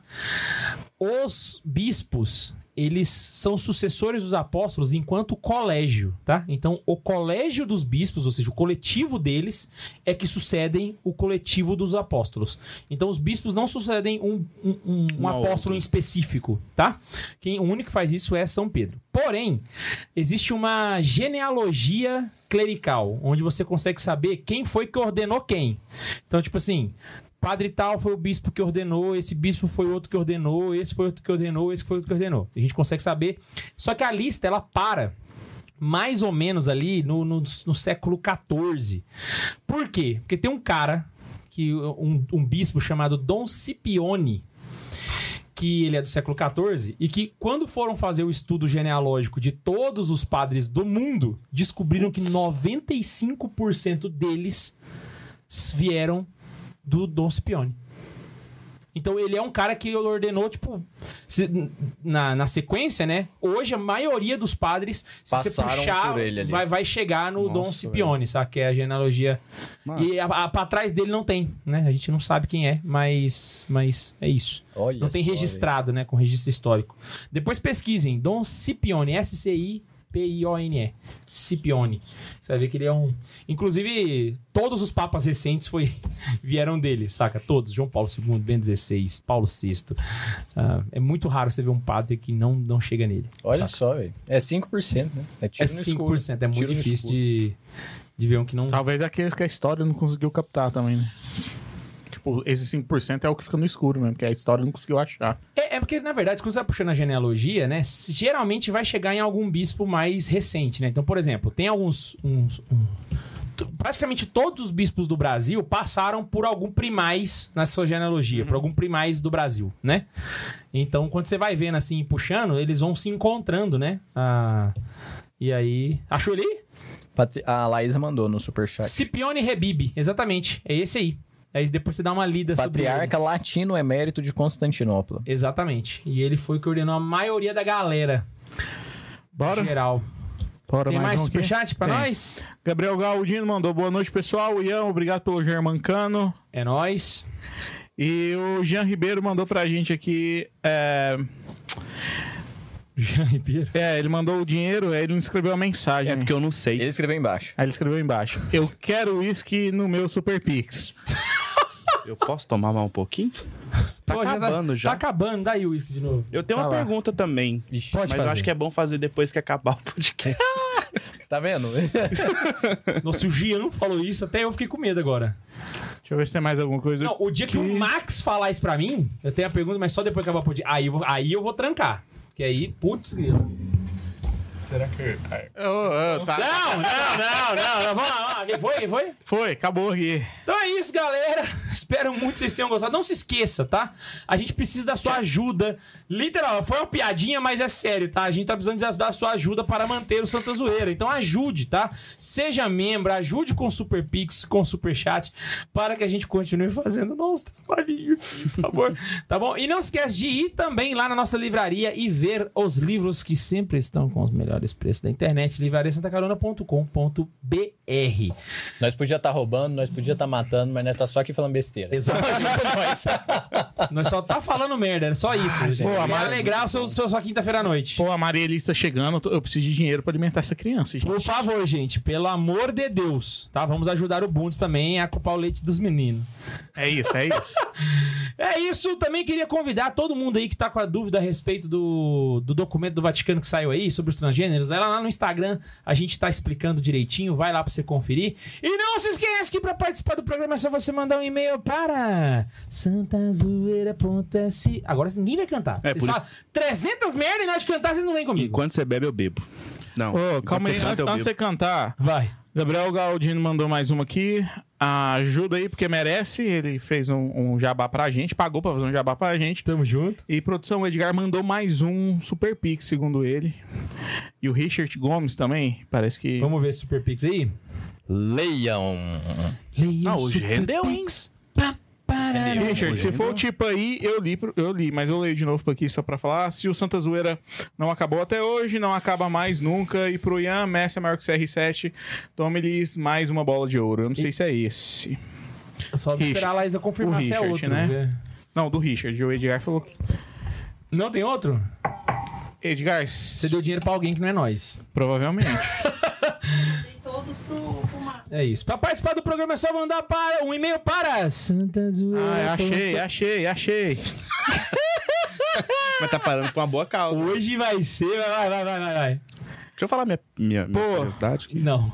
S2: Os bispos, eles são sucessores dos apóstolos enquanto colégio, tá? Então, o colégio dos bispos, ou seja, o coletivo deles, é que sucedem o coletivo dos apóstolos. Então, os bispos não sucedem um, um, um- um
S4: ao
S2: apóstolo em específico, tá? Quem, o único que faz isso é São Pedro. Porém, existe uma genealogia clerical, onde você consegue saber quem foi que ordenou quem. Então, tipo assim, padre tal foi o bispo que ordenou, esse bispo foi outro que ordenou, esse foi outro que ordenou, esse foi outro que ordenou. A gente consegue saber. Só que a lista, ela para mais ou menos ali no, no, no século XIV. Por quê? Porque tem um cara, que um, um bispo chamado Dom Scipione, que ele é do século XIV, e que quando foram fazer o estudo genealógico de todos os padres do mundo, descobriram que 95% deles vieram do Dom Scipione. Então ele é um cara que ordenou, tipo, se- na, na sequência, né? Hoje a maioria dos padres, se você
S7: Passaram
S2: puxar,
S7: por ele ali.
S2: vai, vai chegar no Dom
S7: Nossa,
S2: Scipione, sabe? Que é a genealogia. E a, a, pra trás dele não tem, né? A gente não sabe quem é, mas, mas é isso.
S7: Olha
S2: Não tem
S7: só,
S2: registrado, né? Com registro histórico. Depois pesquisem. Dom Scipione. S-C-I-P-I-O-N-E. Scipione. Você vai ver que ele é um... Inclusive, todos os papas recentes foi... vieram dele, saca? Todos. João Paulo II, Bento XVI, Paulo VI. Ah, é muito raro você ver um padre que não, não chega nele.
S7: velho. Olha só, velho. É 5%, né? É
S2: É
S7: tiro no
S2: 5%.
S7: escuro.
S2: É muito
S7: Tiro no
S2: difícil
S7: escuro.
S2: de, de ver um que não...
S6: Talvez aqueles que a história não conseguiu captar também, né? Tipo, esse 5% é o que fica no escuro mesmo, que a história não conseguiu achar.
S2: É, é porque, na verdade, quando você vai puxando a genealogia, né? se- Geralmente vai chegar em algum bispo mais recente, né? Então, por exemplo, tem alguns. uns- um- t- praticamente todos os bispos do Brasil passaram por algum primaz na sua genealogia, por algum primaz do Brasil, né? Então, quando você vai vendo assim, puxando, eles vão se encontrando, né? Ah, e aí. Achou ele aí?
S7: Patri- A Laísa mandou no superchat.
S2: Cipione Rebibe, exatamente. É esse aí. Aí depois você dá uma lida é sobre. ele.
S7: Patriarca latino emérito de Constantinopla.
S2: Exatamente. E ele foi o que ordenou a maioria da galera
S6: Bora?
S2: geral.
S6: Bora
S2: Tem mais
S6: um aqui?
S2: superchat pra
S6: Tem.
S2: nós?
S6: Gabriel Galdino mandou boa noite, pessoal. Ian, obrigado pelo Germancano.
S2: É nóis.
S6: E o Jean Ribeiro mandou pra gente aqui. É,
S2: Jean Ribeiro.
S6: é, ele mandou o dinheiro, aí ele não escreveu a mensagem.
S4: É porque eu não sei.
S7: Ele escreveu embaixo.
S6: Aí Hum. ele escreveu embaixo. Eu quero uísque no meu Super Pix.
S4: Eu posso tomar mais um pouquinho? Tá
S2: Pô,
S4: acabando já.
S2: Tá acabando, dá aí o uísque de novo.
S4: Eu tenho
S6: Tá
S4: uma
S6: lá.
S4: pergunta também.
S2: Pode
S4: mas eu
S2: fazer.
S4: acho que é bom fazer depois que acabar o podcast.
S7: Tá vendo?
S2: Nossa, se o Jean falou isso, até eu fiquei com medo agora.
S6: Deixa eu ver se tem mais alguma coisa.
S2: Não, o dia que, o Max falar isso pra mim, eu tenho a pergunta, mas só depois que acabar o podcast. Aí, eu vou- aí eu vou trancar. Que aí, putz, grilo.
S10: Será que.
S2: Não, não, não, não, não. Vamos lá, vamos lá. Quem foi? Quem foi?
S6: tá. Foi, acabou aqui.
S2: Então é isso, galera. Espero muito que vocês tenham gostado. Não se esqueça, tá? A gente precisa da sua ajuda. Literal, foi uma piadinha, mas é sério, tá? A gente tá precisando da- da sua ajuda para manter o Santa Zoeira. Então ajude, tá? Seja membro, ajude com o Super Pix, com o Super Chat, para que a gente continue fazendo nosso trabalhinho, por favor. Tá bom? E não esquece de ir também lá na nossa livraria e ver os livros que sempre estão com os melhores preços da internet. livrariasantacarona.com.br.
S7: Nós podia estar roubando, nós podia estar matando, mas nós tá só aqui falando besteira.
S2: Nós só tá falando merda, é só isso, gente.
S6: pô,
S2: Pô,
S6: mas-
S2: alegrar o seu, seu- sua quinta-feira à noite.
S6: Pô, a Maria Elis tá chegando, eu tô- eu preciso de dinheiro pra alimentar essa criança, gente.
S2: Por favor, gente, pelo amor de Deus, tá? Vamos ajudar o Bundes também a culpar o leite dos meninos.
S6: É isso, é isso.
S2: É isso, também queria convidar todo mundo aí que tá com a dúvida a respeito do, do documento do Vaticano que saiu aí sobre os transgêneros. Vai lá no Instagram, a gente tá explicando direitinho, vai lá pra você conferir. E não se esquece que pra participar do programa é só você mandar um e-mail para santazoeira.se. Agora ninguém vai cantar.
S4: É,
S2: vocês
S4: por isso-
S2: falam 300 merda e nós de cantar, vocês não vêm comigo.
S4: Enquanto você bebe, eu bebo. Não.
S6: Ô, calma aí,
S4: enquanto
S6: antes, antes de
S4: você
S6: você cantar.
S2: Vai.
S6: Gabriel Galdino mandou mais uma aqui. Ajuda aí, porque merece. Ele fez um, um jabá pra gente, pagou pra fazer um jabá pra gente.
S2: Tamo junto.
S6: E produção, o Edgar mandou mais um Super Pix, segundo ele. E o Richard Gomes também, parece que.
S2: Vamos ver esse Super Pix aí?
S7: Leiam.
S2: Leia
S6: Ah, hoje rendeu, hein? É Richard, se for o tipo aí, eu li, pro- eu li, mas eu leio de novo aqui só pra falar. "Ah, Se o Santa Zoeira não acabou até hoje, não acaba mais nunca. E pro Ian, Messi é maior que o CR7. Tome-lhes mais uma bola de ouro. Eu não sei se é esse.
S2: Só esperar
S6: Richard.
S2: a Laísa confirmar
S6: O
S2: se é
S6: Richard,
S2: outro,
S6: né?
S2: né?
S6: Não, do Richard. O Edgar falou.
S2: Não tem outro?
S6: Edgar,
S2: Você deu dinheiro pra alguém que não é nós.
S6: provavelmente.
S8: Dei todos pro, pro Marcos.
S2: É isso. Pra participar do programa é só mandar para um e-mail para Santa
S6: ah,
S2: Zoeira.
S6: achei,
S7: um-
S6: achei, achei.
S4: Mas tá parando por uma boa causa.
S2: Hoje vai ser, vai, vai, vai, vai, vai.
S4: Deixa eu falar minha, minha, minha
S6: Pô.
S4: curiosidade aqui.
S2: Não.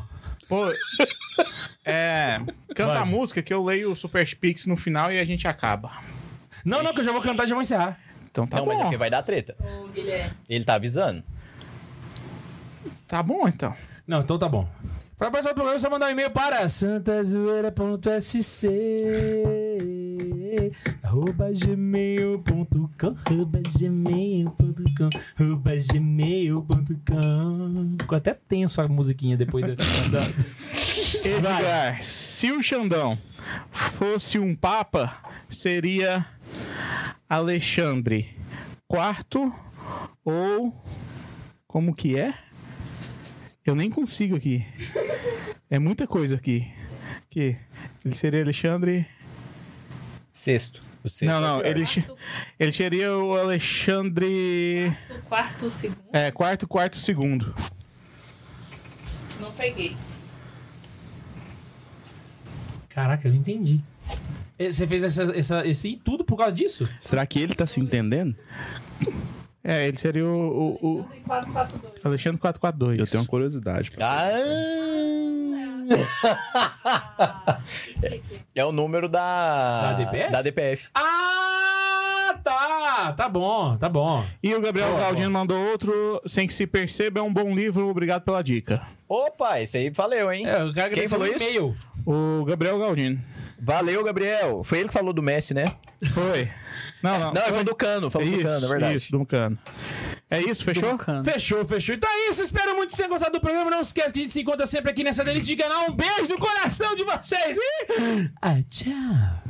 S6: Pô. É. Canta
S2: Vai.
S6: a música que eu leio o Super Pix no final e a gente acaba.
S2: Não, não, que eu já vou cantar e já vou encerrar.
S6: Então tá
S7: não,
S6: bom.
S7: mas é porque vai dar treta.
S8: Ô, Guilherme.
S7: Ele tá avisando.
S6: Tá bom então.
S2: Não, então tá bom. Pra participar do programa é só mandar um e-mail para santazoeira.sc arroba gmail.com arroba gmail.com arroba gmail.com Ficou até tenso a musiquinha depois da... da-
S6: Edgar, se o Xandão fosse um papa, seria Alexandre IV ou como que é? Eu nem consigo aqui. É muita coisa aqui. Que ele seria Alexandre?
S7: Sexto. O sexto
S6: Não, não,
S7: é o pior.
S6: ele che- ele seria o Alexandre
S8: O quarto, o segundo,
S6: é, quarto, quarto, segundo.
S8: não peguei.
S2: Caraca, eu não entendi. E Você fez essa, essa, esse e tudo por causa disso?
S4: Será que ele tá se entendendo?
S6: É, ele seria o, o, o
S8: Tudo em 442.
S6: Alexandre 442.
S4: Eu tenho uma curiosidade. pra-
S7: Ah! é o número
S2: Da
S7: da.
S2: DPF?
S7: Da DPF.
S2: Ah, tá! Tá bom, tá bom.
S6: E o Gabriel Galdino mandou outro, sem que se perceba, é um bom livro, obrigado pela dica.
S7: Opa, isso aí valeu, hein?
S2: É, eu quero
S7: Quem
S2: agradecer
S7: falou
S2: o
S7: isso?
S2: e-mail.
S6: O Gabriel Galdino.
S7: Valeu, Gabriel. Foi ele que falou do Messi, né?
S6: Foi. Não, não.
S7: Não, ele falou do Cano. Falou do Cano, é verdade.
S6: Isso, do Cano. É isso, fechou?
S2: Fechou, fechou. Então é isso. Espero muito que vocês tenham gostado do programa. Não esquece que a gente se encontra sempre aqui nessa delícia de canal. Um beijo no coração de vocês e. Ah, tchau.